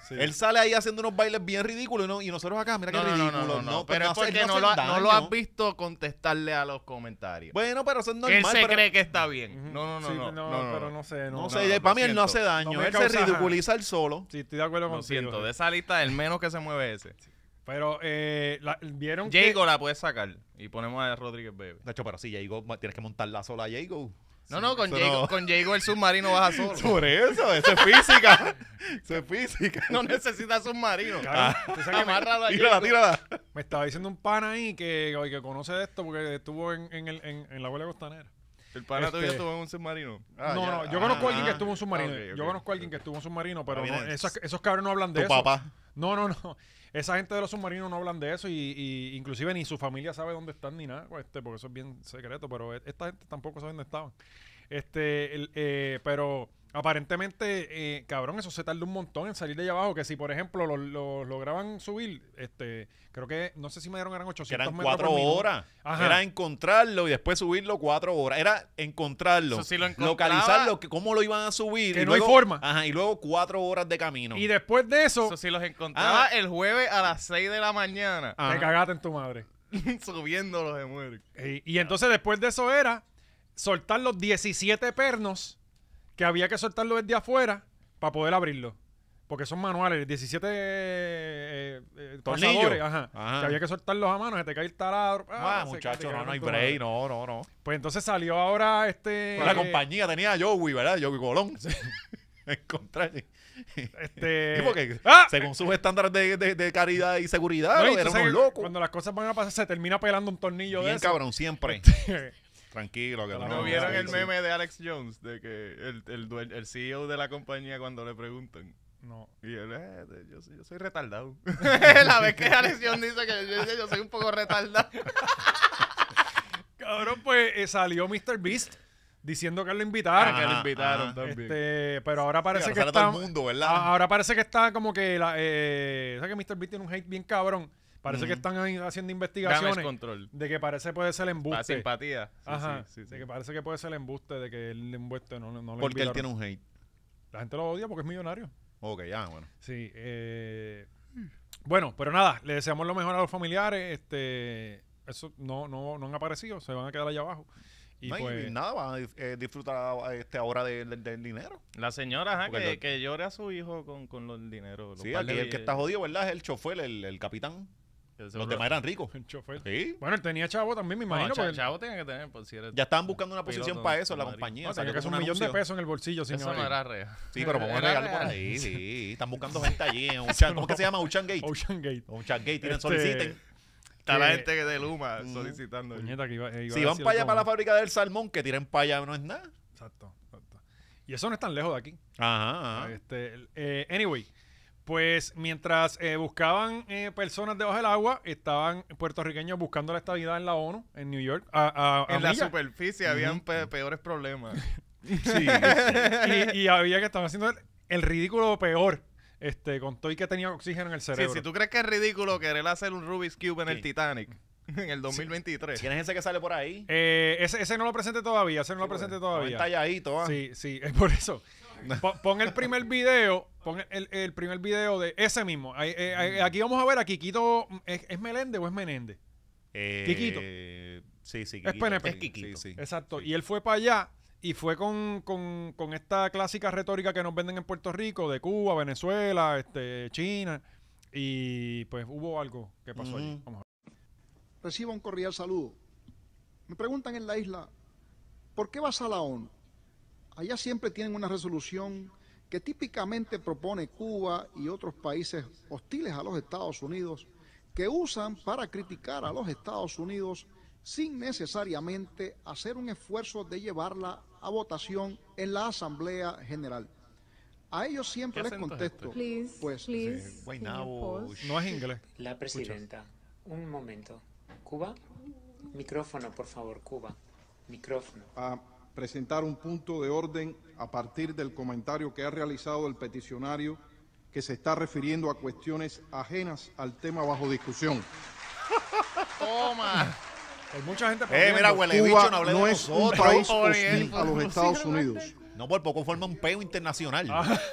[SPEAKER 1] sí.
[SPEAKER 2] Él sale ahí haciendo unos bailes bien ridículos y, no- y nosotros acá, mira
[SPEAKER 3] No,
[SPEAKER 2] qué
[SPEAKER 3] no, no,
[SPEAKER 2] ridículo.
[SPEAKER 3] no, no, no,
[SPEAKER 2] pues
[SPEAKER 3] Pero es
[SPEAKER 2] hace-
[SPEAKER 3] porque no
[SPEAKER 2] hacen
[SPEAKER 3] lo, ha- no lo has
[SPEAKER 2] daño.
[SPEAKER 3] visto contestarle a los comentarios.
[SPEAKER 2] Bueno, pero eso es
[SPEAKER 3] que él
[SPEAKER 2] normal.
[SPEAKER 3] se
[SPEAKER 2] pero-
[SPEAKER 3] cree que está bien.
[SPEAKER 1] Ujú.
[SPEAKER 3] No, no, no.
[SPEAKER 1] Sí,
[SPEAKER 3] no,
[SPEAKER 1] pero no sé. No,
[SPEAKER 2] No,
[SPEAKER 1] no
[SPEAKER 2] sé,
[SPEAKER 3] no,
[SPEAKER 2] para mí
[SPEAKER 3] lo
[SPEAKER 2] él no hace
[SPEAKER 3] siento.
[SPEAKER 2] daño.
[SPEAKER 1] No me
[SPEAKER 2] él
[SPEAKER 1] causa-
[SPEAKER 2] se ridiculiza él solo.
[SPEAKER 1] Sí, estoy de acuerdo
[SPEAKER 3] Lo
[SPEAKER 1] contigo.
[SPEAKER 3] siento,
[SPEAKER 1] sí.
[SPEAKER 3] de esa lista el menos que se mueve ese.
[SPEAKER 1] Pero, eh, la- ¿vieron que-
[SPEAKER 3] Jago la puedes sacar y ponemos a Rodríguez Bebe.
[SPEAKER 2] De hecho, pero sí, Jago, ma- tienes que montarla sola a Jago.
[SPEAKER 3] No, no, con
[SPEAKER 2] eso
[SPEAKER 3] Jago,
[SPEAKER 2] no.
[SPEAKER 3] con Jago el submarino baja solo.
[SPEAKER 2] Por eso, eso es física. eso es física.
[SPEAKER 3] No necesita submarino.
[SPEAKER 1] Cabrón, tú sabes que me-
[SPEAKER 3] Amárralo a
[SPEAKER 2] Tírala,
[SPEAKER 3] Jago.
[SPEAKER 2] tírala.
[SPEAKER 1] me estaba diciendo un pana ahí que, oye, que conoce de esto porque estuvo en, en, el, en, en la huelga costanera.
[SPEAKER 3] El pana
[SPEAKER 1] Este-
[SPEAKER 3] tuyo estuvo en un submarino.
[SPEAKER 1] no, no, yo conozco a alguien que estuvo en un submarino.
[SPEAKER 3] Ah, ok, ok.
[SPEAKER 1] Yo conozco a alguien que estuvo en un submarino, pero
[SPEAKER 2] Ah,
[SPEAKER 1] no,
[SPEAKER 2] bien.
[SPEAKER 1] esas- esos cabrones no hablan de
[SPEAKER 2] Tu
[SPEAKER 1] eso.
[SPEAKER 2] papá.
[SPEAKER 1] No, no, no. Esa gente de los submarinos no hablan de eso y, y inclusive ni su familia sabe dónde están ni nada, pues, este, porque eso es bien secreto, pero e- esta gente tampoco sabe dónde estaban. Este, el- eh, pero aparentemente, eh, cabrón, eso se tardó un montón en salir de allá abajo, que si, por ejemplo, lo, lo- lograban subir, este, creo que, no sé si me dieron, eran 800
[SPEAKER 2] Que eran
[SPEAKER 1] metros por
[SPEAKER 2] cuatro
[SPEAKER 1] minuto.
[SPEAKER 2] horas.
[SPEAKER 1] Ajá.
[SPEAKER 2] Era encontrarlo y después subirlo cuatro horas. Era encontrarlo,
[SPEAKER 3] Eso sí lo encontraba.
[SPEAKER 2] localizarlo, que cómo lo iban a subir.
[SPEAKER 1] Que
[SPEAKER 2] y
[SPEAKER 1] no hay
[SPEAKER 2] luego-
[SPEAKER 1] forma.
[SPEAKER 2] Ajá, y luego cuatro horas de camino.
[SPEAKER 1] Y después de eso,
[SPEAKER 3] Eso sí los encontraba
[SPEAKER 2] Ah.
[SPEAKER 3] el jueves a las 6 de la mañana
[SPEAKER 2] Ah.
[SPEAKER 1] te cagaste en tu madre.
[SPEAKER 3] subiéndolos de muerte.
[SPEAKER 1] Eh, Y, y entonces después de eso era soltar los 17 pernos que había que soltarlo desde afuera para poder abrirlo. Porque son manuales, 17 eh, eh,
[SPEAKER 2] Tornillos.
[SPEAKER 1] pasadores, ajá,
[SPEAKER 2] Ajá.
[SPEAKER 1] que había que soltarlos a mano, se te cae el taladro.
[SPEAKER 2] Ah,
[SPEAKER 1] se- te
[SPEAKER 2] muchachos,
[SPEAKER 1] cagaron
[SPEAKER 2] no, no hay
[SPEAKER 1] en tu madre.
[SPEAKER 2] break. No, no, no.
[SPEAKER 1] Pues entonces salió ahora este...
[SPEAKER 2] Pero la
[SPEAKER 1] eh,
[SPEAKER 2] compañía tenía a Joey, ¿verdad? Joey Colón. Encontrar.
[SPEAKER 1] Este...
[SPEAKER 2] Sí, porque
[SPEAKER 1] ¡Ah!
[SPEAKER 2] según sus estándares de, de- de caridad y
[SPEAKER 1] No,
[SPEAKER 2] seguridad,
[SPEAKER 1] y
[SPEAKER 2] eran
[SPEAKER 1] entonces
[SPEAKER 2] unos locos.
[SPEAKER 1] Cuando las cosas van a pasar se termina pelando un tornillo de
[SPEAKER 2] Bien
[SPEAKER 1] eso.
[SPEAKER 2] cabrón, siempre. Tranquilo, que
[SPEAKER 1] No,
[SPEAKER 2] tú
[SPEAKER 1] no,
[SPEAKER 3] ¿No vieron
[SPEAKER 1] sí,
[SPEAKER 3] el
[SPEAKER 1] sí.
[SPEAKER 3] meme de Alex Jones? De que el, el, dueño- el CEO de la compañía cuando le preguntan.
[SPEAKER 1] No.
[SPEAKER 3] Y él, eh, yo, soy- yo soy retardado. la vez que Alex Jones dice que yo, yo- yo soy un poco retardado.
[SPEAKER 1] Cabrón, pues eh, salió Mr. Beast diciendo que lo invitaron.
[SPEAKER 3] que lo invitaron
[SPEAKER 2] ajá.
[SPEAKER 3] también.
[SPEAKER 1] Este, pero ahora parece
[SPEAKER 2] Sí, ahora
[SPEAKER 1] que Ah,
[SPEAKER 2] sale
[SPEAKER 1] está
[SPEAKER 2] todo el mundo, ¿verdad?
[SPEAKER 1] a- ahora parece que está como que la eh, ¿sabes que Mr. Beast tiene un hate bien cabrón? Parece que
[SPEAKER 2] Ujú.
[SPEAKER 1] están ahí haciendo
[SPEAKER 3] Damage
[SPEAKER 1] investigaciones
[SPEAKER 3] control.
[SPEAKER 1] de que parece puede ser
[SPEAKER 3] La
[SPEAKER 1] embuste.
[SPEAKER 3] simpatía. Sí,
[SPEAKER 1] Ajá,
[SPEAKER 3] sí, sí, sí.
[SPEAKER 1] de que parece que puede ser el embuste de que el embuste no, no lo
[SPEAKER 2] Porque él
[SPEAKER 1] invitaron.
[SPEAKER 2] tiene un hate.
[SPEAKER 1] La gente lo odia porque es millonario.
[SPEAKER 2] Ok, ya, bueno.
[SPEAKER 1] Sí, eh, bueno, pero nada, le deseamos lo mejor a los familiares, este eso no no no han aparecido, se van a quedar allá abajo. Y
[SPEAKER 2] No, y-
[SPEAKER 1] pues
[SPEAKER 2] y nada, van a eh, disfrutar este, ahora de- de- del dinero.
[SPEAKER 3] La señora, ajá,
[SPEAKER 2] Porque
[SPEAKER 3] que,
[SPEAKER 2] lo-
[SPEAKER 3] que llore a su hijo con, con los dinero. Los
[SPEAKER 2] Sí,
[SPEAKER 3] par
[SPEAKER 2] aquí
[SPEAKER 3] de
[SPEAKER 2] el que
[SPEAKER 3] billetes.
[SPEAKER 2] está jodido, ¿verdad? Es el chofer, el, el capitán.
[SPEAKER 3] Que se
[SPEAKER 2] Los
[SPEAKER 3] ro-
[SPEAKER 2] demás eran ricos.
[SPEAKER 1] el chofer.
[SPEAKER 2] Sí.
[SPEAKER 1] Bueno, él tenía chavo también, me
[SPEAKER 3] No,
[SPEAKER 1] imagino.
[SPEAKER 3] cha-
[SPEAKER 1] porque-
[SPEAKER 3] chavo tiene que tener, por si eres...
[SPEAKER 2] Ya estaban buscando una
[SPEAKER 3] Piloto,
[SPEAKER 2] posición para eso en la
[SPEAKER 3] marico.
[SPEAKER 2] compañía.
[SPEAKER 1] No, tenía
[SPEAKER 2] salió
[SPEAKER 1] que ser
[SPEAKER 2] como
[SPEAKER 1] un millón de
[SPEAKER 2] anuncio.
[SPEAKER 1] pesos en el bolsillo sin
[SPEAKER 3] Eso no
[SPEAKER 1] abrir.
[SPEAKER 3] era real.
[SPEAKER 2] Sí, pero vamos a
[SPEAKER 3] Era
[SPEAKER 2] regalar por
[SPEAKER 3] real.
[SPEAKER 2] ahí, sí. Están buscando gente allí en Ocean. ¿Cómo que se llama? Ocean Gate.
[SPEAKER 1] Ocean Gate.
[SPEAKER 2] Ocean Gate, tienen,
[SPEAKER 1] Este,
[SPEAKER 2] soliciten.
[SPEAKER 3] Está la
[SPEAKER 1] Que-
[SPEAKER 3] gente que de Luma
[SPEAKER 2] Ujú.
[SPEAKER 3] solicitando.
[SPEAKER 1] Puñeta, que iba- eh, iba
[SPEAKER 2] Si
[SPEAKER 1] a
[SPEAKER 2] van
[SPEAKER 1] decir
[SPEAKER 2] para allá,
[SPEAKER 1] algo
[SPEAKER 2] para la
[SPEAKER 1] más.
[SPEAKER 2] fábrica del salmón, que tiren para allá, no es nada.
[SPEAKER 1] Exacto, exacto. Y eso no es tan lejos de aquí.
[SPEAKER 2] Ajá, ajá.
[SPEAKER 1] Este, el- eh, anyway, Pues mientras eh, buscaban eh, personas debajo del agua, estaban puertorriqueños buscando la estabilidad en la ONU, en New York. a- a- a
[SPEAKER 3] En la
[SPEAKER 1] millas.
[SPEAKER 3] superficie habían pe- peores problemas.
[SPEAKER 2] Sí,
[SPEAKER 1] y, y había que estaban haciendo el, el ridículo peor. Este, con todo y que tenía oxígeno en el
[SPEAKER 3] Sí,
[SPEAKER 1] cerebro.
[SPEAKER 3] si tú crees que es ridículo querer hacer un Rubik's Cube en el
[SPEAKER 2] Sí.
[SPEAKER 3] Titanic en el 2023.
[SPEAKER 2] ¿Quién es ese que sale por ahí?
[SPEAKER 1] Eh, ese, ese no lo presente todavía, ese no lo presente
[SPEAKER 2] Está
[SPEAKER 1] todavía.
[SPEAKER 2] halladito, ah.
[SPEAKER 1] Sí, sí, es por eso. Po- pon el primer video, pon el, el primer video de ese mismo. Ahí, eh,
[SPEAKER 2] Mm.
[SPEAKER 1] ahí- aquí vamos a ver a Kikito, ¿es, es Melende o es Menende?
[SPEAKER 2] Eh,
[SPEAKER 1] Quiquito.
[SPEAKER 2] Sí, sí,
[SPEAKER 1] Es PNP.
[SPEAKER 2] sí,
[SPEAKER 1] Es
[SPEAKER 2] Sí,
[SPEAKER 3] Quiquito.
[SPEAKER 2] sí.
[SPEAKER 1] Exacto.
[SPEAKER 2] Sí.
[SPEAKER 1] Y él fue para allá y fue con, con- con esta clásica retórica que nos venden en Puerto Rico, de Cuba, Venezuela, este, China. Y pues hubo algo que pasó allí.
[SPEAKER 2] Ujú.
[SPEAKER 1] Vamos a ver.
[SPEAKER 4] reciba un cordial saludo. Me preguntan en la isla, ¿por qué vas a la ONU? Allá siempre tienen una resolución que típicamente propone Cuba y otros países hostiles a los Estados Unidos, que usan para criticar a los Estados Unidos sin necesariamente hacer un esfuerzo de llevarla a votación en la Asamblea General. A ellos siempre
[SPEAKER 3] ¿Qué
[SPEAKER 4] les
[SPEAKER 3] acento es este?
[SPEAKER 4] contesto,
[SPEAKER 5] Please,
[SPEAKER 4] pues
[SPEAKER 5] please.
[SPEAKER 2] Sí,
[SPEAKER 5] can you
[SPEAKER 2] guaynabo,
[SPEAKER 5] pause?
[SPEAKER 1] No es inglés.
[SPEAKER 6] La presidenta. Un momento. ¿Cuba? Micrófono, por favor, Cuba. Micrófono.
[SPEAKER 7] a presentar un punto de orden a partir del comentario que ha realizado el peticionario que se está refiriendo a cuestiones ajenas al tema bajo discusión.
[SPEAKER 3] Toma.
[SPEAKER 1] Hay mucha gente
[SPEAKER 2] Eh, mira,
[SPEAKER 1] aplaudiendo.
[SPEAKER 2] huele bicho,
[SPEAKER 7] Cuba
[SPEAKER 2] no hablé
[SPEAKER 7] no
[SPEAKER 2] de
[SPEAKER 7] es un
[SPEAKER 2] nosotros.
[SPEAKER 7] país
[SPEAKER 3] Pobre, eh,
[SPEAKER 7] hostil a los Estados Unidos.
[SPEAKER 2] No, por poco forma un peo internacional.
[SPEAKER 1] Ah.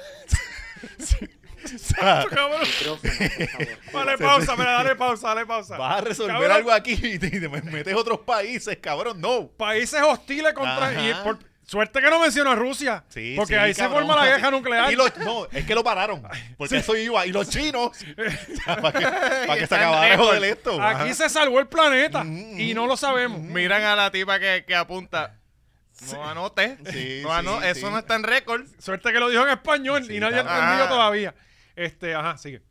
[SPEAKER 1] Cabrón.
[SPEAKER 6] Micrófono, por favor. Cuba.
[SPEAKER 1] Dale pausa, mira, dale pausa, dale pausa.
[SPEAKER 2] Vas a resolver
[SPEAKER 1] Cabrón,
[SPEAKER 2] algo aquí y te, y te metes a otros países, cabrón. No.
[SPEAKER 1] Países hostiles contra.
[SPEAKER 2] Ajá.
[SPEAKER 1] y por- suerte que no menciona a Rusia.
[SPEAKER 2] Sí,
[SPEAKER 1] porque
[SPEAKER 2] sí,
[SPEAKER 1] ahí
[SPEAKER 2] cabrón.
[SPEAKER 1] se forma la guerra nuclear.
[SPEAKER 2] Y los- no, es que lo pararon. Porque eso iba. Y los chinos. para que, para que se
[SPEAKER 3] Están
[SPEAKER 2] acabara de
[SPEAKER 3] récord.
[SPEAKER 2] joder esto.
[SPEAKER 1] Aquí se salvó el planeta.
[SPEAKER 2] Mm,
[SPEAKER 1] y no lo sabemos.
[SPEAKER 3] Miran a la tipa que, que apunta. No anote.
[SPEAKER 2] Sí,
[SPEAKER 3] no
[SPEAKER 2] sí,
[SPEAKER 3] ano-
[SPEAKER 2] sí.
[SPEAKER 3] Eso no está en récord.
[SPEAKER 1] Suerte que lo dijo en español
[SPEAKER 2] Sí,
[SPEAKER 1] y nadie ha
[SPEAKER 2] cabrón.
[SPEAKER 1] entendido
[SPEAKER 3] Ah.
[SPEAKER 1] todavía. Este, ajá, sigue.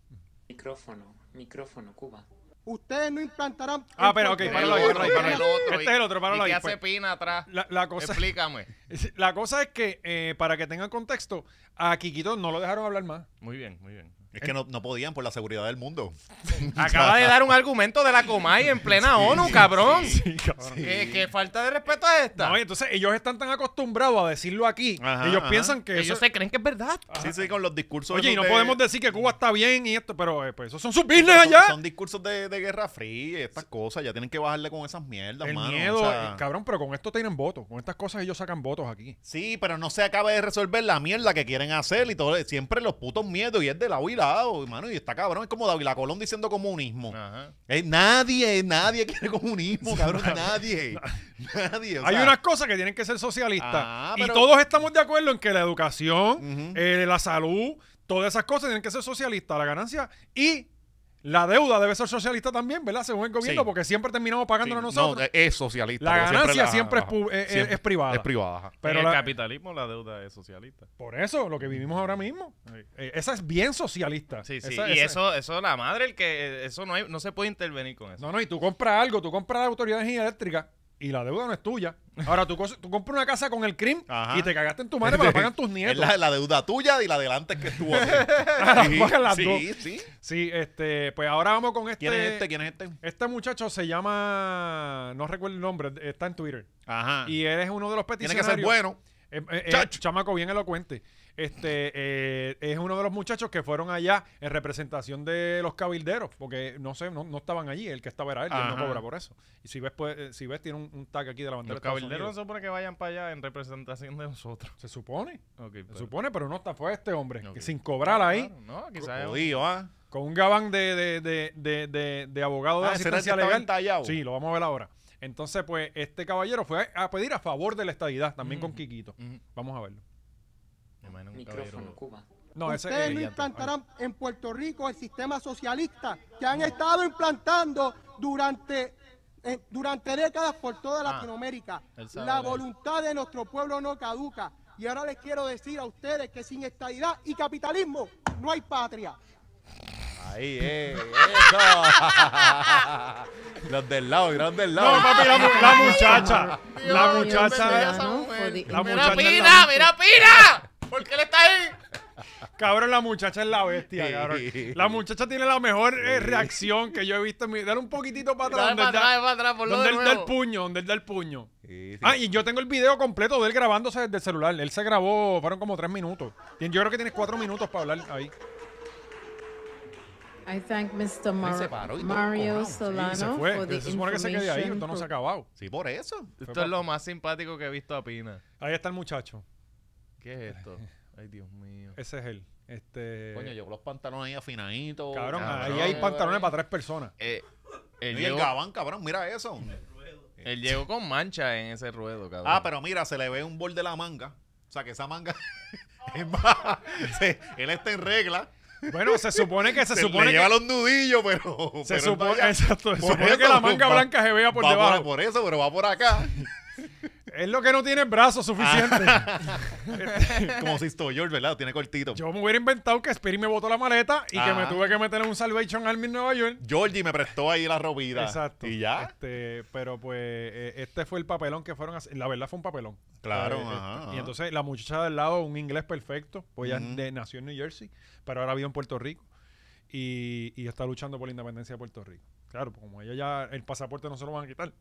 [SPEAKER 6] Micrófono, micrófono, Cuba.
[SPEAKER 8] Ustedes no implantarán.
[SPEAKER 1] Ah,
[SPEAKER 8] en
[SPEAKER 1] pero, ok,
[SPEAKER 8] Puerto
[SPEAKER 1] páralo ahí,
[SPEAKER 8] Rico
[SPEAKER 1] páralo ahí, páralo ahí.
[SPEAKER 3] otro,
[SPEAKER 1] Este
[SPEAKER 3] y-
[SPEAKER 1] es el otro, páralo
[SPEAKER 3] ¿Y
[SPEAKER 1] ahí,
[SPEAKER 3] qué hace
[SPEAKER 1] pues.
[SPEAKER 3] Pina atrás?
[SPEAKER 1] La, la cosa,
[SPEAKER 3] Explícame.
[SPEAKER 1] la cosa es que, eh, para que tengan contexto, a Kikito no lo dejaron hablar más.
[SPEAKER 3] Muy bien, muy bien.
[SPEAKER 2] Es que no, no podían por la seguridad del mundo.
[SPEAKER 3] Acaba de dar un argumento de la Comay en plena ONU, cabrón.
[SPEAKER 1] cabrón.
[SPEAKER 3] ¿Qué, Eh, qué falta de respeto es esta?
[SPEAKER 1] No, y entonces ellos están tan acostumbrados a decirlo aquí.
[SPEAKER 2] Ajá,
[SPEAKER 1] ellos
[SPEAKER 2] ajá.
[SPEAKER 1] piensan que
[SPEAKER 3] Ellos
[SPEAKER 1] eso-
[SPEAKER 3] se creen que es verdad.
[SPEAKER 2] Sí, sí, con los discursos.
[SPEAKER 1] Oye, y no
[SPEAKER 2] esos de-
[SPEAKER 1] podemos decir que Cuba está bien y esto, pero eh, pues esos son sus business
[SPEAKER 2] Son,
[SPEAKER 1] allá.
[SPEAKER 2] son discursos de, de guerra fría y estas cosas. Ya tienen que bajarle con esas mierdas,
[SPEAKER 1] el
[SPEAKER 2] mano.
[SPEAKER 1] miedo,
[SPEAKER 2] o sea.
[SPEAKER 1] eh, cabrón, pero con esto tienen votos. Con estas cosas ellos sacan votos aquí.
[SPEAKER 2] Sí, pero no se acaba de resolver la mierda que quieren hacer y todo. Siempre los putos miedos y es de lado y lado, hermano. Y está cabrón. Es como Dávila Colón diciendo comunismo.
[SPEAKER 1] Ah.
[SPEAKER 3] Ajá.
[SPEAKER 2] Eh, nadie, nadie quiere comunismo, cabrón. nadie. Nadie. o
[SPEAKER 1] Hay
[SPEAKER 2] sea,
[SPEAKER 1] unas cosas que tienen que ser socialistas.
[SPEAKER 2] Ah,
[SPEAKER 1] y
[SPEAKER 2] pero-
[SPEAKER 1] todos estamos de acuerdo en que la educación,
[SPEAKER 2] Ujú.
[SPEAKER 1] eh, la salud, todas esas cosas tienen que ser socialistas. La ganancia y la deuda debe ser socialista también, ¿verdad? Según el gobierno,
[SPEAKER 2] Sí.
[SPEAKER 1] porque siempre terminamos
[SPEAKER 2] sí,
[SPEAKER 1] pagándonos nosotros.
[SPEAKER 2] no, eh, es socialista.
[SPEAKER 1] La
[SPEAKER 2] pero
[SPEAKER 1] ganancia siempre
[SPEAKER 2] ajá,
[SPEAKER 1] es pu- eh, eh,
[SPEAKER 2] siempre
[SPEAKER 1] es privada.
[SPEAKER 2] Es privada. ajá.
[SPEAKER 1] pero
[SPEAKER 3] en
[SPEAKER 1] la-
[SPEAKER 3] el capitalismo la deuda es socialista.
[SPEAKER 1] por eso, lo que vivimos ahora mismo, eh, esa es bien socialista.
[SPEAKER 3] Sí, sí.
[SPEAKER 1] Esa-
[SPEAKER 3] y
[SPEAKER 1] esa-
[SPEAKER 3] eso, eso la madre, el que eh, eso no hay, no se puede intervenir con eso.
[SPEAKER 1] No, no, y tú compras algo, tú compras la autoridad de energía eléctrica y la deuda no es tuya. Ahora tú, cos- tú compras una casa con el CRIM
[SPEAKER 2] Ajá.
[SPEAKER 1] y te cagaste en tu madre, pero la pagan tus nietos.
[SPEAKER 2] Es la, la deuda tuya y la de antes que estuvo aquí. Sí,
[SPEAKER 1] pagan las
[SPEAKER 2] sí,
[SPEAKER 1] dos.
[SPEAKER 2] sí.
[SPEAKER 1] Sí, este, pues ahora vamos con este.
[SPEAKER 2] ¿Quién es este? ¿Quién es este?
[SPEAKER 1] Este muchacho se llama, no recuerdo el nombre, está en Twitter.
[SPEAKER 2] Ajá.
[SPEAKER 1] Y él es uno de los
[SPEAKER 2] Ah. Tiene
[SPEAKER 1] peticionarios.
[SPEAKER 2] que ser bueno.
[SPEAKER 1] Eh, eh, eh,
[SPEAKER 2] Chacho.
[SPEAKER 1] chamaco bien elocuente. Este eh, es uno de los muchachos que fueron allá en representación de los cabilderos, porque no sé, no, no estaban allí. El que estaba era él, y él no
[SPEAKER 2] Ajá.
[SPEAKER 1] cobra por eso. Y si ves, pues, eh, si ves, tiene un, un tag aquí de la bandera.
[SPEAKER 3] Los
[SPEAKER 1] de Estados
[SPEAKER 3] cabilderos no se
[SPEAKER 1] Unidos.
[SPEAKER 3] supone que vayan para allá en representación de nosotros.
[SPEAKER 1] se supone,
[SPEAKER 3] Ok,
[SPEAKER 1] se
[SPEAKER 3] pero-
[SPEAKER 1] supone, pero no está fue este hombre,
[SPEAKER 3] Ok.
[SPEAKER 1] que sin cobrar
[SPEAKER 2] Ah,
[SPEAKER 1] ahí,
[SPEAKER 3] Claro, No, quizás.
[SPEAKER 2] Jodido, ¿ah?
[SPEAKER 1] con un gabán de, de, de, de, de- de abogado de
[SPEAKER 2] Ah, ese era el que
[SPEAKER 1] asistencia
[SPEAKER 2] estaba
[SPEAKER 1] legal.
[SPEAKER 2] entallado.
[SPEAKER 1] Sí, lo vamos a ver ahora. Entonces, pues, este caballero fue a, a pedir a favor de la estadidad, también con
[SPEAKER 3] Mm.
[SPEAKER 1] Quiquito.
[SPEAKER 3] Mm.
[SPEAKER 1] Vamos a verlo.
[SPEAKER 3] Me imagino un
[SPEAKER 6] Micrófono,
[SPEAKER 3] caballero.
[SPEAKER 6] Cuba.
[SPEAKER 1] No, ese
[SPEAKER 8] Ustedes no
[SPEAKER 1] eh,
[SPEAKER 8] implantarán en Puerto Rico el sistema socialista que han estado implantando durante, eh, durante décadas por toda
[SPEAKER 1] Ah,
[SPEAKER 8] Latinoamérica.
[SPEAKER 3] él sabe
[SPEAKER 8] La
[SPEAKER 3] de eso.
[SPEAKER 8] voluntad de nuestro pueblo no caduca. Y ahora les quiero decir a ustedes que sin estadidad y capitalismo no hay patria.
[SPEAKER 2] Ahí, eh, eso. los del lado, los del lado.
[SPEAKER 1] No, papi, la, mu- la muchacha. La
[SPEAKER 5] Dios
[SPEAKER 1] muchacha.
[SPEAKER 5] mío, ¿no? For the-
[SPEAKER 1] La
[SPEAKER 3] ¡Mira,
[SPEAKER 1] muchacha es la-
[SPEAKER 3] Pina! ¡Mira, Pina! ¿Por qué le está ahí?
[SPEAKER 1] Cabrón, la muchacha es la bestia, cabrón. La muchacha tiene la mejor eh, reacción que yo he visto en mi Dale un poquitito para atrás.
[SPEAKER 3] Dale
[SPEAKER 1] donde
[SPEAKER 3] para
[SPEAKER 1] él da-
[SPEAKER 3] atrás, para atrás, por lo
[SPEAKER 1] donde
[SPEAKER 3] de
[SPEAKER 1] él da el
[SPEAKER 3] nuevo.
[SPEAKER 1] puño, donde él da el puño.
[SPEAKER 2] Sí, sí.
[SPEAKER 1] Ah, y yo tengo el video completo de él grabándose desde el celular. Él se grabó, fueron como tres minutos. Tien- Yo creo que tienes cuatro minutos para hablar ahí.
[SPEAKER 5] I thank Mr.
[SPEAKER 2] Ahí se
[SPEAKER 5] Mar-
[SPEAKER 2] paró y todo,
[SPEAKER 5] Mario
[SPEAKER 2] cojonado. Sí,
[SPEAKER 5] Solano
[SPEAKER 1] Y se fue.
[SPEAKER 5] for the
[SPEAKER 1] Se supone que se quede ahí,
[SPEAKER 5] information
[SPEAKER 1] esto no se ha
[SPEAKER 5] pro-
[SPEAKER 1] acabado.
[SPEAKER 2] Sí, por eso.
[SPEAKER 3] Esto es lo más simpático que he visto a Pina.
[SPEAKER 1] Ahí está el muchacho.
[SPEAKER 3] ¿Qué es esto? Ay, Dios mío.
[SPEAKER 1] Ese es él. Este.
[SPEAKER 2] Coño, llevo los pantalones ahí afinaditos.
[SPEAKER 1] Cabrón, ahí
[SPEAKER 3] cabrón,
[SPEAKER 1] hay
[SPEAKER 3] eh,
[SPEAKER 1] pantalones para tres personas.
[SPEAKER 3] Eh, él,
[SPEAKER 2] Y el
[SPEAKER 3] llegó,
[SPEAKER 2] gabán, cabrón, mira eso.
[SPEAKER 3] él llegó con mancha en ese ruedo, cabrón.
[SPEAKER 2] Ah, pero mira, se le ve un bol de la manga. O sea, que esa manga es baja. Se- él está en regla.
[SPEAKER 1] Bueno, se supone que se
[SPEAKER 2] Se,
[SPEAKER 1] supone
[SPEAKER 2] le lleva
[SPEAKER 1] que.
[SPEAKER 2] los nudillos, pero...
[SPEAKER 1] Se
[SPEAKER 2] pero
[SPEAKER 1] supone-
[SPEAKER 2] está allá.
[SPEAKER 1] exacto, se
[SPEAKER 2] Por pues,
[SPEAKER 1] supone que la manga blanca se vea por
[SPEAKER 2] va
[SPEAKER 1] debajo.
[SPEAKER 2] Por eso, pero va por acá.
[SPEAKER 1] Es lo que no tiene brazos suficientes.
[SPEAKER 2] Ah. Como si estoy yo, ¿verdad? Tiene cortito.
[SPEAKER 1] Yo me hubiera inventado que Spirit me botó la maleta y que me
[SPEAKER 2] Ajá.
[SPEAKER 1] tuve que meter en un Salvation Army en Nueva York.
[SPEAKER 2] Georgie me prestó ahí la ropita.
[SPEAKER 1] Exacto.
[SPEAKER 2] Y ya.
[SPEAKER 1] Este, pero pues eh, este fue el papelón que fueron a hacer. La verdad fue un papelón.
[SPEAKER 2] Claro,
[SPEAKER 1] Eh, este,
[SPEAKER 2] ajá, ajá.
[SPEAKER 1] Y entonces la muchacha del lado, un inglés perfecto, pues ella
[SPEAKER 2] Ujú.
[SPEAKER 1] de- nació en New Jersey, pero ahora vive en Puerto Rico y, y está luchando por la independencia de Puerto Rico. Claro, pues como ella ya el pasaporte no se lo van a quitar.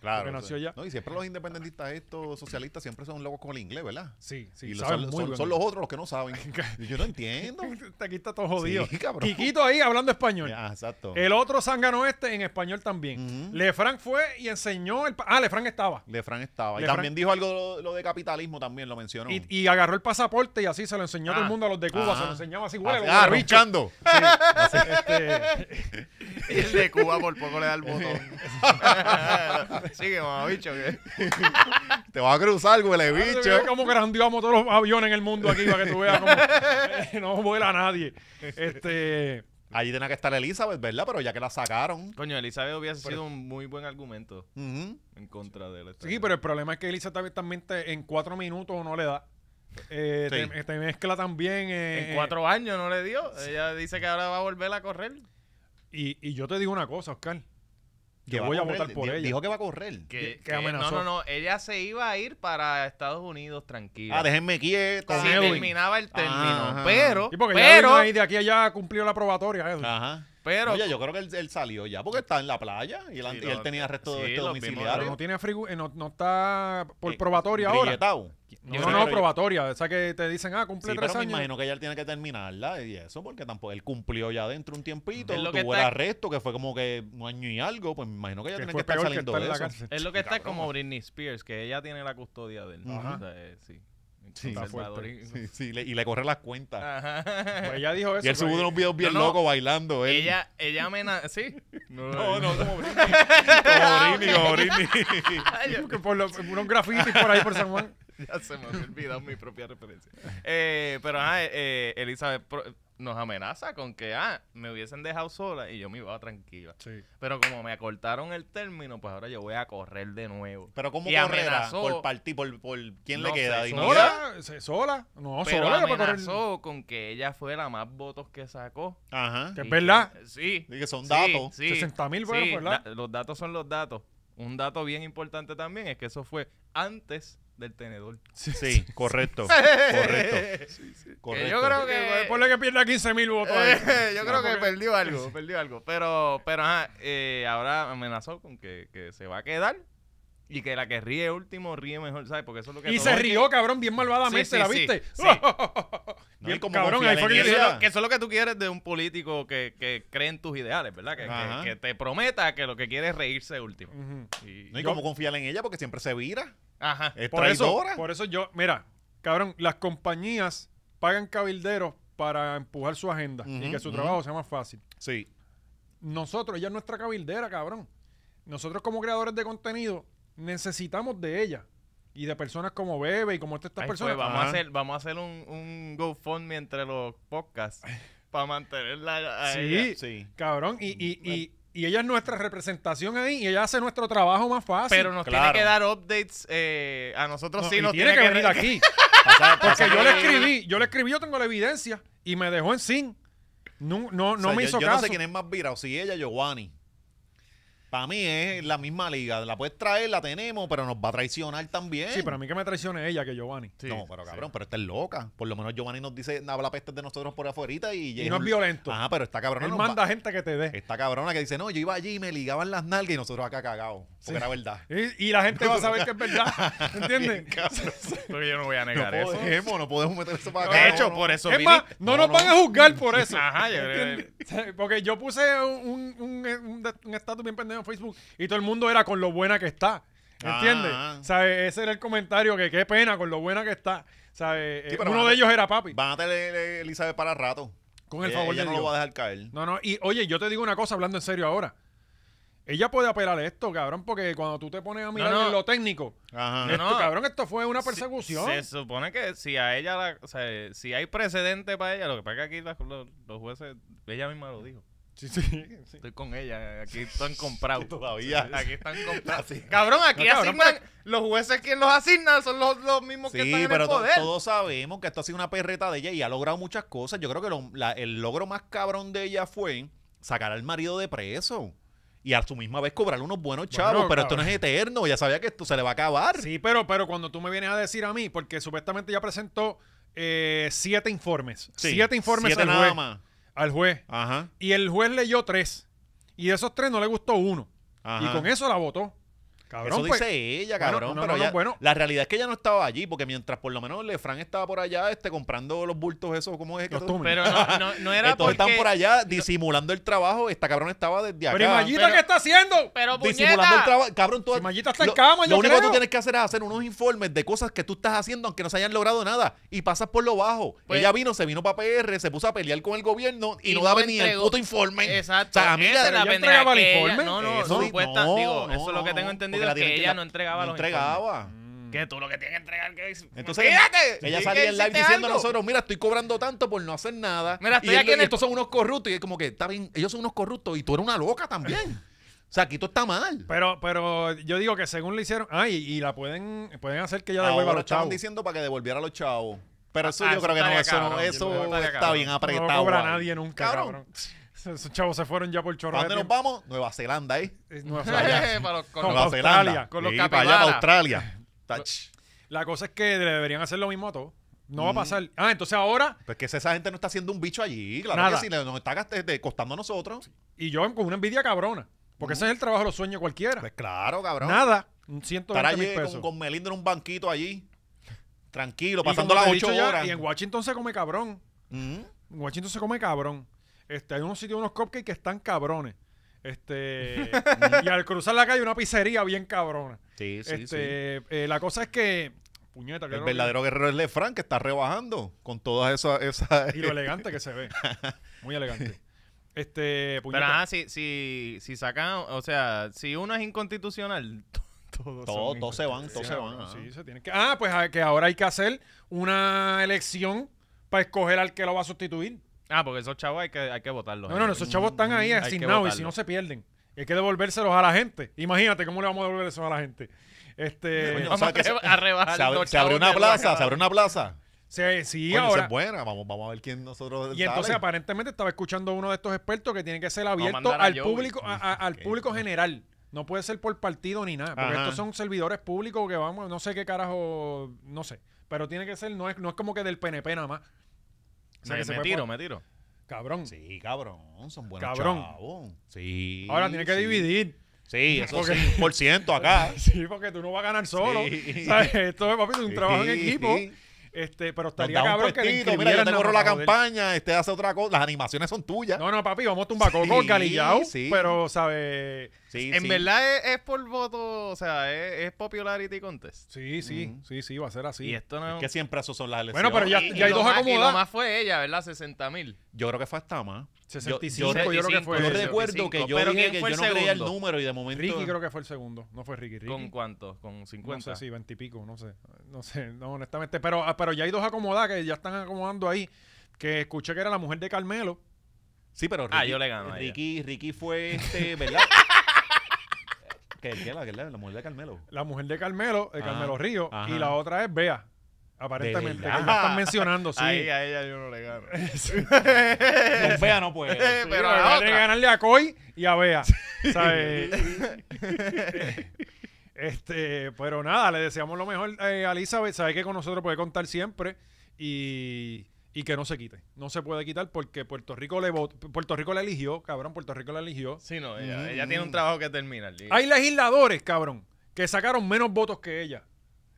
[SPEAKER 2] Claro.
[SPEAKER 1] Porque
[SPEAKER 2] o
[SPEAKER 1] nació
[SPEAKER 2] sea.
[SPEAKER 1] allá.
[SPEAKER 2] No, y siempre los independentistas, estos socialistas, siempre son locos con el inglés, ¿verdad?
[SPEAKER 1] Sí, sí,
[SPEAKER 2] y lo
[SPEAKER 1] saben
[SPEAKER 2] son,
[SPEAKER 1] muy
[SPEAKER 2] son-
[SPEAKER 1] bien.
[SPEAKER 2] son los otros los que no saben. Y yo no entiendo.
[SPEAKER 1] Este Aquí está todo jodido.
[SPEAKER 2] Sí, cabrón.
[SPEAKER 1] Quiquito ahí hablando español.
[SPEAKER 2] Ah, exacto.
[SPEAKER 1] El otro zángano este en español también.
[SPEAKER 2] Ujú.
[SPEAKER 1] Lefranc fue y enseñó el... pa- Ah, Lefranc estaba.
[SPEAKER 2] Lefran estaba. Y
[SPEAKER 1] Lefranc-
[SPEAKER 2] también dijo algo de lo, lo de capitalismo, también lo mencionó.
[SPEAKER 1] Y, y agarró el pasaporte y así se lo enseñó a todo el
[SPEAKER 3] Ah.
[SPEAKER 1] mundo a los de Cuba.
[SPEAKER 2] Ah.
[SPEAKER 1] Se lo enseñaba así,
[SPEAKER 2] Ah,
[SPEAKER 1] huele,
[SPEAKER 2] ah,
[SPEAKER 1] huele, bicho.
[SPEAKER 2] roncando.
[SPEAKER 1] Sí, este,
[SPEAKER 3] Y el de Cuba por poco le da el botón. Sigue, mamabicho. que-
[SPEAKER 2] Te vas a cruzar, huele
[SPEAKER 1] Bicho.
[SPEAKER 2] bicho.
[SPEAKER 1] Como grandiamos todos los aviones en el mundo aquí para que tú veas cómo eh, no vuela nadie. Este,
[SPEAKER 2] Allí tenía que estar Elizabeth, ¿verdad? Pero ya que la sacaron.
[SPEAKER 3] Coño, Elizabeth hubiese sido un muy buen argumento
[SPEAKER 2] Ujú.
[SPEAKER 3] en contra de él. esta
[SPEAKER 1] sí,
[SPEAKER 3] vez.
[SPEAKER 1] pero el problema es que Elisa también, también te- en cuatro minutos no le da. Eh,
[SPEAKER 2] Sí.
[SPEAKER 1] te, te mezcla también. eh,
[SPEAKER 3] En cuatro años no le dio. Ella dice que ahora va a volver a correr.
[SPEAKER 1] Y, y yo te digo una cosa, Oscar.
[SPEAKER 2] Que
[SPEAKER 1] Yo
[SPEAKER 2] va
[SPEAKER 1] voy a
[SPEAKER 2] correr.
[SPEAKER 1] votar por
[SPEAKER 2] Di-
[SPEAKER 1] ella.
[SPEAKER 2] Dijo que va a correr.
[SPEAKER 3] Que,
[SPEAKER 1] que
[SPEAKER 3] que-
[SPEAKER 1] amenazó.
[SPEAKER 3] No, no, no. Ella se iba a ir para Estados Unidos tranquila.
[SPEAKER 2] Ah, déjenme quieto.
[SPEAKER 1] Con
[SPEAKER 3] Sí,
[SPEAKER 1] Edwin.
[SPEAKER 3] terminaba el término.
[SPEAKER 2] Ajá.
[SPEAKER 3] Pero,
[SPEAKER 1] Sí, porque ya vino
[SPEAKER 3] pero,
[SPEAKER 1] ahí de aquí a allá cumplió la probatoria. Edwin.
[SPEAKER 2] Ajá.
[SPEAKER 3] pero,
[SPEAKER 2] Oye, yo creo que él, él salió ya porque está en la playa y él,
[SPEAKER 3] Sí,
[SPEAKER 2] y él
[SPEAKER 3] lo-
[SPEAKER 2] tenía arresto
[SPEAKER 3] sí,
[SPEAKER 2] de este
[SPEAKER 3] los
[SPEAKER 1] Pero
[SPEAKER 3] claro.
[SPEAKER 1] no
[SPEAKER 2] domiciliario. Eh,
[SPEAKER 1] tiene frigu- eh, no, no está por probatoria ahora.
[SPEAKER 2] Grilletao.
[SPEAKER 1] No,
[SPEAKER 3] Yo
[SPEAKER 1] no,
[SPEAKER 3] creo
[SPEAKER 1] no,
[SPEAKER 2] que-
[SPEAKER 1] probatoria. O sea que te dicen, ah,
[SPEAKER 2] Sí,
[SPEAKER 1] cumple
[SPEAKER 2] pero
[SPEAKER 1] tres
[SPEAKER 2] me
[SPEAKER 1] años.
[SPEAKER 2] imagino que ya él tiene que terminarla y eso, porque tampoco él cumplió ya dentro un tiempito,
[SPEAKER 3] Es lo
[SPEAKER 2] tuvo
[SPEAKER 3] que
[SPEAKER 2] el
[SPEAKER 3] está-
[SPEAKER 2] arresto que fue como que un año y algo, pues me imagino que ya
[SPEAKER 1] que
[SPEAKER 2] tiene que
[SPEAKER 1] fue
[SPEAKER 2] estar
[SPEAKER 1] peor que
[SPEAKER 2] saliendo
[SPEAKER 1] estar en
[SPEAKER 2] de
[SPEAKER 1] la
[SPEAKER 2] eso.
[SPEAKER 1] cárcel.
[SPEAKER 3] es lo que está como Britney Spears, que ella tiene la custodia de él.
[SPEAKER 1] Ajá.
[SPEAKER 3] O sea, eh, sí.
[SPEAKER 2] Sí,
[SPEAKER 1] Está
[SPEAKER 3] Conservadorismo.
[SPEAKER 2] Sí, sí, le- y le corre las cuentas.
[SPEAKER 3] Ajá.
[SPEAKER 1] Pues ella dijo eso.
[SPEAKER 2] y él subió
[SPEAKER 1] pero-
[SPEAKER 2] unos videos bien
[SPEAKER 3] No, no.
[SPEAKER 2] locos bailando. Él.
[SPEAKER 3] Ella, ella amenaza. Sí.
[SPEAKER 2] No, no, como Britney. como Britney, como Britney.
[SPEAKER 3] Ay, yo-
[SPEAKER 1] que por los- unos grafitis por ahí por San Juan.
[SPEAKER 3] Ya se me había olvidado mi propia referencia. Eh, pero ajá, eh, eh, Elizabeth pro- nos amenaza con que ah, me hubiesen dejado sola y yo me iba tranquila.
[SPEAKER 1] Sí.
[SPEAKER 3] Pero como me acortaron el término, pues ahora yo voy a correr de nuevo.
[SPEAKER 2] Pero ¿cómo
[SPEAKER 3] Y
[SPEAKER 2] correrá?
[SPEAKER 3] amenazó.
[SPEAKER 2] Por parti, por, por quién le
[SPEAKER 3] No
[SPEAKER 2] queda.
[SPEAKER 3] sé,
[SPEAKER 2] ¿Y no queda?
[SPEAKER 1] ¿Sola? se- ¿Sola? No,
[SPEAKER 3] pero
[SPEAKER 1] sola. para correr.
[SPEAKER 3] amenazó con que ella fue la más votos que sacó.
[SPEAKER 2] Ajá.
[SPEAKER 1] Que es
[SPEAKER 3] Y
[SPEAKER 1] verdad.
[SPEAKER 3] que- Sí.
[SPEAKER 2] Y que son
[SPEAKER 3] sí,
[SPEAKER 2] datos.
[SPEAKER 3] sí,
[SPEAKER 1] 60.000 fueron,
[SPEAKER 3] sí,
[SPEAKER 1] ¿verdad?
[SPEAKER 3] da- los datos son los datos. Un dato bien importante también es que eso fue antes del tenedor.
[SPEAKER 2] Sí, correcto. correcto.
[SPEAKER 3] Que
[SPEAKER 2] correcto.
[SPEAKER 3] yo creo que...
[SPEAKER 1] Eh, Ponle que pierda 15 mil votos. ahí.
[SPEAKER 3] Eh, yo
[SPEAKER 1] No,
[SPEAKER 3] creo que
[SPEAKER 1] porque-
[SPEAKER 3] perdió algo, perdió algo. Pero, pero ajá, eh, ahora amenazó con que, que se va a quedar y que la que ríe último ríe mejor, ¿sabes? Porque eso es lo que
[SPEAKER 1] Y
[SPEAKER 3] todo
[SPEAKER 1] se
[SPEAKER 3] el que-
[SPEAKER 1] rió, cabrón, bien malvadamente,
[SPEAKER 3] Sí, sí,
[SPEAKER 1] ¿la
[SPEAKER 3] sí,
[SPEAKER 1] viste?
[SPEAKER 3] sí.
[SPEAKER 2] No,
[SPEAKER 1] Bien,
[SPEAKER 2] y como
[SPEAKER 1] cabrón,
[SPEAKER 2] confía
[SPEAKER 1] ahí fue
[SPEAKER 2] en
[SPEAKER 1] que yo
[SPEAKER 3] Que
[SPEAKER 1] dije,
[SPEAKER 2] ella.
[SPEAKER 3] eso, es lo- que eso es lo que tú quieres de un político que, que cree en tus ideales, ¿verdad? Que,
[SPEAKER 2] Ajá.
[SPEAKER 3] que, que te prometa que lo que quiere es reírse último.
[SPEAKER 1] Ujú.
[SPEAKER 3] Y-
[SPEAKER 2] No, y
[SPEAKER 1] Yo-
[SPEAKER 2] cómo confiar en ella porque siempre se vira.
[SPEAKER 3] ajá.
[SPEAKER 2] Es
[SPEAKER 1] Por eso,
[SPEAKER 2] traidora.
[SPEAKER 1] por eso yo, mira, cabrón, las compañías pagan cabilderos para empujar su agenda y
[SPEAKER 2] Ujú,
[SPEAKER 1] que su
[SPEAKER 2] ujú.
[SPEAKER 1] trabajo sea más fácil.
[SPEAKER 2] Sí.
[SPEAKER 1] Nosotros, ella es nuestra cabildera, cabrón. Nosotros como creadores de contenido necesitamos de ella y de personas como Bebe y como estas
[SPEAKER 3] Ay, pues,
[SPEAKER 1] personas.
[SPEAKER 3] vamos,
[SPEAKER 2] Ajá.
[SPEAKER 3] a hacer, vamos a hacer un, un GoFundMe entre los podcasts para mantenerla a- a ella.
[SPEAKER 1] sí,
[SPEAKER 2] Sí.
[SPEAKER 1] cabrón. Y, y, y, y ella es nuestra representación ahí y ella hace nuestro trabajo más fácil.
[SPEAKER 3] Pero nos
[SPEAKER 2] Claro.
[SPEAKER 3] tiene que dar updates eh, a nosotros
[SPEAKER 1] No,
[SPEAKER 3] sí
[SPEAKER 1] y
[SPEAKER 3] nos
[SPEAKER 1] tiene que venir
[SPEAKER 3] re-
[SPEAKER 1] aquí.
[SPEAKER 2] Pasa-
[SPEAKER 1] Porque
[SPEAKER 2] pasa
[SPEAKER 1] yo le
[SPEAKER 2] que-
[SPEAKER 1] escribí, yo le escribí, yo tengo la evidencia y me dejó en sin. No, no,
[SPEAKER 2] o
[SPEAKER 1] no
[SPEAKER 2] sea,
[SPEAKER 1] me
[SPEAKER 2] yo-
[SPEAKER 1] hizo
[SPEAKER 2] yo
[SPEAKER 1] caso.
[SPEAKER 2] no sé quién es más vira, o si ella o Giovanni. Para mí es la misma liga. La puedes traer, la tenemos, pero nos va a traicionar también.
[SPEAKER 1] Sí, para mí que me traicione ella que Giovanni.
[SPEAKER 2] no, pero cabrón, pero esta es loca. Por lo menos Giovanni nos dice, habla pestes de nosotros por afuera y,
[SPEAKER 1] Y no es violento.
[SPEAKER 2] Ajá, pero esta cabrona
[SPEAKER 1] Él
[SPEAKER 2] nos
[SPEAKER 1] manda
[SPEAKER 2] va-
[SPEAKER 1] gente que te dé.
[SPEAKER 2] Esta cabrona que dice, no, yo iba allí y me ligaban las nalgas y nosotros acá cagados. Porque era verdad.
[SPEAKER 1] Y, y la gente va a saber que es verdad. ¿Entiendes?
[SPEAKER 3] Porque yo no voy a
[SPEAKER 2] No
[SPEAKER 3] negar eso.
[SPEAKER 2] podemos, no podemos meter eso para acá.
[SPEAKER 3] De
[SPEAKER 2] no,
[SPEAKER 3] hecho, pues,
[SPEAKER 2] no.
[SPEAKER 3] por eso
[SPEAKER 1] Es
[SPEAKER 3] Billy-
[SPEAKER 1] más, no, nos van a juzgar por eso.
[SPEAKER 2] Ah,
[SPEAKER 3] Ajá, yo creo que-
[SPEAKER 1] ¿Entiendes?
[SPEAKER 2] eh.
[SPEAKER 1] ¿Sabes? Porque yo puse un, un, un, un estatus bien pendejo en Facebook y todo el mundo era con lo buena que está. ¿Entiendes?
[SPEAKER 2] Ah.
[SPEAKER 1] ¿Sabes? Ese era el comentario que qué pena con lo buena que está. ¿Sabes?
[SPEAKER 2] Sí,
[SPEAKER 1] Eh,
[SPEAKER 2] pero
[SPEAKER 1] Uno
[SPEAKER 2] van a-
[SPEAKER 1] de ellos era papi.
[SPEAKER 2] Van a tener eh, Elizabeth para rato.
[SPEAKER 1] Con el
[SPEAKER 2] Ella-
[SPEAKER 1] favor
[SPEAKER 2] ella
[SPEAKER 1] de
[SPEAKER 2] no
[SPEAKER 1] Dios.
[SPEAKER 2] lo va a dejar caer.
[SPEAKER 1] No, no, y oye, yo te digo una cosa hablando en serio ahora. Ella puede apelar esto, cabrón, porque cuando tú te pones a mirar
[SPEAKER 3] no.
[SPEAKER 1] en lo técnico,
[SPEAKER 2] Ajá.
[SPEAKER 3] No, no.
[SPEAKER 1] esto, cabrón, esto fue una persecución.
[SPEAKER 3] Se supone que si a ella, la- o sea, si hay precedente para ella, lo que pasa es que aquí la- los, los jueces, ella misma lo dijo.
[SPEAKER 1] Sí, sí, sí.
[SPEAKER 3] Estoy con ella, aquí están comprados.
[SPEAKER 2] Todavía.
[SPEAKER 3] Aquí están comprados. Cabrón, pues, aquí
[SPEAKER 1] No, cabrón,
[SPEAKER 3] asignan, los jueces que los asignan son los, los mismos que
[SPEAKER 2] Sí,
[SPEAKER 3] están en
[SPEAKER 2] pero
[SPEAKER 3] el
[SPEAKER 2] to-
[SPEAKER 3] poder.
[SPEAKER 2] todos sabemos que esto ha sido una perreta de ella y ha logrado muchas cosas. Yo creo que lo- la- el logro más cabrón de ella fue sacar al marido de preso y a su misma vez cobrarle unos buenos chavos. pero esto no
[SPEAKER 1] cabrón.
[SPEAKER 2] es eterno. Ella sabía que esto se le va a acabar.
[SPEAKER 1] Sí, pero, pero cuando tú me vienes a decir a mí, porque supuestamente ya presentó eh, siete informes.
[SPEAKER 2] Sí,
[SPEAKER 1] siete informes
[SPEAKER 2] siete
[SPEAKER 1] al,
[SPEAKER 2] nada
[SPEAKER 1] juez,
[SPEAKER 2] más.
[SPEAKER 1] al juez.
[SPEAKER 2] Ajá.
[SPEAKER 1] Y el juez leyó tres. Y de esos tres no le gustó uno.
[SPEAKER 2] Ajá.
[SPEAKER 1] Y con eso la votó. Cabrón,
[SPEAKER 2] Eso
[SPEAKER 1] pues,
[SPEAKER 2] dice ella,
[SPEAKER 1] bueno,
[SPEAKER 2] cabrón.
[SPEAKER 1] no,
[SPEAKER 2] pero
[SPEAKER 1] no, no,
[SPEAKER 2] ella-
[SPEAKER 1] bueno.
[SPEAKER 2] la realidad es que ella no estaba allí, porque mientras por lo menos Lefran estaba por allá, este, comprando los bultos esos, ¿cómo es que
[SPEAKER 1] Los
[SPEAKER 2] tú-
[SPEAKER 1] Tommy.
[SPEAKER 3] Pero no, no, no era
[SPEAKER 2] Estos
[SPEAKER 3] porque...
[SPEAKER 2] están por allá disimulando el trabajo. Esta cabrón estaba desde acá.
[SPEAKER 1] Pero Imagita,
[SPEAKER 3] Pero-
[SPEAKER 1] ¿qué está haciendo?
[SPEAKER 3] Pero
[SPEAKER 2] disimulando el
[SPEAKER 3] puñeta,
[SPEAKER 2] trabajo. Cabrón, tú
[SPEAKER 1] Si Mayita está en
[SPEAKER 2] lo-
[SPEAKER 1] cama,
[SPEAKER 2] Lo
[SPEAKER 1] yo
[SPEAKER 2] único que tú
[SPEAKER 1] creo.
[SPEAKER 2] tienes que hacer es hacer unos informes de cosas que tú estás haciendo aunque no se hayan logrado nada y pasas por lo bajo.
[SPEAKER 3] Pues-
[SPEAKER 2] Ella vino, se vino para PR, se puso a pelear con el gobierno y,
[SPEAKER 3] Y
[SPEAKER 2] no,
[SPEAKER 3] no
[SPEAKER 2] daba ni el
[SPEAKER 3] entregó.
[SPEAKER 2] puto informe.
[SPEAKER 3] Exacto.
[SPEAKER 2] O sea, amiga,
[SPEAKER 3] esa es la
[SPEAKER 1] ella
[SPEAKER 3] pendeja
[SPEAKER 1] entregaba el
[SPEAKER 3] que ella-
[SPEAKER 1] informe.
[SPEAKER 3] No, no,
[SPEAKER 2] Eso-
[SPEAKER 3] supuesta,
[SPEAKER 2] no,
[SPEAKER 3] digo,
[SPEAKER 2] no,
[SPEAKER 3] eso es lo que
[SPEAKER 2] no,
[SPEAKER 3] tengo
[SPEAKER 2] no,
[SPEAKER 3] entendido
[SPEAKER 2] porque la
[SPEAKER 3] es que
[SPEAKER 2] tienen
[SPEAKER 3] ella no entregaba
[SPEAKER 2] no
[SPEAKER 3] los informes.
[SPEAKER 2] entregaba.
[SPEAKER 3] Mm. Que tú lo que tienes que entregar que es...
[SPEAKER 2] Entonces
[SPEAKER 3] Fíjate,
[SPEAKER 2] ella
[SPEAKER 3] sí
[SPEAKER 2] salía
[SPEAKER 3] que
[SPEAKER 2] en live
[SPEAKER 3] hiciste
[SPEAKER 2] diciendo a
[SPEAKER 3] algo.
[SPEAKER 2] nosotros, mira, estoy cobrando tanto por no hacer nada.
[SPEAKER 3] Mira, estoy
[SPEAKER 2] y, él-
[SPEAKER 3] aquí en
[SPEAKER 2] y
[SPEAKER 3] el-
[SPEAKER 2] estos son unos corruptos. Y es como que, está bien, ellos son unos corruptos y tú eres una loca también. o sea, aquí todo está mal.
[SPEAKER 1] Pero, pero yo digo que según le hicieron. Ay, y la pueden, pueden hacer que ella
[SPEAKER 2] Ahora
[SPEAKER 1] devuelva a
[SPEAKER 2] lo
[SPEAKER 1] los
[SPEAKER 2] estaban
[SPEAKER 1] chavos.
[SPEAKER 2] diciendo para que devolviera a los chavos. Pero eso
[SPEAKER 3] Ah,
[SPEAKER 2] yo
[SPEAKER 3] eso
[SPEAKER 2] creo que no,
[SPEAKER 3] estaría
[SPEAKER 2] eso, no-
[SPEAKER 3] cabrón,
[SPEAKER 2] eso
[SPEAKER 3] yo creo que estaría
[SPEAKER 2] está
[SPEAKER 3] cabrón.
[SPEAKER 2] bien
[SPEAKER 3] No
[SPEAKER 1] No
[SPEAKER 2] apretado.
[SPEAKER 1] lo cobra
[SPEAKER 2] ahí.
[SPEAKER 1] nadie nunca, cabrón. Esos chavos se fueron ya por chorro.
[SPEAKER 2] ¿Para dónde
[SPEAKER 1] de
[SPEAKER 2] nos vamos? Nueva Zelanda, ¿eh?
[SPEAKER 1] tiempo. Eh, Nueva Zelanda.
[SPEAKER 3] Para los
[SPEAKER 1] Con
[SPEAKER 3] conos.
[SPEAKER 2] Nueva
[SPEAKER 1] Australia,
[SPEAKER 2] Zelanda.
[SPEAKER 3] con los
[SPEAKER 2] Sí, para allá,
[SPEAKER 3] capibaras.
[SPEAKER 2] para Australia. Tach.
[SPEAKER 1] La cosa es que le deberían hacer lo mismo a todos. No va a pasar. Ah, entonces ahora,
[SPEAKER 2] Pues que esa gente no está haciendo un bicho allí. Claro
[SPEAKER 1] Nada.
[SPEAKER 2] que sí, le- nos está gast- este, costando a nosotros.
[SPEAKER 1] y yo con una envidia cabrona. Porque ese es el trabajo de los sueños de cualquiera.
[SPEAKER 2] Pues claro, cabrón.
[SPEAKER 1] Nada.
[SPEAKER 2] Estar
[SPEAKER 1] 120 mil
[SPEAKER 2] allí
[SPEAKER 1] pesos.
[SPEAKER 2] con, con Melinda en un banquito allí. Tranquilo,
[SPEAKER 1] Y
[SPEAKER 2] pasando
[SPEAKER 1] como te
[SPEAKER 2] las
[SPEAKER 1] he
[SPEAKER 2] ocho
[SPEAKER 1] dicho ya,
[SPEAKER 2] horas.
[SPEAKER 1] y en Washington se come cabrón.
[SPEAKER 2] Mm.
[SPEAKER 1] En Washington se come cabrón. Este, hay unos sitios, unos cupcakes que están cabrones. Este, y al cruzar la calle una pizzería bien cabrona.
[SPEAKER 2] Sí, sí, sí.
[SPEAKER 1] este, eh, la cosa es que, puñeta, que
[SPEAKER 2] El
[SPEAKER 1] lo-
[SPEAKER 2] verdadero guerrero es Lefran, que está rebajando con todas esas... esas-
[SPEAKER 1] y lo elegante que se ve. Muy elegante. Este,
[SPEAKER 3] Pero
[SPEAKER 1] puñeta.
[SPEAKER 3] ajá, si, si, si sacan, o sea, si uno es inconstitucional, to- todos
[SPEAKER 2] Todos
[SPEAKER 3] son
[SPEAKER 2] todos se van,
[SPEAKER 1] Sí,
[SPEAKER 2] todos se
[SPEAKER 1] cabrón,
[SPEAKER 2] van. ajá.
[SPEAKER 1] sí, se tiene que- Ah, pues ah, que ahora hay que hacer una elección para escoger al que lo va a sustituir.
[SPEAKER 3] inconstitucionales. Ah, porque esos chavos hay que, hay que votarlos.
[SPEAKER 1] No, no, no, esos chavos están ahí
[SPEAKER 3] Hay que
[SPEAKER 1] asignados y si
[SPEAKER 3] votarlo.
[SPEAKER 1] no se pierden. Hay que devolvérselos a la gente. Imagínate cómo le vamos a devolver eso a la gente. Este,
[SPEAKER 2] Coño,
[SPEAKER 3] Vamos
[SPEAKER 2] o sea, que
[SPEAKER 3] a re- a rebajar
[SPEAKER 1] Ah,
[SPEAKER 2] Se, abre-
[SPEAKER 3] los
[SPEAKER 2] se abrió una
[SPEAKER 3] chavos de
[SPEAKER 2] plaza,
[SPEAKER 3] loca.
[SPEAKER 2] se abrió una plaza.
[SPEAKER 1] se- sí,
[SPEAKER 2] Coño, esa
[SPEAKER 1] ahora.
[SPEAKER 2] es buena. Vamos, vamos a ver quién nosotros.
[SPEAKER 1] Y entonces
[SPEAKER 2] sale.
[SPEAKER 1] aparentemente estaba escuchando uno de estos expertos que tiene que ser abierto
[SPEAKER 3] mandar a
[SPEAKER 1] al
[SPEAKER 3] Joey.
[SPEAKER 1] público, a- a- al
[SPEAKER 2] Ok.
[SPEAKER 1] público general. No puede ser por partido ni nada, porque
[SPEAKER 2] Ajá.
[SPEAKER 1] estos son servidores públicos que vamos, no sé qué carajo, no sé. Pero tiene que ser, no es, no es como que del PNP nada más. O sea,
[SPEAKER 3] Me,
[SPEAKER 1] que se
[SPEAKER 3] me
[SPEAKER 1] fue
[SPEAKER 3] tiro,
[SPEAKER 1] por-
[SPEAKER 3] me tiro.
[SPEAKER 1] Cabrón.
[SPEAKER 2] Sí, cabrón. Son buenos
[SPEAKER 1] Cabrón.
[SPEAKER 2] chavos. Sí.
[SPEAKER 1] Ahora tiene que
[SPEAKER 2] sí.
[SPEAKER 1] dividir.
[SPEAKER 2] Sí, eso
[SPEAKER 1] Porque-
[SPEAKER 2] sí. Por ciento acá.
[SPEAKER 1] Sí, porque tú no vas a ganar solo.
[SPEAKER 2] Sí.
[SPEAKER 1] ¿Sabes? Esto es, papi, es un
[SPEAKER 2] Sí,
[SPEAKER 1] trabajo en equipo.
[SPEAKER 2] sí.
[SPEAKER 1] Este, pero
[SPEAKER 2] Nos
[SPEAKER 1] estaría
[SPEAKER 2] da un
[SPEAKER 1] cabrón que le
[SPEAKER 2] prestito. Mira, yo
[SPEAKER 1] inscribieran
[SPEAKER 2] te
[SPEAKER 1] nada
[SPEAKER 2] corro
[SPEAKER 1] más
[SPEAKER 2] la
[SPEAKER 1] para joder.
[SPEAKER 2] campaña, este hace otra cosa. Las animaciones son tuyas.
[SPEAKER 1] No, no, papi, vamos a tumbacoco,
[SPEAKER 2] Sí,
[SPEAKER 1] calillao,
[SPEAKER 2] sí.
[SPEAKER 1] pero, ¿sabes?
[SPEAKER 2] Sí,
[SPEAKER 3] En
[SPEAKER 2] sí.
[SPEAKER 3] verdad es, es por voto, o sea, es, es popularity contest.
[SPEAKER 1] Sí, sí, sí, sí, va a ser así.
[SPEAKER 3] Y esto no
[SPEAKER 2] Es que siempre eso son las elecciones.
[SPEAKER 1] Bueno, pero ya,
[SPEAKER 3] Y
[SPEAKER 1] ya hay
[SPEAKER 3] lo
[SPEAKER 1] dos
[SPEAKER 3] más- Y lo
[SPEAKER 1] acomodadas.
[SPEAKER 3] más fue ella, ¿verdad? 60 mil.
[SPEAKER 2] Yo creo que fue hasta más. Yo-
[SPEAKER 1] 65,
[SPEAKER 2] Yo,
[SPEAKER 1] yo creo que fue. Yo
[SPEAKER 2] yo recuerdo que yo
[SPEAKER 3] Pero
[SPEAKER 2] dije
[SPEAKER 3] ¿quién
[SPEAKER 2] que
[SPEAKER 3] fue
[SPEAKER 2] yo no
[SPEAKER 3] el
[SPEAKER 2] creía el
[SPEAKER 3] segundo?
[SPEAKER 2] número y de momento.
[SPEAKER 1] Ricky creo que fue el segundo, no fue Ricky. Ricky.
[SPEAKER 3] ¿Con cuánto? ¿Con 50?
[SPEAKER 1] No sé, sí, 20 y pico, no sé. No sé, no, honestamente. Pero, ah, pero ya hay dos acomodadas que ya están acomodando ahí. Que escuché que era la mujer de Carmelo.
[SPEAKER 2] Sí, pero
[SPEAKER 3] Ah, yo le gano a ella.
[SPEAKER 2] Ricky, Ricky fue este, ¿verdad? que que la, que la, la mujer de Carmelo.
[SPEAKER 1] La mujer de Carmelo, de
[SPEAKER 2] Ajá,
[SPEAKER 1] Carmelo Río.
[SPEAKER 2] ajá.
[SPEAKER 1] Y la otra es Bea. Aparentemente,
[SPEAKER 2] ¿De
[SPEAKER 1] que
[SPEAKER 2] verdad?
[SPEAKER 1] lo están mencionando, sí.
[SPEAKER 3] Ahí a ella yo no le gano.
[SPEAKER 5] Con Bea no puede.
[SPEAKER 1] Sí,
[SPEAKER 3] Pero
[SPEAKER 1] la
[SPEAKER 3] a
[SPEAKER 1] verdad
[SPEAKER 3] la
[SPEAKER 1] tiene que
[SPEAKER 3] otra.
[SPEAKER 1] ganarle a Coy y a Bea. ¿sabes? este, pero nada, le deseamos lo mejor eh, a Elizabeth. Sabe que con nosotros puede contar siempre y, y que no se quite. No se puede quitar porque Puerto Rico le votó- Puerto Rico la eligió, cabrón. Puerto Rico la eligió.
[SPEAKER 3] Sí, no, ella, ella tiene un trabajo que terminar. diga.
[SPEAKER 1] Hay legisladores, cabrón, que sacaron menos votos que ella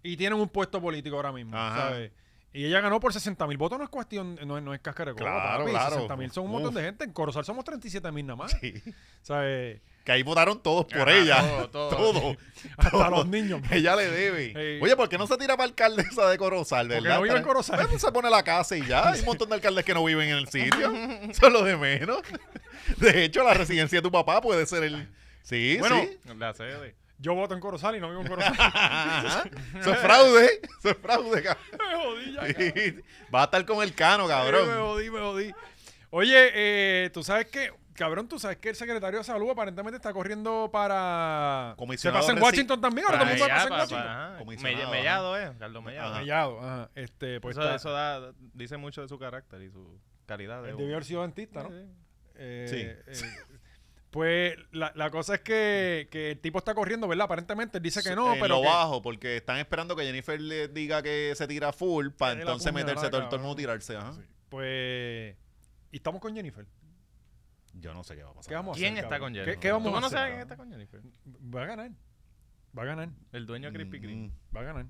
[SPEAKER 1] y tienen un puesto político ahora mismo,
[SPEAKER 2] Ajá.
[SPEAKER 1] ¿sabes? Y ella ganó por 60 mil votos, no es cuestión, no es, no es cáscara de coco,
[SPEAKER 2] Claro,
[SPEAKER 1] papi.
[SPEAKER 2] claro.
[SPEAKER 1] 60 mil son un
[SPEAKER 2] Uf.
[SPEAKER 1] montón de gente. En Corozal somos 37 mil nada más.
[SPEAKER 2] Sí.
[SPEAKER 1] ¿Sabes?
[SPEAKER 2] Que ahí votaron todos por
[SPEAKER 3] Ajá,
[SPEAKER 2] ella.
[SPEAKER 3] todo,
[SPEAKER 2] Todo,
[SPEAKER 3] todo.
[SPEAKER 1] Hasta
[SPEAKER 2] todo.
[SPEAKER 1] los niños.
[SPEAKER 2] Ella le debe.
[SPEAKER 1] Ey.
[SPEAKER 2] Oye, ¿por qué no se tira para alcaldesa de Corozal,
[SPEAKER 1] Porque
[SPEAKER 2] verdad?
[SPEAKER 1] no vive en Corozal.
[SPEAKER 2] Bueno, se pone la casa y ya. Hay un montón de alcaldes que no viven en el sitio. Son los de menos. De hecho, la residencia de tu papá puede ser el... Sí,
[SPEAKER 1] Bueno,
[SPEAKER 2] sí.
[SPEAKER 3] La sede.
[SPEAKER 1] Yo voto en Corozal y no vivo en Corozal.
[SPEAKER 2] Ajá. Eso es fraude. Eso es fraude, cabrón.
[SPEAKER 1] me jodí ya, cabrón.
[SPEAKER 2] Sí. Va a estar con el cano,
[SPEAKER 1] Me
[SPEAKER 2] cabrón.
[SPEAKER 1] jodí, me jodí. Oye, eh, tú sabes que, cabrón, tú sabes que el secretario de salud aparentemente está corriendo para.
[SPEAKER 2] Comisionado
[SPEAKER 1] se pasa en
[SPEAKER 2] reci-
[SPEAKER 1] Washington también. Ahora todo el mundo se
[SPEAKER 3] Para allá,
[SPEAKER 1] pasa en
[SPEAKER 3] para-
[SPEAKER 1] Washington.
[SPEAKER 3] para- ajá.
[SPEAKER 2] Comisionado,
[SPEAKER 3] Melle- Mellado, eh. Carlos Mellado.
[SPEAKER 2] Ajá.
[SPEAKER 1] Mellado, ajá. Este, pues
[SPEAKER 3] eso,
[SPEAKER 1] está-
[SPEAKER 3] eso da, dice mucho de su carácter y su calidad. De
[SPEAKER 1] él debió haber sido dentista, ¿no?
[SPEAKER 3] Sí.
[SPEAKER 1] Eh,
[SPEAKER 2] Sí.
[SPEAKER 1] eh, pues la, la cosa es que, que el tipo está corriendo, ¿verdad? Aparentemente él dice que no,
[SPEAKER 2] En
[SPEAKER 1] pero.
[SPEAKER 2] lo
[SPEAKER 1] que-
[SPEAKER 2] bajo, porque están esperando que Jennifer le diga que se tira full para
[SPEAKER 1] Dale la
[SPEAKER 2] entonces
[SPEAKER 1] puñalada,
[SPEAKER 2] meterse todo el
[SPEAKER 1] cabrón.
[SPEAKER 2] torno tirarse. Ajá.
[SPEAKER 1] Pues. Y estamos con Jennifer.
[SPEAKER 2] Yo no sé qué va a pasar.
[SPEAKER 1] ¿Qué vamos a
[SPEAKER 3] ¿Quién
[SPEAKER 1] hacer,
[SPEAKER 3] está
[SPEAKER 1] cabrón?
[SPEAKER 3] con
[SPEAKER 1] ¿Qué-
[SPEAKER 3] Jennifer?
[SPEAKER 1] ¿Qué vamos
[SPEAKER 3] ¿Tú
[SPEAKER 1] a
[SPEAKER 3] conoces
[SPEAKER 1] hacer?
[SPEAKER 3] a quién está con Jennifer?
[SPEAKER 1] Va a ganar. Va a ganar.
[SPEAKER 3] El dueño de Krispy Kreme.
[SPEAKER 2] Mm,
[SPEAKER 1] Va a ganar.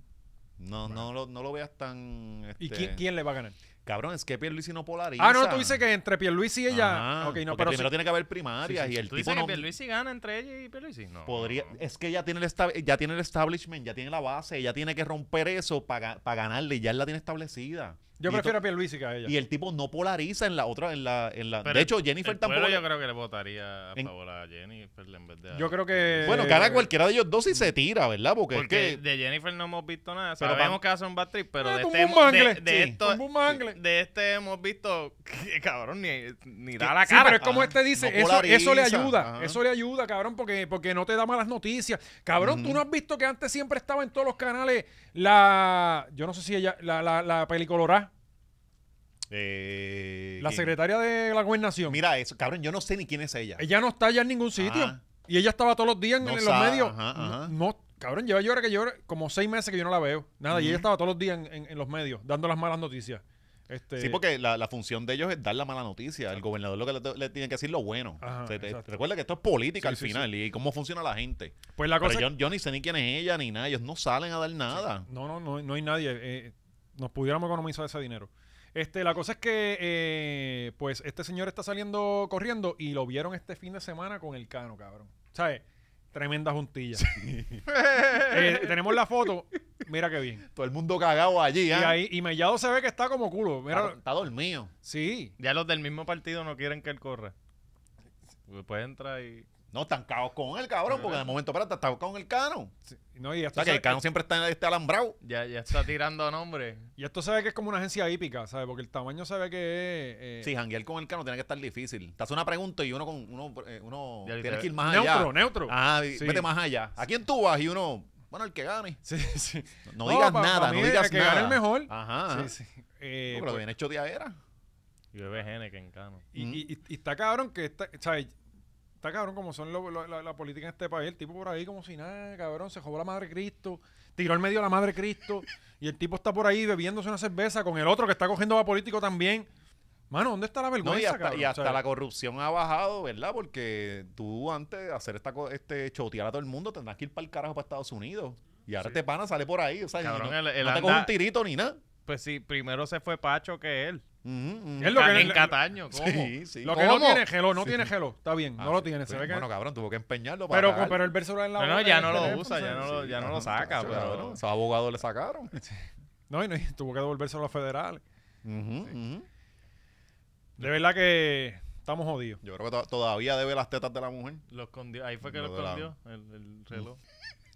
[SPEAKER 2] No, no, lo, no lo veas tan.
[SPEAKER 1] ¿Y
[SPEAKER 2] este,
[SPEAKER 1] quién, quién le va a ganar?
[SPEAKER 2] Cabrón, es que Pierluisi no polariza.
[SPEAKER 1] Ah, no, tú dices que entre Pierluisi y ella.
[SPEAKER 2] Ajá,
[SPEAKER 1] ok, no,
[SPEAKER 2] porque
[SPEAKER 1] pero.
[SPEAKER 2] primero
[SPEAKER 1] sí-
[SPEAKER 2] tiene que haber primarias
[SPEAKER 1] Sí, sí,
[SPEAKER 2] y el
[SPEAKER 3] ¿Tú
[SPEAKER 2] tipo
[SPEAKER 3] dices
[SPEAKER 2] no
[SPEAKER 3] que Pierluisi gana entre ella y Pierluisi? No.
[SPEAKER 2] podría. eh, Es que ya tiene, el esta- ya tiene el establishment, ya tiene la base, ella tiene que romper eso para ganarle, ya él la tiene establecida.
[SPEAKER 1] Yo
[SPEAKER 2] Y
[SPEAKER 1] prefiero a
[SPEAKER 2] to-
[SPEAKER 1] Pierluisi que a ella.
[SPEAKER 2] Y el tipo no polariza en la otra, en la, en la.
[SPEAKER 3] Pero
[SPEAKER 2] de
[SPEAKER 3] el-
[SPEAKER 2] hecho, Jennifer
[SPEAKER 3] el
[SPEAKER 2] tampoco.
[SPEAKER 3] pueblo yo creo que le votaría a
[SPEAKER 2] En-
[SPEAKER 3] favor a Jennifer en vez de a-
[SPEAKER 1] Yo creo que.
[SPEAKER 2] Bueno, gana cualquiera de ellos dos y se tira, ¿verdad? Porque, es
[SPEAKER 3] Porque
[SPEAKER 2] que-
[SPEAKER 3] de Jennifer no hemos visto nada.
[SPEAKER 2] Pero
[SPEAKER 3] Sabemos
[SPEAKER 2] pam-
[SPEAKER 3] que hace un bad trip, pero
[SPEAKER 1] Eh,
[SPEAKER 3] de
[SPEAKER 1] tumbó
[SPEAKER 3] este,
[SPEAKER 1] un
[SPEAKER 3] hemos, de,
[SPEAKER 1] mangle.
[SPEAKER 3] de
[SPEAKER 1] Sí,
[SPEAKER 3] esto,
[SPEAKER 1] tumbó un mangle.
[SPEAKER 3] de este hemos visto que, cabrón ni, ni da la
[SPEAKER 1] Sí,
[SPEAKER 3] cara.
[SPEAKER 1] pero es como
[SPEAKER 2] Ajá.
[SPEAKER 1] este dice,
[SPEAKER 2] No
[SPEAKER 1] eso, eso le
[SPEAKER 2] polariza.
[SPEAKER 1] ayuda,
[SPEAKER 2] Ajá.
[SPEAKER 1] eso le ayuda, cabrón, porque, porque no te da malas noticias. Cabrón, tú no has visto que antes siempre estaba en todos los canales la, yo no sé si ella, la, la, la pelicolorá,
[SPEAKER 2] Eh,
[SPEAKER 1] la
[SPEAKER 2] ¿quién?
[SPEAKER 1] secretaria de la gobernación.
[SPEAKER 2] Mira eso, cabrón, yo no sé ni quién es ella.
[SPEAKER 1] Ella no está ya en ningún sitio.
[SPEAKER 2] Ajá.
[SPEAKER 1] Y ella estaba todos los días en,
[SPEAKER 2] No
[SPEAKER 1] en los
[SPEAKER 2] sabe,
[SPEAKER 1] medios.
[SPEAKER 2] ajá, ajá.
[SPEAKER 1] No, cabrón, lleva yo ahora que yo como seis meses que yo no la veo. Nada, y ella estaba todos los días en, en- en los medios, dando las malas noticias. Este,
[SPEAKER 2] Sí, porque la, la función de ellos es dar la mala noticia. El gobernador lo que le, le tiene que decir lo bueno.
[SPEAKER 1] Ajá,
[SPEAKER 2] O sea, te-
[SPEAKER 1] exacto.
[SPEAKER 2] recuerda que esto es política
[SPEAKER 1] Sí,
[SPEAKER 2] al
[SPEAKER 1] sí,
[SPEAKER 2] final y cómo funciona la gente.
[SPEAKER 1] Pues la
[SPEAKER 2] Pero
[SPEAKER 1] cosa.
[SPEAKER 2] yo, yo ni sé ni quién es ella ni nada. Ellos no salen a dar nada.
[SPEAKER 1] No, no, no, no hay nadie. eh, nos pudiéramos economizar ese dinero. Este, la cosa es que, eh, pues, este señor está saliendo corriendo y lo vieron este fin de semana con el cano, cabrón. ¿Sabes? Tremenda juntilla. Eh, tenemos la foto. Mira qué bien.
[SPEAKER 2] Todo el mundo cagado allí,
[SPEAKER 1] Y,
[SPEAKER 2] ¿ah?
[SPEAKER 1] ahí, y Mellado se ve que está como culo.
[SPEAKER 2] está,
[SPEAKER 1] Mira,
[SPEAKER 2] está dormido.
[SPEAKER 1] sí.
[SPEAKER 3] Ya los del mismo partido no quieren que él corra. Después entra y...
[SPEAKER 2] No, están cagados con el cabrón, porque de momento, espérate, está con el cano.
[SPEAKER 1] sí. No, y
[SPEAKER 2] O
[SPEAKER 1] esto,
[SPEAKER 2] sea, que
[SPEAKER 1] se,
[SPEAKER 2] el cano siempre está este alambrado.
[SPEAKER 3] Ya, ya está tirando nombres.
[SPEAKER 1] y esto se ve que es como una agencia hípica, ¿sabes? Porque el tamaño se ve que es... eh,
[SPEAKER 2] Sí, janguear con el cano tiene que estar difícil. Te hace una pregunta y uno con uno, eh, uno
[SPEAKER 3] Ya,
[SPEAKER 2] tienes
[SPEAKER 3] literal.
[SPEAKER 2] que ir más allá.
[SPEAKER 1] neutro, neutro.
[SPEAKER 2] Ah, y-
[SPEAKER 1] Sí.
[SPEAKER 2] vete más allá. ¿A quién tú vas? Y uno, bueno, el que gane.
[SPEAKER 1] Sí, sí.
[SPEAKER 2] No, digas
[SPEAKER 1] pa- pa
[SPEAKER 2] nada,
[SPEAKER 1] mí
[SPEAKER 2] no
[SPEAKER 1] el
[SPEAKER 2] digas
[SPEAKER 1] que
[SPEAKER 2] nada.
[SPEAKER 1] gane el mejor.
[SPEAKER 2] Ajá.
[SPEAKER 1] Sí, sí. Eh,
[SPEAKER 2] Ah. No, pero
[SPEAKER 1] pues,
[SPEAKER 2] bien hecho diadera.
[SPEAKER 3] Y bebe gene que encano.
[SPEAKER 1] Y,
[SPEAKER 2] Mm.
[SPEAKER 1] y- y- y está cabrón que está, ¿sabes? Está cabrón como son lo- lo- la, la política en este país. El tipo por ahí como si nada, cabrón, se jodó la madre Cristo, tiró al medio a la madre Cristo y el tipo está por ahí bebiéndose una cerveza con el otro que está cogiendo a político también. Mano, ¿dónde está la vergüenza,
[SPEAKER 2] No, y hasta,
[SPEAKER 1] cabrón?
[SPEAKER 2] y hasta
[SPEAKER 1] O sea,
[SPEAKER 2] la corrupción ha bajado, ¿verdad? Porque tú antes de hacer esta co- este chotear a todo el mundo tendrás que ir para el carajo para Estados Unidos. Y ahora este pana sale por ahí. O sea, y
[SPEAKER 3] Cabrón,
[SPEAKER 2] no,
[SPEAKER 3] el- el
[SPEAKER 2] no te
[SPEAKER 3] anda-
[SPEAKER 2] coge un tirito ni nada.
[SPEAKER 3] Pues sí, primero se fue Pacho que él.
[SPEAKER 2] Ujú, ujú.
[SPEAKER 1] Es lo que-
[SPEAKER 3] en Cataño, ¿cómo?
[SPEAKER 2] Sí, sí.
[SPEAKER 1] Lo que no
[SPEAKER 2] ¿Cómo?
[SPEAKER 1] tiene gelo, no tiene gelo. Está bien,
[SPEAKER 2] Ah,
[SPEAKER 1] no lo
[SPEAKER 2] sí.
[SPEAKER 1] tiene. se
[SPEAKER 2] Sí,
[SPEAKER 1] ve que-
[SPEAKER 2] Bueno, cabrón, tuvo que empeñarlo para
[SPEAKER 1] pero,
[SPEAKER 2] pagar.
[SPEAKER 1] pero el verso en la
[SPEAKER 3] No, no,
[SPEAKER 1] boca
[SPEAKER 3] ya
[SPEAKER 1] del
[SPEAKER 3] no lo
[SPEAKER 1] teléfono,
[SPEAKER 3] usa, ya
[SPEAKER 1] ¿sabes?
[SPEAKER 3] no lo, ya no lo saca,
[SPEAKER 2] Chacho, cabrón,
[SPEAKER 3] pero...
[SPEAKER 2] Esos abogados le sacaron.
[SPEAKER 1] No, y no, y tuvo que devolvérselo a los federales.
[SPEAKER 2] Ujú, ujú.
[SPEAKER 1] De verdad que estamos jodidos.
[SPEAKER 2] Yo creo que to- todavía debe las tetas de la mujer.
[SPEAKER 3] Lo escondió, ahí fue que
[SPEAKER 2] Lo
[SPEAKER 3] lo,
[SPEAKER 2] de la-
[SPEAKER 3] escondió, el, el reloj.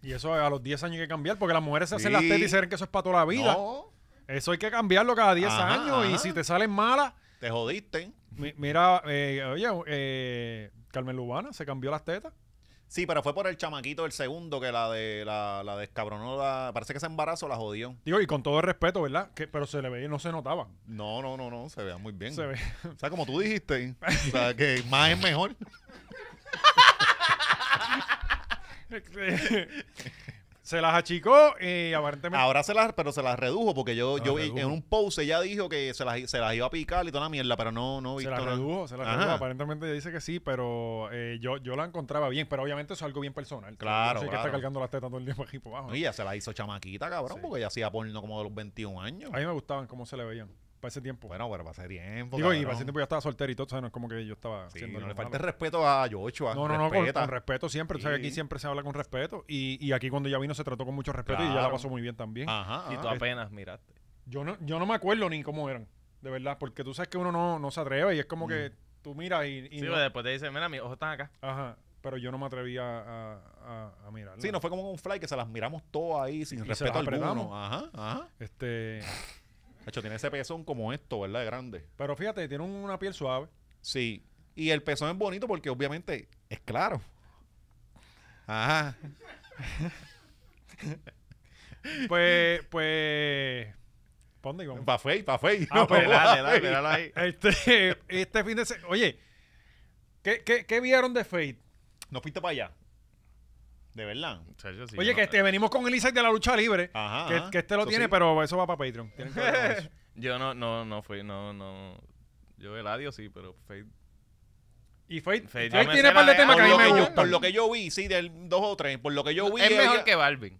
[SPEAKER 1] Y eso a los 10 años hay que cambiar, porque las mujeres se hacen
[SPEAKER 2] Sí.
[SPEAKER 1] las tetas y se creen que eso es para toda la vida.
[SPEAKER 2] No,
[SPEAKER 1] Eso hay que cambiarlo cada 10
[SPEAKER 2] Ajá,
[SPEAKER 1] años y
[SPEAKER 2] ajá.
[SPEAKER 1] si te salen malas,
[SPEAKER 2] te jodiste.
[SPEAKER 1] mi- mira, eh, oye, eh, Carmen Lubana se cambió las tetas.
[SPEAKER 2] Sí, pero fue por el chamaquito el segundo que la de la, la descabronó, la- parece que ese embarazo la jodió.
[SPEAKER 1] Digo, y con todo el respeto, ¿verdad? Que, pero se le veía, no se notaba.
[SPEAKER 2] No, no, no, no, se vea muy bien.
[SPEAKER 1] Se ve.
[SPEAKER 2] O sea, como tú dijiste, o sea, que más es mejor.
[SPEAKER 1] se las achicó y aparentemente.
[SPEAKER 2] Ahora se las, pero se las redujo porque yo,
[SPEAKER 1] Se
[SPEAKER 2] yo
[SPEAKER 1] las
[SPEAKER 2] vi-
[SPEAKER 1] redujo.
[SPEAKER 2] en un post ella dijo que se las, se las iba a picar y toda la mierda, pero no, no he
[SPEAKER 1] Se
[SPEAKER 2] visto
[SPEAKER 1] la
[SPEAKER 2] nada.
[SPEAKER 1] redujo, se la
[SPEAKER 2] Ah, Ajá.
[SPEAKER 1] redujo. Aparentemente ella dice que sí, pero eh, yo, yo la encontraba bien. Pero obviamente eso es algo bien personal.
[SPEAKER 2] Claro,
[SPEAKER 1] Sí que
[SPEAKER 2] claro.
[SPEAKER 1] está cargando las tetas todo el tiempo aquí por abajo.
[SPEAKER 2] No, y ella se la hizo chamaquita, cabrón, porque ella hacía porno como de los 21 años.
[SPEAKER 1] A mí me gustaban cómo se le veían para ese tiempo.
[SPEAKER 2] Bueno, pero pasé tiempo.
[SPEAKER 1] Digo, y
[SPEAKER 2] cabrón.
[SPEAKER 1] para ese tiempo ya estaba soltero y todo, o sea, no es como que yo estaba
[SPEAKER 2] Sí,
[SPEAKER 1] haciendo
[SPEAKER 2] no le
[SPEAKER 1] nada
[SPEAKER 2] falta el
[SPEAKER 1] malo.
[SPEAKER 2] respeto a Yochoa.
[SPEAKER 1] No, no, no, con,
[SPEAKER 2] respeta.
[SPEAKER 1] con respeto siempre. O sea, que aquí
[SPEAKER 2] Sí.
[SPEAKER 1] siempre se habla con respeto. Y, y aquí cuando ella vino se trató con mucho respeto y ya la
[SPEAKER 2] Claro. Ah.
[SPEAKER 1] pasó muy bien también.
[SPEAKER 2] Ajá.
[SPEAKER 3] Y tú
[SPEAKER 2] ajá.
[SPEAKER 3] apenas miraste.
[SPEAKER 1] Yo no, yo no me acuerdo ni cómo eran, de verdad, porque tú sabes que uno no, no se atreve y es como que
[SPEAKER 2] Mm.
[SPEAKER 1] tú miras y, y
[SPEAKER 3] Sí,
[SPEAKER 1] no-
[SPEAKER 3] pero después te dicen, mira, mis ojos están acá.
[SPEAKER 1] Ajá, pero yo no me atrevía a, a, a mirarla.
[SPEAKER 2] Sí, no fue como un fly que se las miramos todas ahí sin
[SPEAKER 1] Y se
[SPEAKER 2] respeto
[SPEAKER 1] las apretamos.
[SPEAKER 2] alguno. Ajá, ajá.
[SPEAKER 1] Este,
[SPEAKER 2] De hecho, tiene ese pezón como esto, ¿verdad? De grande.
[SPEAKER 1] pero fíjate, tiene una piel suave.
[SPEAKER 2] Sí. Y el pezón es bonito porque obviamente es claro. Ajá.
[SPEAKER 1] Pues, pues, ¿pa' dónde íbamos?
[SPEAKER 2] Pa' fey, pa' fey.
[SPEAKER 1] Ah, pues, dale,
[SPEAKER 3] dale, dale ahí.
[SPEAKER 1] Este, este fin de semana, oye, ¿qué, qué, qué vieron de Fate?
[SPEAKER 2] No fuiste para allá. De verdad.
[SPEAKER 3] Chacho, sí,
[SPEAKER 1] Oye,
[SPEAKER 3] yo
[SPEAKER 1] que
[SPEAKER 3] no-
[SPEAKER 1] este, venimos con el Isaac de la lucha libre,
[SPEAKER 2] Ajá,
[SPEAKER 1] que,
[SPEAKER 2] ajá.
[SPEAKER 1] que este lo
[SPEAKER 2] Eso
[SPEAKER 1] tiene,
[SPEAKER 2] sí.
[SPEAKER 1] pero eso va para Patreon. Tienen que ver con eso.
[SPEAKER 3] Yo no, no, no fui, no, no. Yo el adiós sí, pero Fade.
[SPEAKER 1] Y Fate,
[SPEAKER 3] Fate, yo
[SPEAKER 1] Fate
[SPEAKER 3] me
[SPEAKER 1] tiene
[SPEAKER 3] sé
[SPEAKER 1] un par de
[SPEAKER 3] la de-
[SPEAKER 1] temas que a mí
[SPEAKER 2] Por lo,
[SPEAKER 1] me
[SPEAKER 2] que yo,
[SPEAKER 1] gustan.
[SPEAKER 2] por lo que yo vi, sí, del dos o tres. Por lo que yo vi.
[SPEAKER 3] es mejor
[SPEAKER 2] ella-
[SPEAKER 3] que Balvin.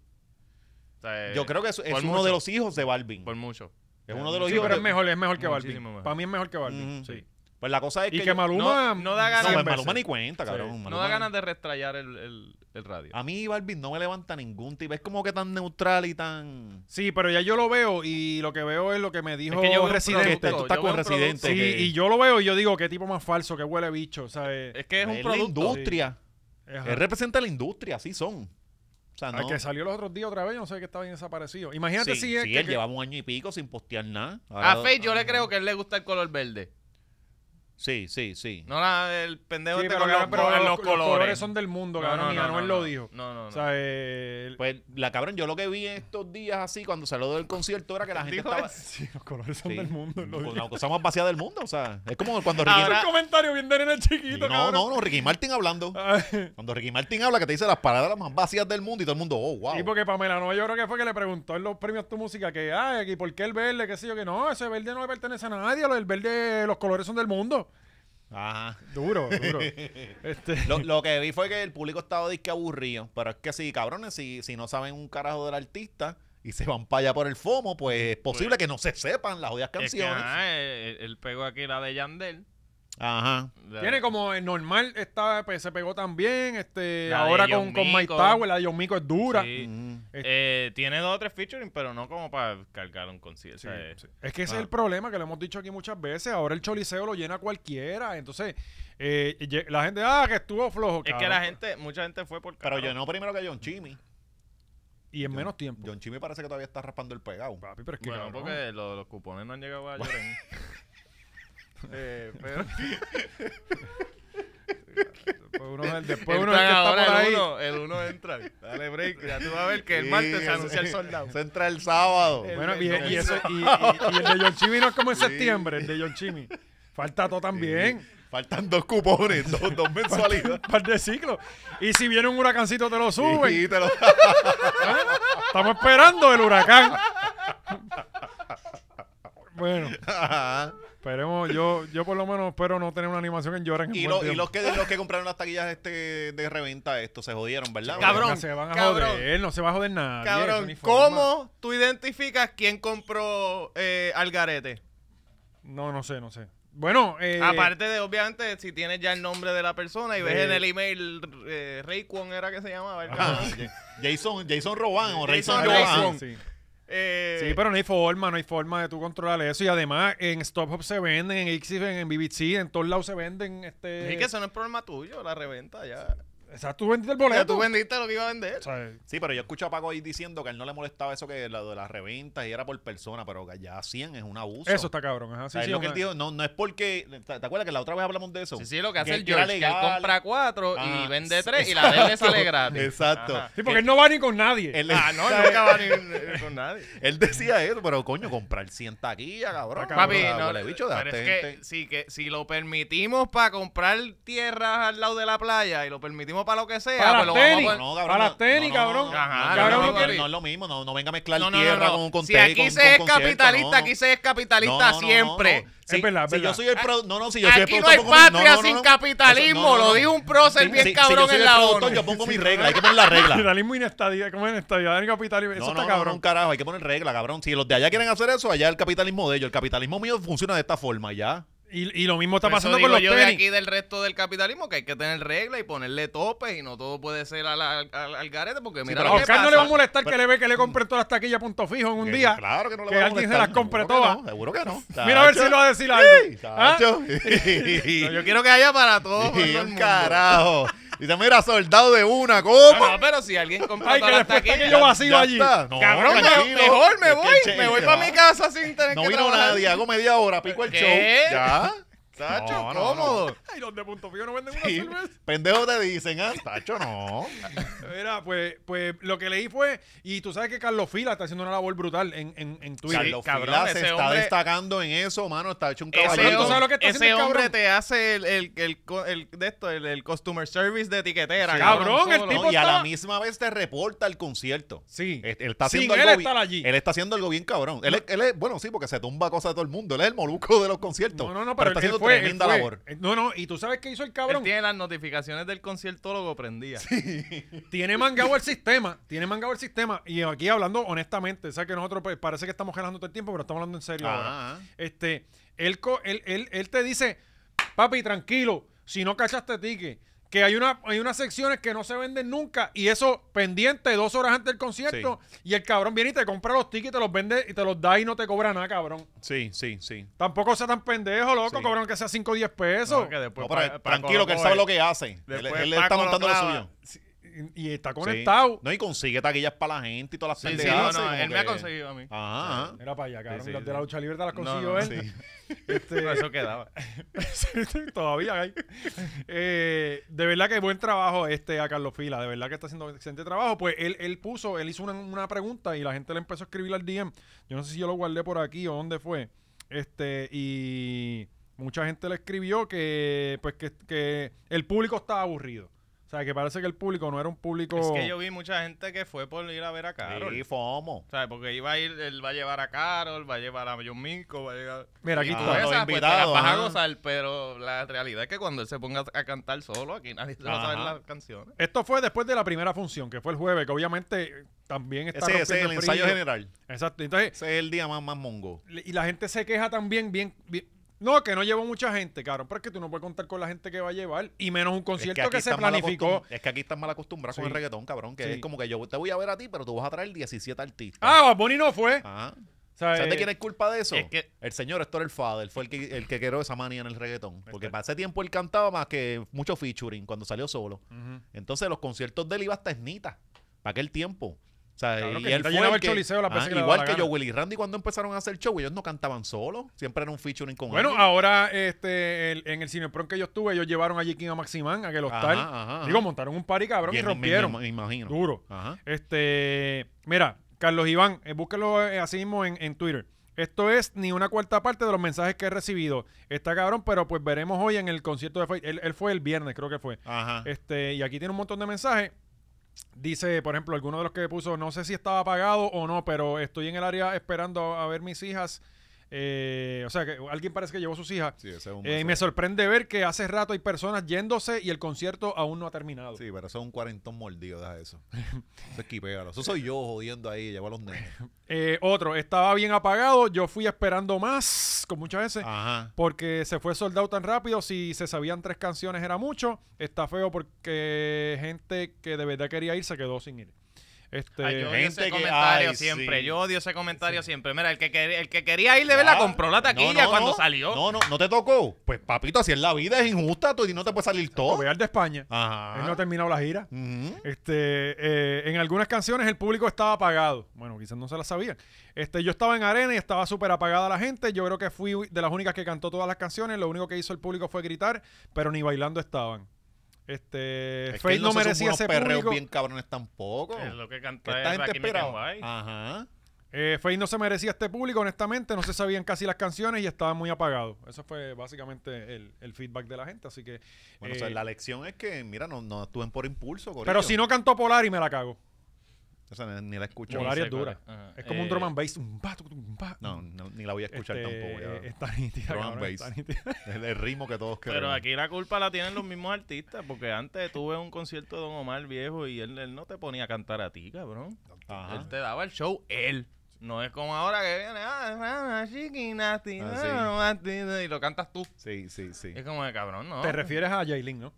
[SPEAKER 3] O sea, eh,
[SPEAKER 2] Yo creo que es, es
[SPEAKER 3] por
[SPEAKER 2] uno
[SPEAKER 3] mucho,
[SPEAKER 2] de los hijos de Balvin.
[SPEAKER 3] Por mucho.
[SPEAKER 2] Es uno de los
[SPEAKER 1] Sí,
[SPEAKER 2] hijos.
[SPEAKER 1] pero
[SPEAKER 2] de-
[SPEAKER 1] es mejor, es mejor que Balvin.
[SPEAKER 3] Muchísimo mejor.
[SPEAKER 1] Para mí es mejor que Balvin,
[SPEAKER 2] Ujú.
[SPEAKER 1] sí.
[SPEAKER 2] Pues la cosa es
[SPEAKER 1] Y
[SPEAKER 2] que.
[SPEAKER 1] que
[SPEAKER 2] yo-
[SPEAKER 1] Maluma...
[SPEAKER 3] No- no da
[SPEAKER 2] No,
[SPEAKER 3] ganas-
[SPEAKER 1] cien
[SPEAKER 2] pues
[SPEAKER 1] veces.
[SPEAKER 2] Maluma ni cuenta, cabrón.
[SPEAKER 3] No da
[SPEAKER 2] Maluma-
[SPEAKER 3] ganas de restrayar el, el, el radio.
[SPEAKER 2] A mí Balvin no me levanta ningún tipo. Es como que tan neutral y tan.
[SPEAKER 1] Sí, pero ya yo lo veo y lo que veo es lo que me dijo
[SPEAKER 3] que yo veo un
[SPEAKER 1] Residente.
[SPEAKER 2] Este, tú
[SPEAKER 3] yo
[SPEAKER 2] estás
[SPEAKER 3] veo
[SPEAKER 2] con
[SPEAKER 3] un
[SPEAKER 2] residente.
[SPEAKER 1] Sí,
[SPEAKER 2] que-
[SPEAKER 1] y yo lo veo y yo digo, qué tipo más falso, qué huele bicho, ¿sabes?
[SPEAKER 3] Es que es un
[SPEAKER 2] Él
[SPEAKER 3] producto.
[SPEAKER 2] la industria.
[SPEAKER 1] Ajá.
[SPEAKER 2] Él representa la industria, así son. O sea,
[SPEAKER 1] Al
[SPEAKER 2] no.
[SPEAKER 1] que salió los otros días otra vez, yo no sé qué estaba bien desaparecido. Imagínate
[SPEAKER 2] Sí,
[SPEAKER 1] si es
[SPEAKER 2] sí,
[SPEAKER 1] que,
[SPEAKER 2] él
[SPEAKER 1] que-
[SPEAKER 2] llevaba un año y pico sin postear nada.
[SPEAKER 3] A
[SPEAKER 2] Ahora-
[SPEAKER 3] Fade yo le creo que a él le gusta el color verde.
[SPEAKER 2] Sí, sí, sí.
[SPEAKER 3] No la, el
[SPEAKER 1] Sí,
[SPEAKER 3] pendejo este
[SPEAKER 1] pero,
[SPEAKER 3] con los,
[SPEAKER 1] cabrón, pero
[SPEAKER 3] con
[SPEAKER 1] los, los
[SPEAKER 3] los
[SPEAKER 1] colores. son del mundo,
[SPEAKER 3] No,
[SPEAKER 1] cabrón,
[SPEAKER 3] no,
[SPEAKER 1] y
[SPEAKER 3] no,
[SPEAKER 1] Anuel
[SPEAKER 3] no,
[SPEAKER 1] lo
[SPEAKER 3] no.
[SPEAKER 1] dijo.
[SPEAKER 3] No, no, no.
[SPEAKER 1] O sea, eh, el-
[SPEAKER 2] Pues la cabrón, yo lo que vi en estos días así, cuando salió del concierto, era que la gente
[SPEAKER 3] Dijo
[SPEAKER 2] estaba.
[SPEAKER 3] eso.
[SPEAKER 1] sí, los colores son
[SPEAKER 2] Sí.
[SPEAKER 1] del mundo. lo
[SPEAKER 2] Con
[SPEAKER 1] dijo.
[SPEAKER 2] la cosa más vacía del mundo. O sea, es como cuando Ricky.
[SPEAKER 1] Ahora- Ah, un comentario bien de nene
[SPEAKER 2] Sí,
[SPEAKER 1] chiquito,
[SPEAKER 2] no, no, no, Ricky Martin hablando. Cuando Ricky Martin habla, que te dice las palabras más vacías del mundo y todo el mundo, oh, wow.
[SPEAKER 1] Y porque Pamela no, yo creo que fue que le preguntó en los premios tu música que, ay, ¿y por qué el verde? Que sé yo, que no, ese verde no le pertenece a nadie, lo- el verde, los colores son del mundo.
[SPEAKER 2] Ajá.
[SPEAKER 1] Duro, duro. este,
[SPEAKER 2] Lo, lo que vi fue que el público estaba disque aburrido. Pero es que sí, cabrones, si, si no saben un carajo del artista y se van para allá por el FOMO, pues es posible que no se sepan las jodidas
[SPEAKER 3] es que, ah,
[SPEAKER 2] canciones.
[SPEAKER 3] ajá, él, él pegó aquí la de Yandel.
[SPEAKER 2] Ajá.
[SPEAKER 3] La-
[SPEAKER 1] Tiene como el normal, está, pues, se pegó también. Este,
[SPEAKER 3] La de
[SPEAKER 1] ahora
[SPEAKER 3] John
[SPEAKER 1] con, con Mike
[SPEAKER 3] Mico.
[SPEAKER 1] Tower, la de John Mico es dura.
[SPEAKER 3] Sí.
[SPEAKER 2] Mm.
[SPEAKER 3] Eh, tiene dos o tres featuring, pero no como para cargar un concierto.
[SPEAKER 1] Sí,
[SPEAKER 3] o sea,
[SPEAKER 1] sí. Es que ese es
[SPEAKER 2] Ah.
[SPEAKER 1] el problema que lo hemos dicho aquí muchas veces. Ahora el choliseo lo llena cualquiera. Entonces, eh, ye- la gente, ah, que estuvo flojo.
[SPEAKER 3] Es que
[SPEAKER 1] cabrón". pues.
[SPEAKER 3] la gente, mucha gente fue por
[SPEAKER 2] Pero
[SPEAKER 3] cabrón.
[SPEAKER 2] yo no primero que John Chimmy.
[SPEAKER 1] Y en menos tiempo.
[SPEAKER 2] John Chimmy parece que todavía está raspando el pegado.
[SPEAKER 1] Papi, pero es que.
[SPEAKER 3] Bueno,
[SPEAKER 1] cabrón.
[SPEAKER 3] porque lo- los cupones no han llegado a Lloren. eh, pero
[SPEAKER 1] Después Pues uno es el, después uno es el
[SPEAKER 3] Entran
[SPEAKER 1] que está
[SPEAKER 3] ahora
[SPEAKER 1] por
[SPEAKER 3] el
[SPEAKER 1] ahí.
[SPEAKER 3] uno, el uno entra. Dale break, ya tú vas a ver que el martes se anuncia el soldado.
[SPEAKER 2] Se entra el sábado.
[SPEAKER 1] Bueno,
[SPEAKER 3] el-
[SPEAKER 1] y,
[SPEAKER 3] el-
[SPEAKER 1] y eso- y- y- y el de John Chimmy no es como en septiembre, el de John Chimmy. Falta todo también.
[SPEAKER 2] Faltan dos cupones, dos, dos mensualidades.
[SPEAKER 1] Un par de ciclos. Y si viene un huracancito, te lo suben.
[SPEAKER 2] Y te lo-
[SPEAKER 1] Estamos esperando el huracán. Bueno,
[SPEAKER 2] Ajá.
[SPEAKER 1] esperemos, yo, yo por lo menos espero no tener una animación en lloran. en
[SPEAKER 2] Y,
[SPEAKER 1] buen
[SPEAKER 2] lo- y
[SPEAKER 1] tiempo.
[SPEAKER 2] los, que, los que compraron las taquillas este de reventa, esto se jodieron, ¿verdad?
[SPEAKER 3] Cabrón,
[SPEAKER 1] se van a
[SPEAKER 3] cabrón.
[SPEAKER 1] joder, no se va a joder nadie. eso
[SPEAKER 3] Cabrón,
[SPEAKER 1] ni forma.
[SPEAKER 3] ¿cómo tú identificas quién compró eh, al garete?
[SPEAKER 1] No, no sé, no sé. Bueno, eh,
[SPEAKER 3] Aparte de, obviamente, si tienes ya el nombre de la persona y ves
[SPEAKER 1] Eh.
[SPEAKER 3] en el email, eh, Rayquan era que se llamaba. el
[SPEAKER 2] Ah,
[SPEAKER 3] cabrón.
[SPEAKER 2] Jason, Jason Roban o Jason
[SPEAKER 3] Jason
[SPEAKER 2] Roban.
[SPEAKER 3] Roban.
[SPEAKER 1] sí.
[SPEAKER 3] Eh,
[SPEAKER 1] Sí, pero no hay forma, no hay forma de tú controlar eso. Y además, en Stop Hop se venden, en Ixif, en BBC, en todos lados se venden. Este,
[SPEAKER 3] Es que eso no es problema tuyo, la reventa ya.
[SPEAKER 1] sea, tú vendiste el
[SPEAKER 3] Ya
[SPEAKER 1] boleto.
[SPEAKER 3] tú vendiste lo que iba a vender.
[SPEAKER 1] O sea,
[SPEAKER 2] Sí, pero yo escucho a Paco ahí diciendo que a él no le molestaba eso que lo de las reventas y era por persona, pero que ya 100 es un abuso.
[SPEAKER 1] eso está cabrón. Ajá,
[SPEAKER 2] O
[SPEAKER 1] sí,
[SPEAKER 2] sea, es
[SPEAKER 1] sí,
[SPEAKER 2] lo que
[SPEAKER 1] una-
[SPEAKER 2] él dijo, no, no es porque. ¿Te te acuerdas que la otra vez hablamos de eso?
[SPEAKER 3] Sí, sí, lo que hace
[SPEAKER 2] Que-
[SPEAKER 3] el
[SPEAKER 2] que era
[SPEAKER 3] George, que él
[SPEAKER 2] legal.
[SPEAKER 3] compra cuatro y
[SPEAKER 2] Ajá,
[SPEAKER 3] vende
[SPEAKER 2] sí,
[SPEAKER 3] tres y la de él le sale gratis.
[SPEAKER 2] Exacto.
[SPEAKER 3] Ajá.
[SPEAKER 1] Sí, porque él no va ni con nadie.
[SPEAKER 2] Él,
[SPEAKER 3] Ah, no, nunca va a ir con nadie.
[SPEAKER 2] él decía eso, pero coño, comprar 100 taquillas, cabrón.
[SPEAKER 3] Papi,
[SPEAKER 2] Cabrón,
[SPEAKER 3] no,
[SPEAKER 2] huele bicho,
[SPEAKER 3] pero
[SPEAKER 2] date
[SPEAKER 3] es que
[SPEAKER 2] gente.
[SPEAKER 3] si, que si lo permitimos para comprar tierras al lado de la playa y lo permitimos para lo que sea,
[SPEAKER 1] Para
[SPEAKER 3] pues
[SPEAKER 1] las
[SPEAKER 3] lo vamos a
[SPEAKER 1] tenis.
[SPEAKER 3] poner-
[SPEAKER 2] No,
[SPEAKER 1] Para las tenis, cabrón.
[SPEAKER 3] Ajá,
[SPEAKER 1] Cabrón,
[SPEAKER 2] no,
[SPEAKER 1] no
[SPEAKER 2] no,
[SPEAKER 1] quiere-
[SPEAKER 2] no es lo mismo, no, no venga a mezclar
[SPEAKER 3] No, no, no,
[SPEAKER 2] tierra
[SPEAKER 3] no.
[SPEAKER 2] con, con
[SPEAKER 3] si
[SPEAKER 2] tele,
[SPEAKER 3] aquí
[SPEAKER 2] con-
[SPEAKER 3] se
[SPEAKER 2] con
[SPEAKER 3] es
[SPEAKER 2] concierto,
[SPEAKER 3] capitalista,
[SPEAKER 2] no, no.
[SPEAKER 3] aquí se es
[SPEAKER 2] No,
[SPEAKER 3] capitalista
[SPEAKER 2] no, no, no,
[SPEAKER 3] siempre.
[SPEAKER 2] no. Si-
[SPEAKER 1] verdad, es
[SPEAKER 2] si
[SPEAKER 1] verdad.
[SPEAKER 2] yo soy el produ- no, no, si yo soy el
[SPEAKER 3] Aquí no hay
[SPEAKER 2] productor, pongo mi-
[SPEAKER 3] patria
[SPEAKER 2] no, no,
[SPEAKER 3] sin
[SPEAKER 2] no.
[SPEAKER 3] capitalismo,
[SPEAKER 2] Eso- no, no,
[SPEAKER 3] lo
[SPEAKER 2] no.
[SPEAKER 3] dijo un prócer
[SPEAKER 2] Si-
[SPEAKER 3] bien
[SPEAKER 2] si- si
[SPEAKER 3] cabrón
[SPEAKER 2] yo soy
[SPEAKER 3] en
[SPEAKER 2] el
[SPEAKER 3] la
[SPEAKER 2] productor,
[SPEAKER 3] ONU.
[SPEAKER 2] Yo pongo mi regla, hay que poner la regla.
[SPEAKER 1] Capitalismo inestadidad, ¿cómo es inestadidad? Capitalismo, eso
[SPEAKER 2] no,
[SPEAKER 1] está
[SPEAKER 2] no,
[SPEAKER 1] cabrón.
[SPEAKER 2] No, un carajo, hay que poner regla, cabrón. Si los de allá quieren hacer eso, allá el capitalismo de ellos. El capitalismo mío funciona de esta forma, ya.
[SPEAKER 1] Y, y lo mismo está
[SPEAKER 3] Por eso
[SPEAKER 1] pasando
[SPEAKER 3] digo
[SPEAKER 1] con los
[SPEAKER 3] yo de
[SPEAKER 1] tenis.
[SPEAKER 3] aquí del resto del capitalismo que hay que tener reglas y ponerle topes y no todo puede ser al, al, al- al garete porque mira
[SPEAKER 1] A
[SPEAKER 3] lo que
[SPEAKER 1] Oscar
[SPEAKER 3] pasa.
[SPEAKER 1] no le va a molestar que le ve que le compren todas las taquillas a punto fijo en un
[SPEAKER 2] Que-
[SPEAKER 1] día.
[SPEAKER 2] Claro que no le
[SPEAKER 1] que
[SPEAKER 2] va a
[SPEAKER 1] alguien se
[SPEAKER 2] molestar,
[SPEAKER 1] las compre
[SPEAKER 2] seguro que
[SPEAKER 1] todas.
[SPEAKER 2] no, seguro que no.
[SPEAKER 1] Mira a ver si lo va a decir algo. ¿Ah?
[SPEAKER 2] Chacho.
[SPEAKER 3] No, yo quiero que haya para todo,
[SPEAKER 2] Sí,
[SPEAKER 3] todo el
[SPEAKER 2] un
[SPEAKER 3] mundo.
[SPEAKER 2] carajo. Dice, mira, soldado de una,
[SPEAKER 3] No,
[SPEAKER 2] ¿cómo?
[SPEAKER 3] no, pero si alguien compra
[SPEAKER 1] Ay, que
[SPEAKER 3] todas las
[SPEAKER 1] después está
[SPEAKER 3] taquillas,
[SPEAKER 1] que yo vacío
[SPEAKER 2] Ya
[SPEAKER 1] allí.
[SPEAKER 2] está. No,
[SPEAKER 3] Cabrón, me-
[SPEAKER 2] tranquilo.
[SPEAKER 3] mejor me
[SPEAKER 2] Es que
[SPEAKER 3] voy.
[SPEAKER 2] che,
[SPEAKER 3] me voy
[SPEAKER 2] se
[SPEAKER 3] para
[SPEAKER 2] va.
[SPEAKER 3] mi casa sin tener
[SPEAKER 2] No
[SPEAKER 3] que
[SPEAKER 2] vino
[SPEAKER 3] trabajar.
[SPEAKER 2] nadie, hago media hora, pico el
[SPEAKER 3] ¿Qué?
[SPEAKER 2] show. Ya.
[SPEAKER 3] Tacho,
[SPEAKER 2] No, no, no.
[SPEAKER 3] cómodo.
[SPEAKER 1] Ay, los de punto fijo no venden una
[SPEAKER 2] Sí,
[SPEAKER 1] cerveza.
[SPEAKER 2] Pendejo te dicen, ah, tacho, no.
[SPEAKER 1] Mira, pues, pues lo que leí fue, y tú sabes que Carlos Fila está haciendo una labor brutal en, en, en Twitter.
[SPEAKER 2] Carlos
[SPEAKER 3] cabrón,
[SPEAKER 2] Fila se
[SPEAKER 3] ese
[SPEAKER 2] está
[SPEAKER 3] hombre-
[SPEAKER 2] destacando en eso, mano. Está hecho un
[SPEAKER 3] Ese,
[SPEAKER 2] caballero.
[SPEAKER 1] ¿tú sabes
[SPEAKER 3] hombre,
[SPEAKER 1] lo que está
[SPEAKER 3] ese
[SPEAKER 1] haciendo el
[SPEAKER 3] hombre
[SPEAKER 1] cabrón?
[SPEAKER 3] te hace el, el, el co- el- de esto, el, el customer service de etiquetera.
[SPEAKER 1] Sí. Cabrón,
[SPEAKER 3] cabrón
[SPEAKER 1] el
[SPEAKER 3] solo.
[SPEAKER 1] tipo-
[SPEAKER 2] No, y a la
[SPEAKER 1] estaba-
[SPEAKER 2] misma vez te reporta el concierto.
[SPEAKER 1] Sí.
[SPEAKER 2] Este, Él, él está
[SPEAKER 1] Sin
[SPEAKER 2] haciendo
[SPEAKER 1] él
[SPEAKER 2] algo
[SPEAKER 1] estar
[SPEAKER 2] bien-
[SPEAKER 1] allí.
[SPEAKER 2] Él está haciendo algo bien cabrón. Él, es- él es, bueno, sí, porque se tumba cosas de todo el mundo. Él es el molusco de los conciertos.
[SPEAKER 1] No, no, no, pero,
[SPEAKER 2] está
[SPEAKER 1] él- él
[SPEAKER 2] haciendo
[SPEAKER 1] fue, él
[SPEAKER 2] tremenda
[SPEAKER 1] fue.
[SPEAKER 2] labor.
[SPEAKER 1] Eh, No, no, y tú sabes qué hizo el
[SPEAKER 3] Él
[SPEAKER 1] cabrón.
[SPEAKER 3] tiene las notificaciones del conciertólogo prendidas.
[SPEAKER 1] Tiene mangado el sistema, tiene mangado el sistema. Y aquí hablando honestamente, sabes que nosotros pues, parece que estamos gelando todo el tiempo, pero estamos hablando en serio ahora.
[SPEAKER 2] Ah,
[SPEAKER 1] Este, él, co- él, él, él te dice, papi, tranquilo, si no cachaste ticket, que hay, una, hay unas secciones que no se venden nunca y eso pendiente dos horas antes del concierto y el cabrón viene y te compra los tickets, te los vende y te los da y no te cobra nada, cabrón.
[SPEAKER 2] sí, sí, sí.
[SPEAKER 1] Tampoco sea tan pendejo, loco,
[SPEAKER 2] Sí.
[SPEAKER 1] cobran que sea 5 o 10 pesos.
[SPEAKER 3] No, que después
[SPEAKER 2] No, pero
[SPEAKER 3] Pa- Paco
[SPEAKER 2] tranquilo, que él
[SPEAKER 3] Loco
[SPEAKER 2] sabe
[SPEAKER 3] es-
[SPEAKER 2] lo que hace. Él,
[SPEAKER 3] después
[SPEAKER 2] él está
[SPEAKER 3] Paco lo
[SPEAKER 2] montando lo
[SPEAKER 3] clava.
[SPEAKER 2] suyo.
[SPEAKER 1] y, y está
[SPEAKER 2] Sí.
[SPEAKER 1] conectado.
[SPEAKER 2] No, y consigue taquillas para la gente y todas las
[SPEAKER 3] Sí, sí, no,
[SPEAKER 2] pendejadas,
[SPEAKER 3] no,
[SPEAKER 2] como
[SPEAKER 3] él me ha
[SPEAKER 2] que- Ah,
[SPEAKER 3] conseguido a mí.
[SPEAKER 2] Ajá. ajá.
[SPEAKER 1] Era para allá, cabrón.
[SPEAKER 3] sí,
[SPEAKER 1] las de
[SPEAKER 3] sí.
[SPEAKER 1] la lucha libre las
[SPEAKER 3] No,
[SPEAKER 1] consiguió
[SPEAKER 3] no,
[SPEAKER 1] él. Este,
[SPEAKER 2] Sí.
[SPEAKER 3] No, eso quedaba.
[SPEAKER 1] Sí, Todavía hay. Eh, de verdad que buen trabajo este a Carlos Fila. De verdad que está haciendo excelente trabajo. Pues él, él puso, él hizo una, una pregunta y la gente le empezó a escribir al DM. Yo no sé si yo lo guardé por aquí o dónde fue. Este, y mucha gente le escribió que, pues, que, que el público estaba aburrido. O sea, que parece que el público no era un público.
[SPEAKER 3] Es que yo vi mucha gente que fue por ir a ver a Carol.
[SPEAKER 2] Sí, FOMO.
[SPEAKER 3] ¿Sabes? Porque iba a ir, él va a llevar a Carol, va a llevar a John Minko, va a llevar...
[SPEAKER 1] Mira, aquí
[SPEAKER 3] Y tú
[SPEAKER 2] Ah,
[SPEAKER 1] está.
[SPEAKER 2] los
[SPEAKER 3] esas, pues, te las
[SPEAKER 2] invitados,
[SPEAKER 3] vas a
[SPEAKER 2] ajá.
[SPEAKER 3] gozar, pero la realidad es que cuando él se ponga a cantar solo, aquí nadie se va a saber
[SPEAKER 2] Ajá.
[SPEAKER 3] las canciones.
[SPEAKER 1] Esto fue después de la primera función, que fue el jueves, que obviamente eh, también está
[SPEAKER 2] Ese, ese es el
[SPEAKER 1] rompiendo
[SPEAKER 2] ensayo
[SPEAKER 1] frío.
[SPEAKER 2] general.
[SPEAKER 1] Exacto. Entonces,
[SPEAKER 2] Ese es el día más, más mongo.
[SPEAKER 1] Le- Y la gente se queja también bien, bien- No, que no llevó mucha gente, cabrón, pero es que tú no puedes contar con la gente que va a llevar, y menos un concierto
[SPEAKER 2] aquí
[SPEAKER 1] que, se
[SPEAKER 2] están mal
[SPEAKER 1] planificó.
[SPEAKER 2] acostum- Es que aquí están mal acostumbrados
[SPEAKER 1] Sí.
[SPEAKER 2] con el reggaetón, cabrón. Que
[SPEAKER 1] Sí.
[SPEAKER 2] es como que yo te voy a ver a ti, pero tú vas a traer 17 artistas.
[SPEAKER 1] Ah, Bad Bunny no fue.
[SPEAKER 2] Ajá.
[SPEAKER 1] O sea,
[SPEAKER 2] ¿Sabes de
[SPEAKER 1] eh,
[SPEAKER 2] quién es culpa de eso?
[SPEAKER 3] es que-
[SPEAKER 2] El señor Héctor El Fader fue el que, el que creó esa manía en el reggaetón. Porque para ese tiempo él cantaba más que mucho featuring cuando salió solo.
[SPEAKER 1] Ujú.
[SPEAKER 2] Entonces los conciertos de él iba hasta Esnita. Para aquel tiempo. O sea,
[SPEAKER 1] Claro,
[SPEAKER 2] y
[SPEAKER 1] que
[SPEAKER 2] él
[SPEAKER 1] Nita
[SPEAKER 2] fue
[SPEAKER 1] llenaba
[SPEAKER 2] el Ah,
[SPEAKER 1] el Choliseo las veces que le daba
[SPEAKER 2] Igual
[SPEAKER 1] la
[SPEAKER 2] que
[SPEAKER 1] gana.
[SPEAKER 2] yo, Willy Randy, cuando empezaron a hacer show, ellos no cantaban solo. Siempre era un featuring con
[SPEAKER 1] Bueno,
[SPEAKER 2] alguien.
[SPEAKER 1] ahora este, el- en el cinepron que yo estuve, ellos llevaron allí King a Maximán, a que los
[SPEAKER 2] Ajá,
[SPEAKER 1] tal.
[SPEAKER 2] ajá, ajá.
[SPEAKER 1] Digo, montaron un party, ah, cabrón,
[SPEAKER 2] Y
[SPEAKER 1] y
[SPEAKER 2] él me- me-
[SPEAKER 1] rompieron.
[SPEAKER 2] Me, imagino.
[SPEAKER 1] Duro.
[SPEAKER 2] Ajá.
[SPEAKER 1] Este, mira, Carlos Iván, eh, búsquelo eh, así mismo en, en Twitter. Esto es ni una cuarta parte de los mensajes que he recibido. Está cabrón, pero pues veremos hoy en el concierto de Faith. Él, él fue el viernes, creo que fue.
[SPEAKER 2] Ajá.
[SPEAKER 1] Este, y aquí tiene un montón de mensajes. Dice, por ejemplo, alguno de los que puso, no sé si estaba apagado o no, pero estoy en el área esperando a, a ver mis hijas. Eh, o sea, que alguien parece que llevó sus hijas.
[SPEAKER 2] Sí, ese es un
[SPEAKER 1] Eh, y me sorprende ver que hace rato hay personas yéndose y el concierto aún no ha terminado.
[SPEAKER 2] Sí, pero eso es un cuarentón mordido, deja eso. Eso es quipégalo. Eso soy yo jodiendo ahí, llevo a los nenes.
[SPEAKER 1] Eh, otro, estaba bien apagado, yo fui esperando más, con muchas veces.
[SPEAKER 2] Ajá.
[SPEAKER 1] Porque se fue soldado tan rápido, si se sabían tres canciones era mucho, está feo porque gente que de verdad quería ir se quedó sin ir. Este,
[SPEAKER 3] Ay, yo odio
[SPEAKER 2] gente
[SPEAKER 3] ese
[SPEAKER 2] que-
[SPEAKER 3] comentario
[SPEAKER 2] ay,
[SPEAKER 3] siempre.
[SPEAKER 2] sí.
[SPEAKER 3] Yo odio ese comentario siempre. Mira, el que, quer- el que quería ir de verdad
[SPEAKER 2] Ah,
[SPEAKER 3] compró la taquilla
[SPEAKER 2] no, no,
[SPEAKER 3] cuando
[SPEAKER 2] no.
[SPEAKER 3] salió.
[SPEAKER 2] No, no, no te tocó. Pues papito, así es la vida, es injusta tú, y no te puede salir
[SPEAKER 1] o
[SPEAKER 2] todo.
[SPEAKER 1] ve al de España.
[SPEAKER 2] Ajá.
[SPEAKER 1] Él no ha terminado la gira.
[SPEAKER 2] Ujú.
[SPEAKER 1] Este, eh, en algunas canciones el público estaba apagado. Bueno, quizás no se las sabían. Este, yo estaba en arena y estaba súper apagada la gente. Yo creo que fui de las únicas que cantó todas las canciones. Lo único que hizo el público fue gritar, pero ni bailando estaban. Este,
[SPEAKER 2] Es que
[SPEAKER 1] Faith
[SPEAKER 2] él
[SPEAKER 1] no,
[SPEAKER 2] se
[SPEAKER 1] merecía
[SPEAKER 2] supo
[SPEAKER 1] ese
[SPEAKER 2] unos perreos
[SPEAKER 1] público.
[SPEAKER 2] bien cabrones tampoco.
[SPEAKER 3] Es lo que
[SPEAKER 2] Que
[SPEAKER 3] cantó
[SPEAKER 2] esta gente
[SPEAKER 3] Rakim y
[SPEAKER 2] esperaba. Ah,
[SPEAKER 3] Kenway.
[SPEAKER 2] Ajá.
[SPEAKER 1] Eh, Faith no se merecía este público, honestamente. No se sabían casi las canciones y estaba muy apagado. Eso fue básicamente el, el feedback de la gente. Así que.
[SPEAKER 2] Bueno,
[SPEAKER 1] eh,
[SPEAKER 2] o sea, la lección es que, mira, no, no actúen por impulso,
[SPEAKER 1] pero si no cantó Polari, me la cago.
[SPEAKER 2] ni la escucho.
[SPEAKER 3] Yo no
[SPEAKER 1] Polari
[SPEAKER 3] sé
[SPEAKER 1] es
[SPEAKER 3] cuál
[SPEAKER 1] dura.
[SPEAKER 3] es. Ajá.
[SPEAKER 1] Es como un
[SPEAKER 3] Eh,
[SPEAKER 1] drum and bass. Un pa, tu, un pa.
[SPEAKER 2] No, no, ni la voy a escuchar
[SPEAKER 1] Este,
[SPEAKER 2] tampoco. ya.
[SPEAKER 1] Está nítida,
[SPEAKER 2] Drum and
[SPEAKER 1] cabrón,
[SPEAKER 2] bass.
[SPEAKER 1] está nítida.
[SPEAKER 2] Es el ritmo que todos queremos.
[SPEAKER 3] Pero aquí la culpa la tienen los mismos artistas, porque antes tuve un concierto de Don Omar viejo y él, él no te ponía a cantar a ti, cabrón.
[SPEAKER 2] Ajá.
[SPEAKER 3] Él te daba el show él. No es como ahora que viene, "Ah, ah, ah, chiqui, nasty,
[SPEAKER 2] Ah,
[SPEAKER 3] ah,
[SPEAKER 2] sí.
[SPEAKER 3] no, ah, ti, ti", y lo cantas tú.
[SPEAKER 2] Sí, sí, sí.
[SPEAKER 3] Es como de cabrón, ¿no?
[SPEAKER 1] Te refieres a Jailin, ¿no?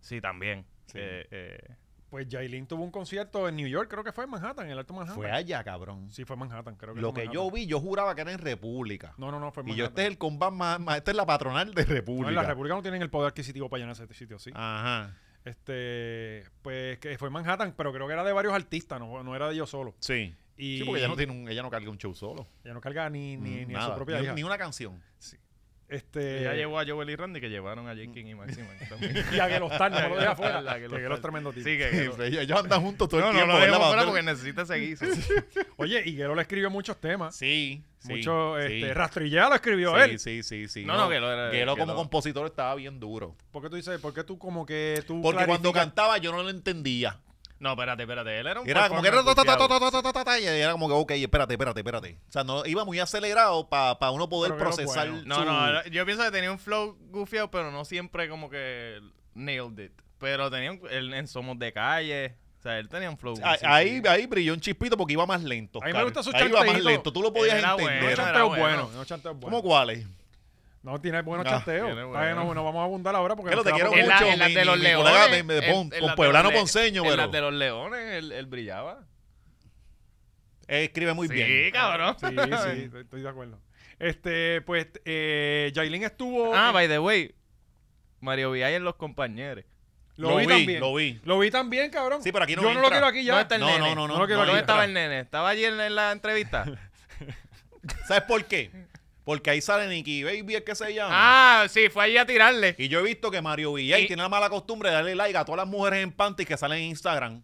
[SPEAKER 3] Sí, también.
[SPEAKER 2] Sí.
[SPEAKER 3] Eh, eh,
[SPEAKER 1] Pues Jailin tuvo un concierto en New York, creo que fue en Manhattan, en el Alto Manhattan.
[SPEAKER 2] Fue allá, cabrón.
[SPEAKER 1] Sí, fue en Manhattan, creo que
[SPEAKER 2] Lo
[SPEAKER 1] fue
[SPEAKER 2] que
[SPEAKER 1] en
[SPEAKER 2] yo
[SPEAKER 1] Manhattan.
[SPEAKER 2] vi, yo juraba que era en República.
[SPEAKER 1] No, no, no, fue en
[SPEAKER 2] y yo,
[SPEAKER 1] Manhattan.
[SPEAKER 2] este es el combat más, más- Esta es la patronal de
[SPEAKER 1] No,
[SPEAKER 2] República. Ah.
[SPEAKER 1] en la República no tienen el poder adquisitivo para llenar ese sitio, sí.
[SPEAKER 2] Ajá.
[SPEAKER 1] Este, pues que fue en Manhattan, pero creo que era de varios artistas, no, no era de yo solo.
[SPEAKER 2] Sí.
[SPEAKER 1] Y
[SPEAKER 2] Sí, porque ella no, tiene un, ella no carga un show solo.
[SPEAKER 1] ella no carga ni, ni,
[SPEAKER 2] Mm,
[SPEAKER 1] ni a
[SPEAKER 2] nada.
[SPEAKER 1] su propia
[SPEAKER 2] Ni-
[SPEAKER 1] hija.
[SPEAKER 2] ni una canción. Eh,
[SPEAKER 1] Este,
[SPEAKER 3] ella llevó a Joel y Randy que llevaron a J. King y Maxima.
[SPEAKER 1] y a Gelostar, no lo deja afuera.
[SPEAKER 3] A Gelostar.
[SPEAKER 1] Que Gelos tremendo tipo.
[SPEAKER 3] Sí, que- que-
[SPEAKER 2] Ellos- Ellos andan juntos todo el
[SPEAKER 3] No, no
[SPEAKER 2] tiempo.
[SPEAKER 3] lo dejemos
[SPEAKER 2] ¿verdad?
[SPEAKER 3] fuera porque necesita seguir.
[SPEAKER 1] Oye, y Gelo le escribió muchos temas.
[SPEAKER 2] Sí, sí.
[SPEAKER 1] Mucho,
[SPEAKER 2] sí.
[SPEAKER 1] este, ¿eh? rastrillea lo escribió
[SPEAKER 2] Sí,
[SPEAKER 1] él.
[SPEAKER 2] sí, sí, sí.
[SPEAKER 3] No, no, que lo era-
[SPEAKER 2] Gelo
[SPEAKER 3] que
[SPEAKER 2] como
[SPEAKER 3] lo-
[SPEAKER 2] compositor estaba bien duro.
[SPEAKER 1] ¿Por qué tú dices, por qué tú como que tú
[SPEAKER 2] Porque cuando
[SPEAKER 1] clarificas-
[SPEAKER 2] cantaba yo no lo entendía.
[SPEAKER 3] No, espérate, espérate. Él era un
[SPEAKER 2] Era como que era,
[SPEAKER 3] performer
[SPEAKER 2] ta, ta, ta,
[SPEAKER 3] bufiado.
[SPEAKER 2] ta, ta, ta, ta, ta, ta, y era como que, ok, espérate, espérate, espérate. O sea, no, iba muy acelerado para uno poder
[SPEAKER 1] Pero que era
[SPEAKER 2] procesar.
[SPEAKER 1] bueno.
[SPEAKER 3] No,
[SPEAKER 2] su-
[SPEAKER 3] no, era- yo pienso que tenía un flow gufiado, pero no siempre como que nailed it. Pero tenía un, él en Somos de Calle, o sea, él tenía un flow.
[SPEAKER 2] Ah,
[SPEAKER 3] gufiado.
[SPEAKER 2] ahí, ahí brilló un chispito porque iba más lento.
[SPEAKER 1] A mí me
[SPEAKER 2] Oscar.
[SPEAKER 1] gustan sus
[SPEAKER 2] Ahí iba más
[SPEAKER 1] chanteitos.
[SPEAKER 2] lento, tú lo podías
[SPEAKER 3] Era bueno,
[SPEAKER 1] No,
[SPEAKER 2] entender.
[SPEAKER 3] era
[SPEAKER 1] chanteo
[SPEAKER 3] bueno.
[SPEAKER 1] bueno. No, chanteo bueno.
[SPEAKER 2] ¿Cómo cuáles?
[SPEAKER 1] No, tiene buenos
[SPEAKER 2] Ah,
[SPEAKER 1] chanteos.
[SPEAKER 3] tiene
[SPEAKER 1] Está bien,
[SPEAKER 3] bueno.
[SPEAKER 1] No, no vamos a abundar ahora porque.
[SPEAKER 2] Que lo
[SPEAKER 1] nos
[SPEAKER 2] te
[SPEAKER 1] quedamos
[SPEAKER 2] quiero
[SPEAKER 1] con-
[SPEAKER 3] en, la,
[SPEAKER 2] mucho,
[SPEAKER 3] en las
[SPEAKER 2] mi-
[SPEAKER 3] de los
[SPEAKER 2] mi
[SPEAKER 3] Leones.
[SPEAKER 2] colega me- me-
[SPEAKER 3] en-
[SPEAKER 2] pon- pon
[SPEAKER 3] en las de
[SPEAKER 2] Pueblano
[SPEAKER 3] los Le-
[SPEAKER 2] Ponceño,
[SPEAKER 3] En
[SPEAKER 2] pero-
[SPEAKER 3] las de los Leones, él, él brillaba.
[SPEAKER 2] Él escribe muy
[SPEAKER 3] sí,
[SPEAKER 2] bien.
[SPEAKER 3] cabrón.
[SPEAKER 1] Sí, sí, estoy- estoy de acuerdo. Este, pues, eh, Yailin estuvo.
[SPEAKER 3] Ah, by the way, Mario Villay en Los Compañeros.
[SPEAKER 1] lo, vi, también.
[SPEAKER 2] lo vi.
[SPEAKER 1] Lo vi también, cabrón.
[SPEAKER 2] Sí, pero aquí no
[SPEAKER 1] Yo no lo
[SPEAKER 2] entra.
[SPEAKER 1] quiero aquí ya.
[SPEAKER 3] No está el
[SPEAKER 2] No,
[SPEAKER 3] nene.
[SPEAKER 2] no, no,
[SPEAKER 1] No lo
[SPEAKER 2] no.
[SPEAKER 1] quiero
[SPEAKER 2] no
[SPEAKER 3] ¿Dónde estaba el
[SPEAKER 2] entra.
[SPEAKER 3] nene? ¿Estaba allí en, en la entrevista?
[SPEAKER 2] ¿Sabes por qué? Porque ahí sale Nicky Baby, es que se llama.
[SPEAKER 3] ah, sí, fue allí a tirarle.
[SPEAKER 2] Y yo he visto que Mario Villay
[SPEAKER 3] Y-
[SPEAKER 2] tiene la mala costumbre de darle like a todas las mujeres en panty que salen en Instagram.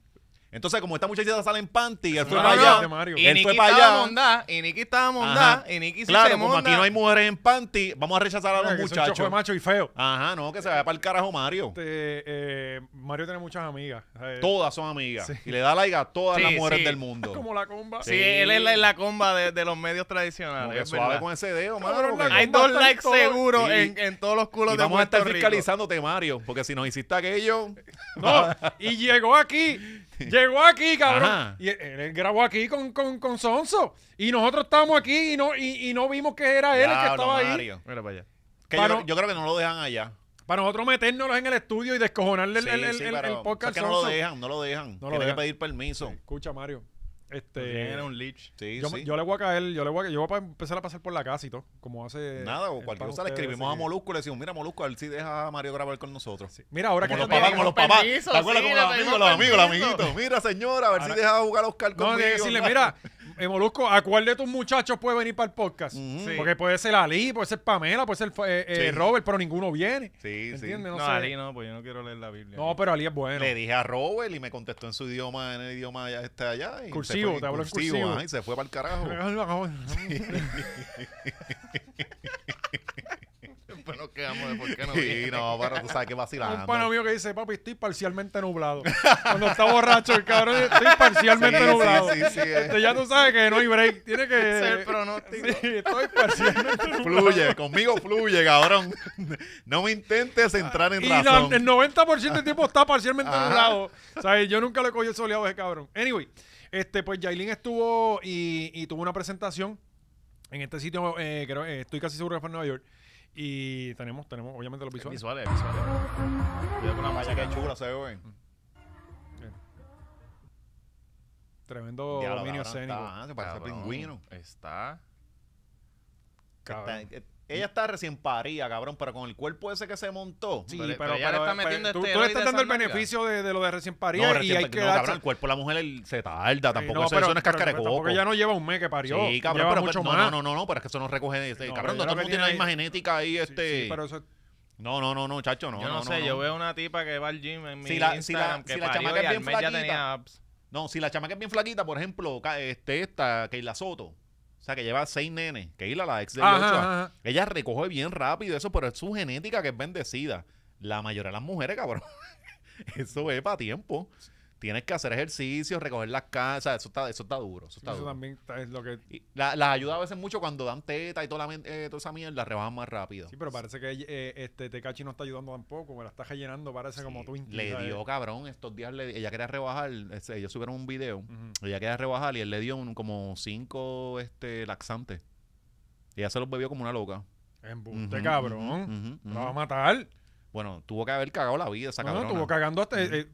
[SPEAKER 2] Entonces, como esta muchachita sale en panty, él fue
[SPEAKER 1] una
[SPEAKER 2] para
[SPEAKER 1] maldad
[SPEAKER 2] allá.
[SPEAKER 1] de Mario.
[SPEAKER 3] Y
[SPEAKER 2] Él
[SPEAKER 3] Nicky
[SPEAKER 2] fue para
[SPEAKER 3] estaba
[SPEAKER 2] allá.
[SPEAKER 3] mondá, y Nicky estaba mondá,
[SPEAKER 2] Ajá.
[SPEAKER 3] y Nicky sí se
[SPEAKER 2] claro, como
[SPEAKER 3] monda.
[SPEAKER 2] aquí no hay mujeres en panty, vamos a rechazar a
[SPEAKER 1] Mira,
[SPEAKER 2] los
[SPEAKER 1] que soy un chojo de
[SPEAKER 2] muchachos.
[SPEAKER 1] macho y feo.
[SPEAKER 2] Ajá, no, que se vaya para el carajo Mario.
[SPEAKER 1] Este, eh, Mario tiene muchas amigas. Eh,
[SPEAKER 2] Todas son amigas.
[SPEAKER 1] Sí.
[SPEAKER 2] Y le da like a todas
[SPEAKER 3] Sí,
[SPEAKER 2] las mujeres
[SPEAKER 3] sí.
[SPEAKER 2] del mundo.
[SPEAKER 1] Como la comba.
[SPEAKER 3] Sí,
[SPEAKER 2] Sí.
[SPEAKER 3] él es la, la comba de, de los medios
[SPEAKER 2] Como
[SPEAKER 3] tradicionales.
[SPEAKER 2] que
[SPEAKER 3] es
[SPEAKER 2] suave
[SPEAKER 3] verdad.
[SPEAKER 2] con ese dedo, mano.
[SPEAKER 1] Cabrón,
[SPEAKER 2] porque-
[SPEAKER 1] la
[SPEAKER 3] Hay
[SPEAKER 1] comba
[SPEAKER 3] dos
[SPEAKER 1] está en
[SPEAKER 3] likes
[SPEAKER 1] todo-
[SPEAKER 3] seguros
[SPEAKER 2] Sí.
[SPEAKER 3] en, en todos los culos
[SPEAKER 2] y
[SPEAKER 3] de
[SPEAKER 2] vamos a
[SPEAKER 3] Puerto
[SPEAKER 2] estar
[SPEAKER 3] Rico.
[SPEAKER 2] fiscalizándote, Mario, porque si nos hiciste aquello,
[SPEAKER 1] No, y llegó aquí. Llegó aquí, cabrón.
[SPEAKER 2] Ajá.
[SPEAKER 1] Y él, él grabó aquí con, con, con Sonso. Y nosotros estábamos aquí y no, y, y no vimos que era él el que
[SPEAKER 2] diablo,
[SPEAKER 1] estaba ahí.
[SPEAKER 2] Mario.
[SPEAKER 3] Mira para allá.
[SPEAKER 2] Que
[SPEAKER 1] Para-
[SPEAKER 2] yo, yo creo que no lo dejan allá.
[SPEAKER 1] Para nosotros metérnoslos en el estudio y descojonarle el,
[SPEAKER 2] Sí,
[SPEAKER 1] el, el-
[SPEAKER 2] sí,
[SPEAKER 1] el-
[SPEAKER 2] pero-
[SPEAKER 1] el podcast.
[SPEAKER 2] es que no lo
[SPEAKER 1] sonso.
[SPEAKER 2] dejan, no lo dejan.
[SPEAKER 1] No lo
[SPEAKER 2] Tiene que
[SPEAKER 1] dejan.
[SPEAKER 2] pedir permiso.
[SPEAKER 1] Escucha, Mario.
[SPEAKER 3] También
[SPEAKER 1] Este,
[SPEAKER 3] era un leech.
[SPEAKER 2] Sí,
[SPEAKER 1] yo,
[SPEAKER 2] Pues sí.
[SPEAKER 1] yo le voy a caer, yo le voy a, yo voy a empezar a pasar por la casa y todo, como hace...
[SPEAKER 2] Nada, o
[SPEAKER 1] el
[SPEAKER 2] cualquier
[SPEAKER 1] pan
[SPEAKER 2] cosa le
[SPEAKER 1] ustedes,
[SPEAKER 2] escribimos
[SPEAKER 1] así
[SPEAKER 2] a
[SPEAKER 1] que-
[SPEAKER 2] Molusco y le decimos, mira Molusco, a ver si deja a Mario grabar con nosotros.
[SPEAKER 1] Mira, ahora
[SPEAKER 2] Como
[SPEAKER 1] que... yo
[SPEAKER 2] los
[SPEAKER 1] te-
[SPEAKER 2] papás, como los papás. ¿Te
[SPEAKER 3] permiso,
[SPEAKER 2] acuerdas
[SPEAKER 3] sí,
[SPEAKER 2] como
[SPEAKER 3] le
[SPEAKER 2] los amigos,
[SPEAKER 3] pedimos
[SPEAKER 2] los amigos, los
[SPEAKER 3] permiso.
[SPEAKER 2] amiguitos? Mira señora, a ver si
[SPEAKER 1] Ahora-
[SPEAKER 2] deja jugar a Oscar
[SPEAKER 1] No,
[SPEAKER 2] conmigo.
[SPEAKER 1] tiene que decirle, mira, eh, Molusco, ¿a cuál de tus muchachos puede venir para el podcast?
[SPEAKER 2] Ujú.
[SPEAKER 3] Sí.
[SPEAKER 1] Porque puede ser Ali, puede ser Pamela, puede ser eh, eh,
[SPEAKER 2] Sí.
[SPEAKER 1] Robert, pero ninguno viene.
[SPEAKER 2] Sí, sí.
[SPEAKER 1] ¿Entiendes?
[SPEAKER 3] No,
[SPEAKER 1] No, sé.
[SPEAKER 3] Ali no, pues yo no quiero leer la Biblia.
[SPEAKER 1] No, pero Ali es bueno.
[SPEAKER 2] Le dije a Robert y me contestó en su idioma, en el idioma allá, este allá. Y
[SPEAKER 1] Cursivo,
[SPEAKER 2] se fue,
[SPEAKER 1] te habló en cursivo.
[SPEAKER 2] ajá, y se fue para el carajo.
[SPEAKER 3] Después Pues nos quedamos de por qué no
[SPEAKER 2] Sí,
[SPEAKER 3] viene.
[SPEAKER 2] no, pero tú sabes que vacilando.
[SPEAKER 1] Un pana mío que dice, papi, estoy parcialmente nublado. Cuando está borracho, el cabrón dice, estoy parcialmente
[SPEAKER 2] Sí, sí,
[SPEAKER 1] nublado.
[SPEAKER 2] sí, sí, eh.
[SPEAKER 1] Este, ya tú sabes que no hay break. Tiene que.
[SPEAKER 3] Ese es el pronóstico.
[SPEAKER 1] Sí, estoy parcialmente nublado.
[SPEAKER 2] Fluye, conmigo fluye, cabrón. No me intentes entrar en
[SPEAKER 1] Y la-
[SPEAKER 2] razón.
[SPEAKER 1] el 90% del tiempo está parcialmente
[SPEAKER 2] Ajá.
[SPEAKER 1] nublado. O sea, yo nunca le cogí el soleado a ese cabrón. Anyway, este, pues Jailin estuvo y, y tuvo una presentación en este sitio, eh, creo, eh, estoy casi seguro que fue en Nueva York. Y tenemos, tenemos obviamente los visuales.
[SPEAKER 3] Visuales, visuales. Voy a poner
[SPEAKER 2] Vaya,
[SPEAKER 3] música.
[SPEAKER 2] qué chula se ve.
[SPEAKER 1] Tremendo
[SPEAKER 2] Ya lo
[SPEAKER 1] Oh, dominio
[SPEAKER 2] cabrón,
[SPEAKER 1] escénico.
[SPEAKER 2] está, se parece a
[SPEAKER 3] Cabrón,
[SPEAKER 2] pingüino.
[SPEAKER 3] Está.
[SPEAKER 1] cabrón.
[SPEAKER 2] Está- eh, ella está recién parida, cabrón, pero con el cuerpo ese que se montó.
[SPEAKER 1] Sí,
[SPEAKER 3] pero-
[SPEAKER 1] pero,
[SPEAKER 3] pero ella le
[SPEAKER 1] pero-
[SPEAKER 3] está
[SPEAKER 1] pero
[SPEAKER 3] metiendo
[SPEAKER 1] tú, tú le
[SPEAKER 3] esteroides
[SPEAKER 1] estás
[SPEAKER 3] a
[SPEAKER 1] dando el
[SPEAKER 3] esa nalga.
[SPEAKER 1] beneficio de, de lo de recién parida
[SPEAKER 2] no,
[SPEAKER 1] y
[SPEAKER 2] recién-
[SPEAKER 1] hay
[SPEAKER 2] no,
[SPEAKER 1] que
[SPEAKER 2] cabrón,
[SPEAKER 1] darse-
[SPEAKER 2] el cuerpo de la mujer él, se tarda, tampoco
[SPEAKER 1] Sí,
[SPEAKER 2] eso,
[SPEAKER 1] pero-
[SPEAKER 2] eso no es
[SPEAKER 1] pero-
[SPEAKER 2] cascara de
[SPEAKER 1] pero tampoco
[SPEAKER 2] coco.
[SPEAKER 1] ya no lleva un mes que parió.
[SPEAKER 2] Sí, cabrón,
[SPEAKER 1] lleva
[SPEAKER 2] pero,
[SPEAKER 1] mucho
[SPEAKER 2] pero- no,
[SPEAKER 1] más.
[SPEAKER 2] no, no, no, pero es que eso no recoge. este,
[SPEAKER 1] No,
[SPEAKER 2] cabrón,
[SPEAKER 1] pero
[SPEAKER 2] no
[SPEAKER 1] yo lo
[SPEAKER 2] todo
[SPEAKER 1] que
[SPEAKER 2] el mundo tiene la
[SPEAKER 1] tiene
[SPEAKER 2] misma
[SPEAKER 1] ahí-
[SPEAKER 2] genética ahí.
[SPEAKER 1] Sí,
[SPEAKER 2] este
[SPEAKER 1] sí, pero eso-
[SPEAKER 2] No, no, no, no, chacho, no.
[SPEAKER 3] yo no,
[SPEAKER 2] no,
[SPEAKER 3] sé,
[SPEAKER 2] no,
[SPEAKER 3] yo
[SPEAKER 2] no.
[SPEAKER 3] veo una tipa que va al gym en mi
[SPEAKER 2] Si la- si la-
[SPEAKER 3] Instagram que
[SPEAKER 2] si la
[SPEAKER 3] parió
[SPEAKER 2] chamaca
[SPEAKER 3] y
[SPEAKER 2] es
[SPEAKER 3] al
[SPEAKER 2] bien
[SPEAKER 3] mes ya
[SPEAKER 2] flaquita.
[SPEAKER 3] tenía abs.
[SPEAKER 2] No, si la chamaca es bien flaquita, por ejemplo, ca- este, esta, Keila Soto, o sea, que lleva seis nenes, Keila, la ex de
[SPEAKER 1] Ajá,
[SPEAKER 2] Joshua,
[SPEAKER 1] ajá, ajá.
[SPEAKER 2] ella recoge bien rápido eso, pero es su genética que es bendecida. La mayoría de las mujeres, cabrón, eso es para tiempo. Tienes que hacer ejercicio, recoger las casas, eso está, eso está duro, eso está
[SPEAKER 1] Eso
[SPEAKER 2] duro.
[SPEAKER 1] también está- es lo que...
[SPEAKER 2] Y la- las ayuda a veces mucho cuando dan teta y toda, la, men- eh, toda esa mierda, rebajan más rápido.
[SPEAKER 1] Sí, pero parece que eh, este Tecachi no está ayudando tampoco, me la está rellenando, parece como tú
[SPEAKER 2] Le dio, cabrón, estos días le- ella quería rebajar, este, ellos subieron un video,
[SPEAKER 1] eh.
[SPEAKER 2] ella quería rebajar y él le dio un- como cinco este, laxantes. Y ella se los bebió como una loca.
[SPEAKER 1] Embuste,
[SPEAKER 2] Ujú,
[SPEAKER 1] cabrón.
[SPEAKER 2] ujú, ujú,
[SPEAKER 1] La va a
[SPEAKER 2] ujú.
[SPEAKER 1] matar.
[SPEAKER 2] Bueno, tuvo que haber cagado la vida esa
[SPEAKER 1] No, no,
[SPEAKER 2] cabrona.
[SPEAKER 1] estuvo cagando hasta... eh, eh,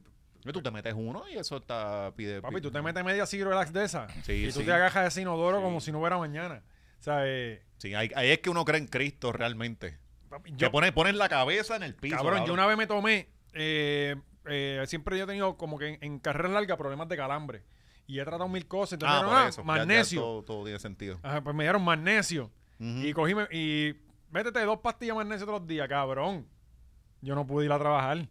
[SPEAKER 2] Y Tú te metes uno y eso está... Pide,
[SPEAKER 1] papi, tú
[SPEAKER 2] pide-
[SPEAKER 1] te metes media Cigrolax de esa
[SPEAKER 2] Sí,
[SPEAKER 1] y tú
[SPEAKER 2] sí.
[SPEAKER 1] te agajas de ese inodoro
[SPEAKER 2] Sí.
[SPEAKER 1] como si no hubiera mañana. O sea, eh,
[SPEAKER 2] Sí, ahí, ahí es que uno cree en Cristo realmente.
[SPEAKER 1] papi,
[SPEAKER 2] Te
[SPEAKER 1] yo,
[SPEAKER 2] pones, pones la cabeza en el piso.
[SPEAKER 1] Cabrón, yo una vez me tomé. eh, eh, siempre yo he tenido como que en, en carrera larga problemas de calambre. Y he tratado mil cosas. Entonces
[SPEAKER 2] Ah,
[SPEAKER 1] me
[SPEAKER 2] por
[SPEAKER 1] dieron, ah,
[SPEAKER 2] eso. Ya- ya
[SPEAKER 1] magnesio.
[SPEAKER 2] todo, todo tiene sentido.
[SPEAKER 1] Ajá, pues me dieron magnesio.
[SPEAKER 2] Ujú.
[SPEAKER 1] Y cogí. me- Y métete dos pastillas de magnesio todos los días, cabrón. Yo no pude ir a trabajar.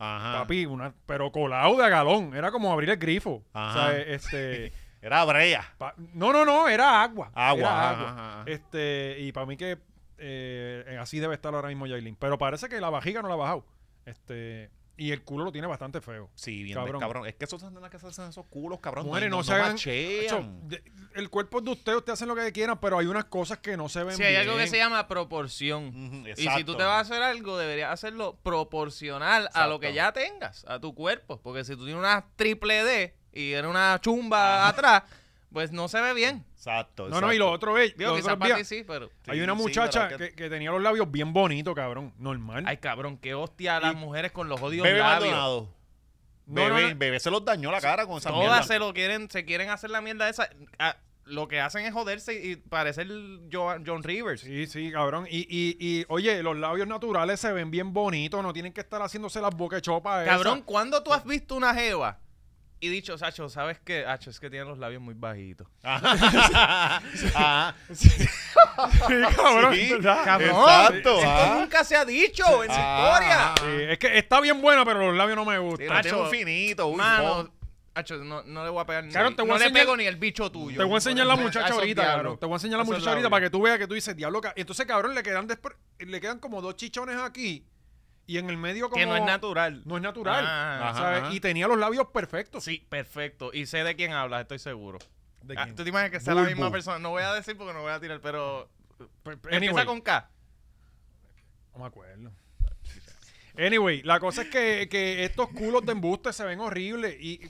[SPEAKER 2] Ajá.
[SPEAKER 1] Papi, una, pero colado de a galón. Era como abrir el grifo.
[SPEAKER 2] Ajá.
[SPEAKER 1] O sea, este.
[SPEAKER 2] Era brea.
[SPEAKER 1] Pa- no, no, no, era agua.
[SPEAKER 2] Agua,
[SPEAKER 1] Era
[SPEAKER 2] ajá,
[SPEAKER 1] agua.
[SPEAKER 2] ajá, ajá.
[SPEAKER 1] Este, y para mí que eh, así debe estar ahora mismo Jailin. Pero parece que la vajiga no la ha bajado. Este, y el culo lo tiene bastante feo.
[SPEAKER 2] Sí, bien
[SPEAKER 1] Cabrón.
[SPEAKER 2] cabrón. Es que esos andan que se hacen esos culos, cabrón.
[SPEAKER 1] Mujeres,
[SPEAKER 2] no,
[SPEAKER 1] no,
[SPEAKER 2] no,
[SPEAKER 1] se
[SPEAKER 2] no
[SPEAKER 1] hagan.
[SPEAKER 2] machean.
[SPEAKER 1] Hacho, de- el cuerpo es de ustedes, ustedes hacen lo que quieran, pero hay unas cosas que no se ven.
[SPEAKER 3] Si hay algo que
[SPEAKER 1] Pues bien.
[SPEAKER 3] se llama proporción.
[SPEAKER 2] Ujú,
[SPEAKER 3] Y si tú
[SPEAKER 2] exacto.
[SPEAKER 3] te vas a hacer algo, deberías hacerlo proporcional a lo que
[SPEAKER 2] Exacto.
[SPEAKER 3] ya tengas, a tu cuerpo. Porque si tú tienes una triple D y eres una chumba atrás, pues no se ve bien.
[SPEAKER 2] Exacto,
[SPEAKER 1] No, no, y lo
[SPEAKER 2] exacto.
[SPEAKER 1] otro es.
[SPEAKER 3] Digo,
[SPEAKER 1] los
[SPEAKER 3] quizás
[SPEAKER 1] otros
[SPEAKER 3] para ti
[SPEAKER 1] días,
[SPEAKER 3] sí, pero...
[SPEAKER 1] hay
[SPEAKER 2] Sí,
[SPEAKER 1] una
[SPEAKER 2] sí,
[SPEAKER 1] muchacha
[SPEAKER 2] pero
[SPEAKER 1] que...
[SPEAKER 2] que-
[SPEAKER 1] que tenía los labios bien bonitos, cabrón. Normal.
[SPEAKER 3] Ay, cabrón, qué hostia las
[SPEAKER 2] Y-
[SPEAKER 3] mujeres con los odios
[SPEAKER 2] Bebé
[SPEAKER 3] labios.
[SPEAKER 2] Maldonado.
[SPEAKER 1] No,
[SPEAKER 2] bebé,
[SPEAKER 1] no, no.
[SPEAKER 2] bebé se los dañó la cara con esa mierda.
[SPEAKER 3] Todas se lo quieren, se quieren hacer la mierda esa. Ah, lo que hacen es joderse y y parecer Joan- John Rivers.
[SPEAKER 1] Sí, sí, cabrón. Y, y, y, oye, los labios naturales se ven bien bonitos, no tienen que estar haciéndose las boquechopas. esas.
[SPEAKER 3] Cabrón, ¿cuándo tú has visto una jeva y dicho, Sacho, ¿sabes qué? Sacho, es que tiene los labios muy bajitos.
[SPEAKER 2] Ajá.
[SPEAKER 1] Sí, cabrón,
[SPEAKER 2] Ah. Sí,
[SPEAKER 1] Ah, ¿verdad?
[SPEAKER 3] ¡Cabrón!
[SPEAKER 2] Exacto,
[SPEAKER 3] esto
[SPEAKER 2] ah.
[SPEAKER 3] nunca se ha dicho en su
[SPEAKER 2] Ah,
[SPEAKER 3] historia.
[SPEAKER 1] Sí, es que está bien buena, pero los labios no me
[SPEAKER 2] Sí,
[SPEAKER 1] gustan.
[SPEAKER 2] lo tiene
[SPEAKER 3] Macho,
[SPEAKER 2] un finito, uy,
[SPEAKER 3] Mano,
[SPEAKER 2] no.
[SPEAKER 3] Hacho, no, no le voy a pegar ni.
[SPEAKER 1] Cabrón, te voy
[SPEAKER 3] no
[SPEAKER 1] a
[SPEAKER 3] le
[SPEAKER 1] enseñar-
[SPEAKER 3] pego ni el bicho tuyo.
[SPEAKER 1] te voy a enseñar la muchacha
[SPEAKER 3] Esos
[SPEAKER 1] ahorita,
[SPEAKER 3] diablos.
[SPEAKER 1] cabrón. Te voy a enseñar la
[SPEAKER 3] Esos
[SPEAKER 1] muchacha ahorita
[SPEAKER 3] labios.
[SPEAKER 1] para que tú veas que tú dices, diablo, ca-". entonces, cabrón, le quedan despre- le quedan como dos chichones aquí y en el medio como
[SPEAKER 3] Que no es natural.
[SPEAKER 1] No es natural.
[SPEAKER 3] Ah,
[SPEAKER 2] ajá,
[SPEAKER 1] ¿sabes?
[SPEAKER 2] ajá.
[SPEAKER 1] Y tenía los labios perfectos.
[SPEAKER 3] Sí, perfecto. Y sé de quién hablas, estoy seguro.
[SPEAKER 1] ¿De
[SPEAKER 3] Ah,
[SPEAKER 1] quién?
[SPEAKER 3] ¿Tú te imaginas que sea la
[SPEAKER 2] Bulbo.
[SPEAKER 3] misma persona? No voy a decir porque no voy a tirar, pero. pues,
[SPEAKER 1] Anyway.
[SPEAKER 3] Empieza con K.
[SPEAKER 1] No me acuerdo. Anyway, la cosa es que, que estos culos de embuste se ven horribles y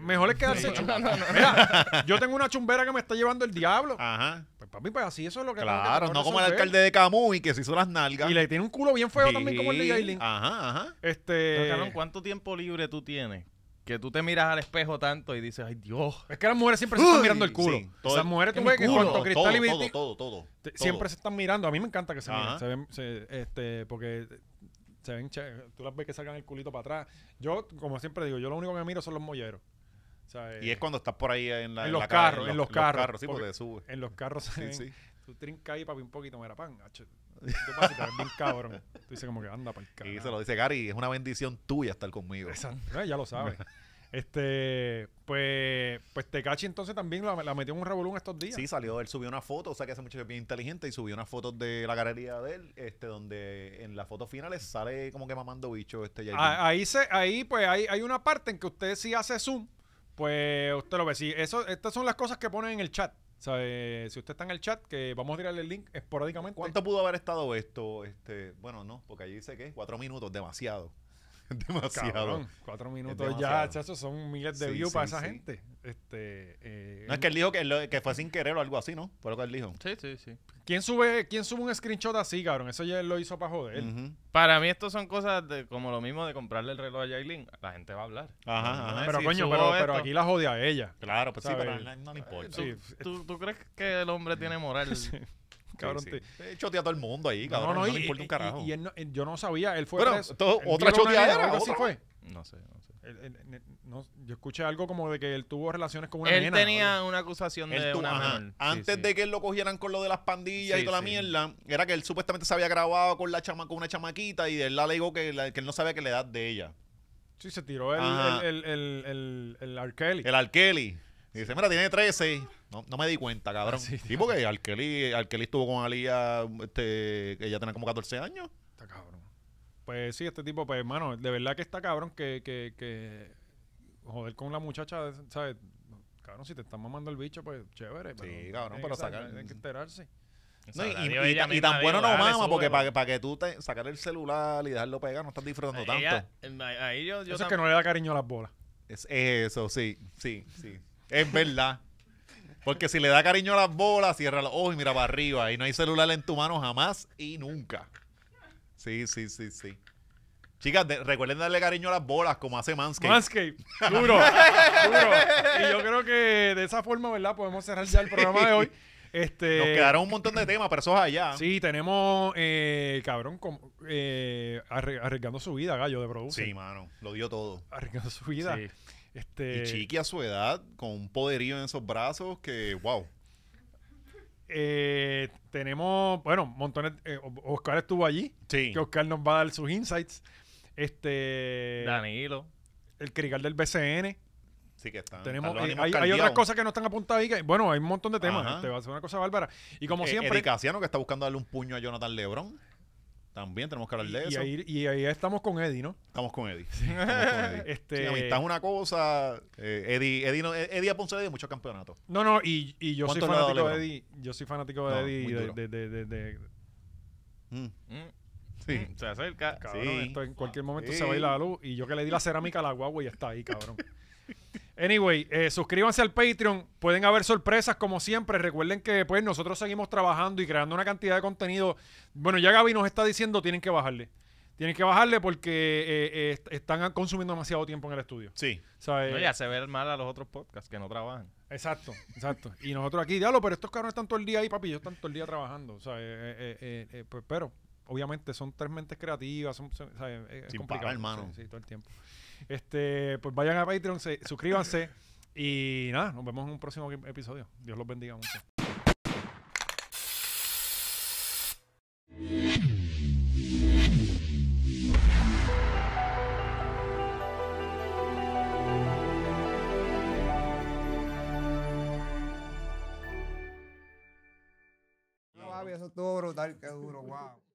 [SPEAKER 1] mejor es quedarse chumba. Mira, yo tengo una chumbera que me está llevando el diablo.
[SPEAKER 2] Ajá.
[SPEAKER 1] Pues papi, pues así eso es lo que tengo que
[SPEAKER 2] Claro,
[SPEAKER 1] tratar
[SPEAKER 2] no
[SPEAKER 1] de
[SPEAKER 2] como el
[SPEAKER 1] resolver.
[SPEAKER 2] alcalde de Camuy que se hizo las nalgas.
[SPEAKER 1] Y le tiene un culo bien feo también como el de
[SPEAKER 2] Sí, Ah.
[SPEAKER 1] Yailin.
[SPEAKER 2] Ajá, ajá.
[SPEAKER 3] Pero,
[SPEAKER 1] Este.
[SPEAKER 3] cabrón, Eh, ¿cuánto tiempo libre tú tienes? Que tú te miras al espejo tanto y dices, ay Dios.
[SPEAKER 1] Es que las mujeres siempre se están
[SPEAKER 2] Uy,
[SPEAKER 1] mirando el culo.
[SPEAKER 2] sí, todo
[SPEAKER 1] Las
[SPEAKER 2] el-
[SPEAKER 1] mujeres tú
[SPEAKER 3] es mi
[SPEAKER 1] ves que
[SPEAKER 3] culo,
[SPEAKER 1] cuanto cristal y
[SPEAKER 2] todo,
[SPEAKER 1] Viti-
[SPEAKER 2] todo, todo, todo,
[SPEAKER 1] te-
[SPEAKER 2] todo.
[SPEAKER 1] siempre se están mirando. A mí me encanta que se miren.
[SPEAKER 2] Ajá.
[SPEAKER 1] Se ven, se- este, porque se ven, che- tú las ves que sacan el culito para atrás. Yo, como siempre digo, yo lo único que miro son los molleros. O sea, eh,
[SPEAKER 2] Y es cuando estás por ahí en, la,
[SPEAKER 1] en
[SPEAKER 2] en
[SPEAKER 1] los
[SPEAKER 2] la cara,
[SPEAKER 1] carros, en los carros,
[SPEAKER 2] sí,
[SPEAKER 1] porque-
[SPEAKER 2] porque te sube.
[SPEAKER 1] en los carros se ven.
[SPEAKER 2] Sí, sí.
[SPEAKER 1] Tú trincas ahí, papi, un poquito, mira, pan. hacho, Tú pasas y te ven bien cabrón. Tú dices como que anda para el
[SPEAKER 2] Y se lo dice Gary, es una bendición tuya estar conmigo.
[SPEAKER 1] Exacto. Eh, ya lo sabes. Este, pues, pues Tecachi entonces también la, la metió en un revolún estos días.
[SPEAKER 2] Sí, salió, él subió una foto, o sea que ese muchacho es bien inteligente y subió unas fotos de la galería de él, este, donde en las fotos finales sale como que mamando bicho este Yailin.
[SPEAKER 1] A- Ah, ahí se, ahí pues hay, hay una parte en que usted si hace zoom, pues usted lo ve. Si eso, estas son las cosas que ponen en el chat. ¿sabe? Si usted está en el chat, que vamos a tirarle el link esporádicamente.
[SPEAKER 2] ¿Cuánto pudo haber estado esto? Este, bueno, no, porque allí dice que cuatro minutos, demasiado. Demasiado.
[SPEAKER 1] Cabrón, cuatro minutos ya,
[SPEAKER 2] demasiado.
[SPEAKER 1] chacho, son miles de
[SPEAKER 2] Sí,
[SPEAKER 1] views
[SPEAKER 2] sí,
[SPEAKER 1] para esa
[SPEAKER 2] sí.
[SPEAKER 1] gente. Este, eh,
[SPEAKER 2] No es que él dijo que, lo- que fue sin querer o algo así, ¿no? Fue lo que él dijo.
[SPEAKER 3] Sí, sí, sí.
[SPEAKER 1] ¿quién, sube, ¿Quién sube un screenshot así, cabrón? Eso ya él lo hizo para joder.
[SPEAKER 2] Ujú.
[SPEAKER 3] Para mí esto son cosas de- como lo mismo de comprarle el reloj a Jailin. La gente va a hablar.
[SPEAKER 2] Ajá, ajá.
[SPEAKER 3] Ah,
[SPEAKER 1] Pero
[SPEAKER 3] sí,
[SPEAKER 1] coño,
[SPEAKER 3] subo
[SPEAKER 1] pero, pero
[SPEAKER 3] esto.
[SPEAKER 1] aquí la jode a ella.
[SPEAKER 2] Claro, pues sí,
[SPEAKER 1] ¿Sabes?
[SPEAKER 2] pero no, no le importa.
[SPEAKER 1] Eh, Sí,
[SPEAKER 3] ¿Tú, tú crees que el hombre tiene moral?
[SPEAKER 1] cabrón. te-
[SPEAKER 2] Eh, Chotea a todo el mundo ahí, cabrón. No, le importa un carajo.
[SPEAKER 1] y- y él no- él- yo no sabía, él fue
[SPEAKER 2] Bueno,
[SPEAKER 1] preso.
[SPEAKER 2] todo-
[SPEAKER 1] Él
[SPEAKER 2] otra
[SPEAKER 1] violó una
[SPEAKER 2] choteadera,
[SPEAKER 1] nena, algo así
[SPEAKER 2] otra.
[SPEAKER 1] fue.
[SPEAKER 3] No sé, no sé.
[SPEAKER 1] Él- él- él- no, yo escuché algo como de que él tuvo relaciones con una
[SPEAKER 3] Él
[SPEAKER 1] nena,
[SPEAKER 3] tenía
[SPEAKER 1] ¿no?
[SPEAKER 3] una acusación
[SPEAKER 2] Él
[SPEAKER 3] de
[SPEAKER 2] tuvo-
[SPEAKER 3] una
[SPEAKER 2] ajá.
[SPEAKER 3] menor. Sí,
[SPEAKER 2] Antes
[SPEAKER 3] sí.
[SPEAKER 2] de que él lo cogieran con lo de las pandillas
[SPEAKER 3] Sí,
[SPEAKER 2] y toda
[SPEAKER 3] sí.
[SPEAKER 2] la mierda, era que él supuestamente se había grabado con la chama, con una chamaquita y él alegó que, la- que él no sabía que la edad de ella.
[SPEAKER 1] Sí, se tiró el,
[SPEAKER 2] Ajá.
[SPEAKER 1] el, el, el, el, el R. Kelly.
[SPEAKER 2] El Arkeli. Y dice, mira, tiene 13. No, no me di cuenta, cabrón. y porque Arkeli, Arkeli estuvo con Alía, este, que ella tenía como 14 años.
[SPEAKER 1] Está cabrón. Pues sí, este tipo, pues hermano, de verdad que está cabrón que, que, que joder con la muchacha, ¿sabes? Cabrón, si te están mamando el bicho, pues chévere.
[SPEAKER 2] Sí, cabrón,
[SPEAKER 1] hay
[SPEAKER 2] pero
[SPEAKER 1] que saber,
[SPEAKER 2] sacar-
[SPEAKER 1] Hay que enterarse.
[SPEAKER 2] No, y,
[SPEAKER 3] Sabrá
[SPEAKER 2] y-
[SPEAKER 3] Dios,
[SPEAKER 2] y
[SPEAKER 3] ella
[SPEAKER 2] tan- y
[SPEAKER 3] misma
[SPEAKER 2] tan bueno
[SPEAKER 3] dijo,
[SPEAKER 2] no
[SPEAKER 3] "Dale,
[SPEAKER 2] mama, porque
[SPEAKER 3] súbelo".
[SPEAKER 2] para que, pa' que tú te, sacar el celular y dejarlo pegar, no estás disfrutando tanto.
[SPEAKER 3] Ella- ahí yo,
[SPEAKER 1] Eso
[SPEAKER 3] yo
[SPEAKER 1] es
[SPEAKER 3] tam-
[SPEAKER 1] que no le da cariño a las bolas.
[SPEAKER 2] Es eso, sí, sí, sí. Es verdad. Porque si le da cariño a las bolas, cierra los ojos y mira para arriba. Y no hay celular en tu mano jamás y nunca. Sí, sí, sí, sí. Chicas, de- recuerden darle cariño a las bolas como hace Manscaped.
[SPEAKER 1] Manscape, duro, duro. Y yo creo que de esa forma, ¿verdad? Podemos cerrar ya el programa de hoy. Este,
[SPEAKER 2] Nos quedaron un montón de temas, pero eso es allá.
[SPEAKER 1] Sí, tenemos, eh, cabrón, como, eh, arre- arriesgando su vida, gallo de producción.
[SPEAKER 2] Sí, mano. Lo dio todo.
[SPEAKER 1] Arriesgando su vida.
[SPEAKER 3] Sí.
[SPEAKER 1] Este,
[SPEAKER 2] y Chiqui a su edad, con un poderío en esos brazos que, wow.
[SPEAKER 1] Eh, tenemos, bueno, montones. eh, O- Oscar estuvo allí,
[SPEAKER 2] Sí.
[SPEAKER 1] que Oscar nos va a dar sus insights. Este.
[SPEAKER 3] Danilo.
[SPEAKER 1] El crical del BCN.
[SPEAKER 2] Ah, Sí que están.
[SPEAKER 1] tenemos,
[SPEAKER 2] están los
[SPEAKER 1] eh,
[SPEAKER 2] ánimos
[SPEAKER 1] hay, hay
[SPEAKER 2] caldeados.
[SPEAKER 1] otras cosas que no están apuntadas ahí. que- bueno, hay un montón de temas.
[SPEAKER 2] Ajá.
[SPEAKER 1] Este va a ser una cosa bárbara. Y como
[SPEAKER 2] Eh,
[SPEAKER 1] siempre.
[SPEAKER 2] Eddie Casiano, que está buscando darle un puño a Jonathan Lebron. También tenemos que hablar de
[SPEAKER 1] y,
[SPEAKER 2] eso.
[SPEAKER 1] ahí, y ahí estamos con Eddie, ¿no?
[SPEAKER 2] Estamos con Eddie. Estamos con Eddie.
[SPEAKER 1] Este-
[SPEAKER 2] Sí, amistad es una cosa. eh, Eddie, Eddie, no- Eddie a Ponce de muchos campeonatos.
[SPEAKER 1] No, no, y, y yo soy
[SPEAKER 2] ¿Cuánto le ha dado
[SPEAKER 1] fanático de
[SPEAKER 2] LeBron?
[SPEAKER 1] Eddie. Yo soy fanático de
[SPEAKER 2] No, muy
[SPEAKER 1] Eddie
[SPEAKER 2] duro.
[SPEAKER 1] de, de- de- de- de-
[SPEAKER 2] Mm,
[SPEAKER 3] Mm,
[SPEAKER 2] Sí.
[SPEAKER 3] mm, se acerca.
[SPEAKER 1] Cabrón, este,
[SPEAKER 2] Sí.
[SPEAKER 1] esto en cualquier momento
[SPEAKER 2] Sí.
[SPEAKER 1] se va a ir la luz. Y yo que le di la cerámica a la guagua y está ahí, cabrón. Anyway, eh, suscríbanse al Patreon. Pueden haber sorpresas como siempre. Recuerden que pues nosotros seguimos trabajando y creando una cantidad de contenido. Bueno, ya Gaby nos está diciendo tienen que bajarle. Tienen que bajarle porque eh, eh, est- están consumiendo demasiado tiempo en el estudio.
[SPEAKER 2] Sí.
[SPEAKER 1] O sea,
[SPEAKER 3] No,
[SPEAKER 1] eh,
[SPEAKER 3] ya se ve mal a los otros podcasts que no trabajan.
[SPEAKER 1] Exacto, exacto. Y nosotros aquí, diablo, pero estos cabrones están todo el día ahí, papi, yo están todo el día trabajando. O sea, eh, eh, eh, eh, pues, pero obviamente son tres mentes creativas, son, son- o sea, eh, es
[SPEAKER 2] Sin
[SPEAKER 1] complicado.
[SPEAKER 2] parar, hermano.
[SPEAKER 1] Sí, sí, todo el tiempo. Este, pues vayan a Patreon, se- suscríbanse y nada, nos vemos en un próximo episodio. Dios los bendiga mucho.
[SPEAKER 9] Eso estuvo brutal, qué duro, wow.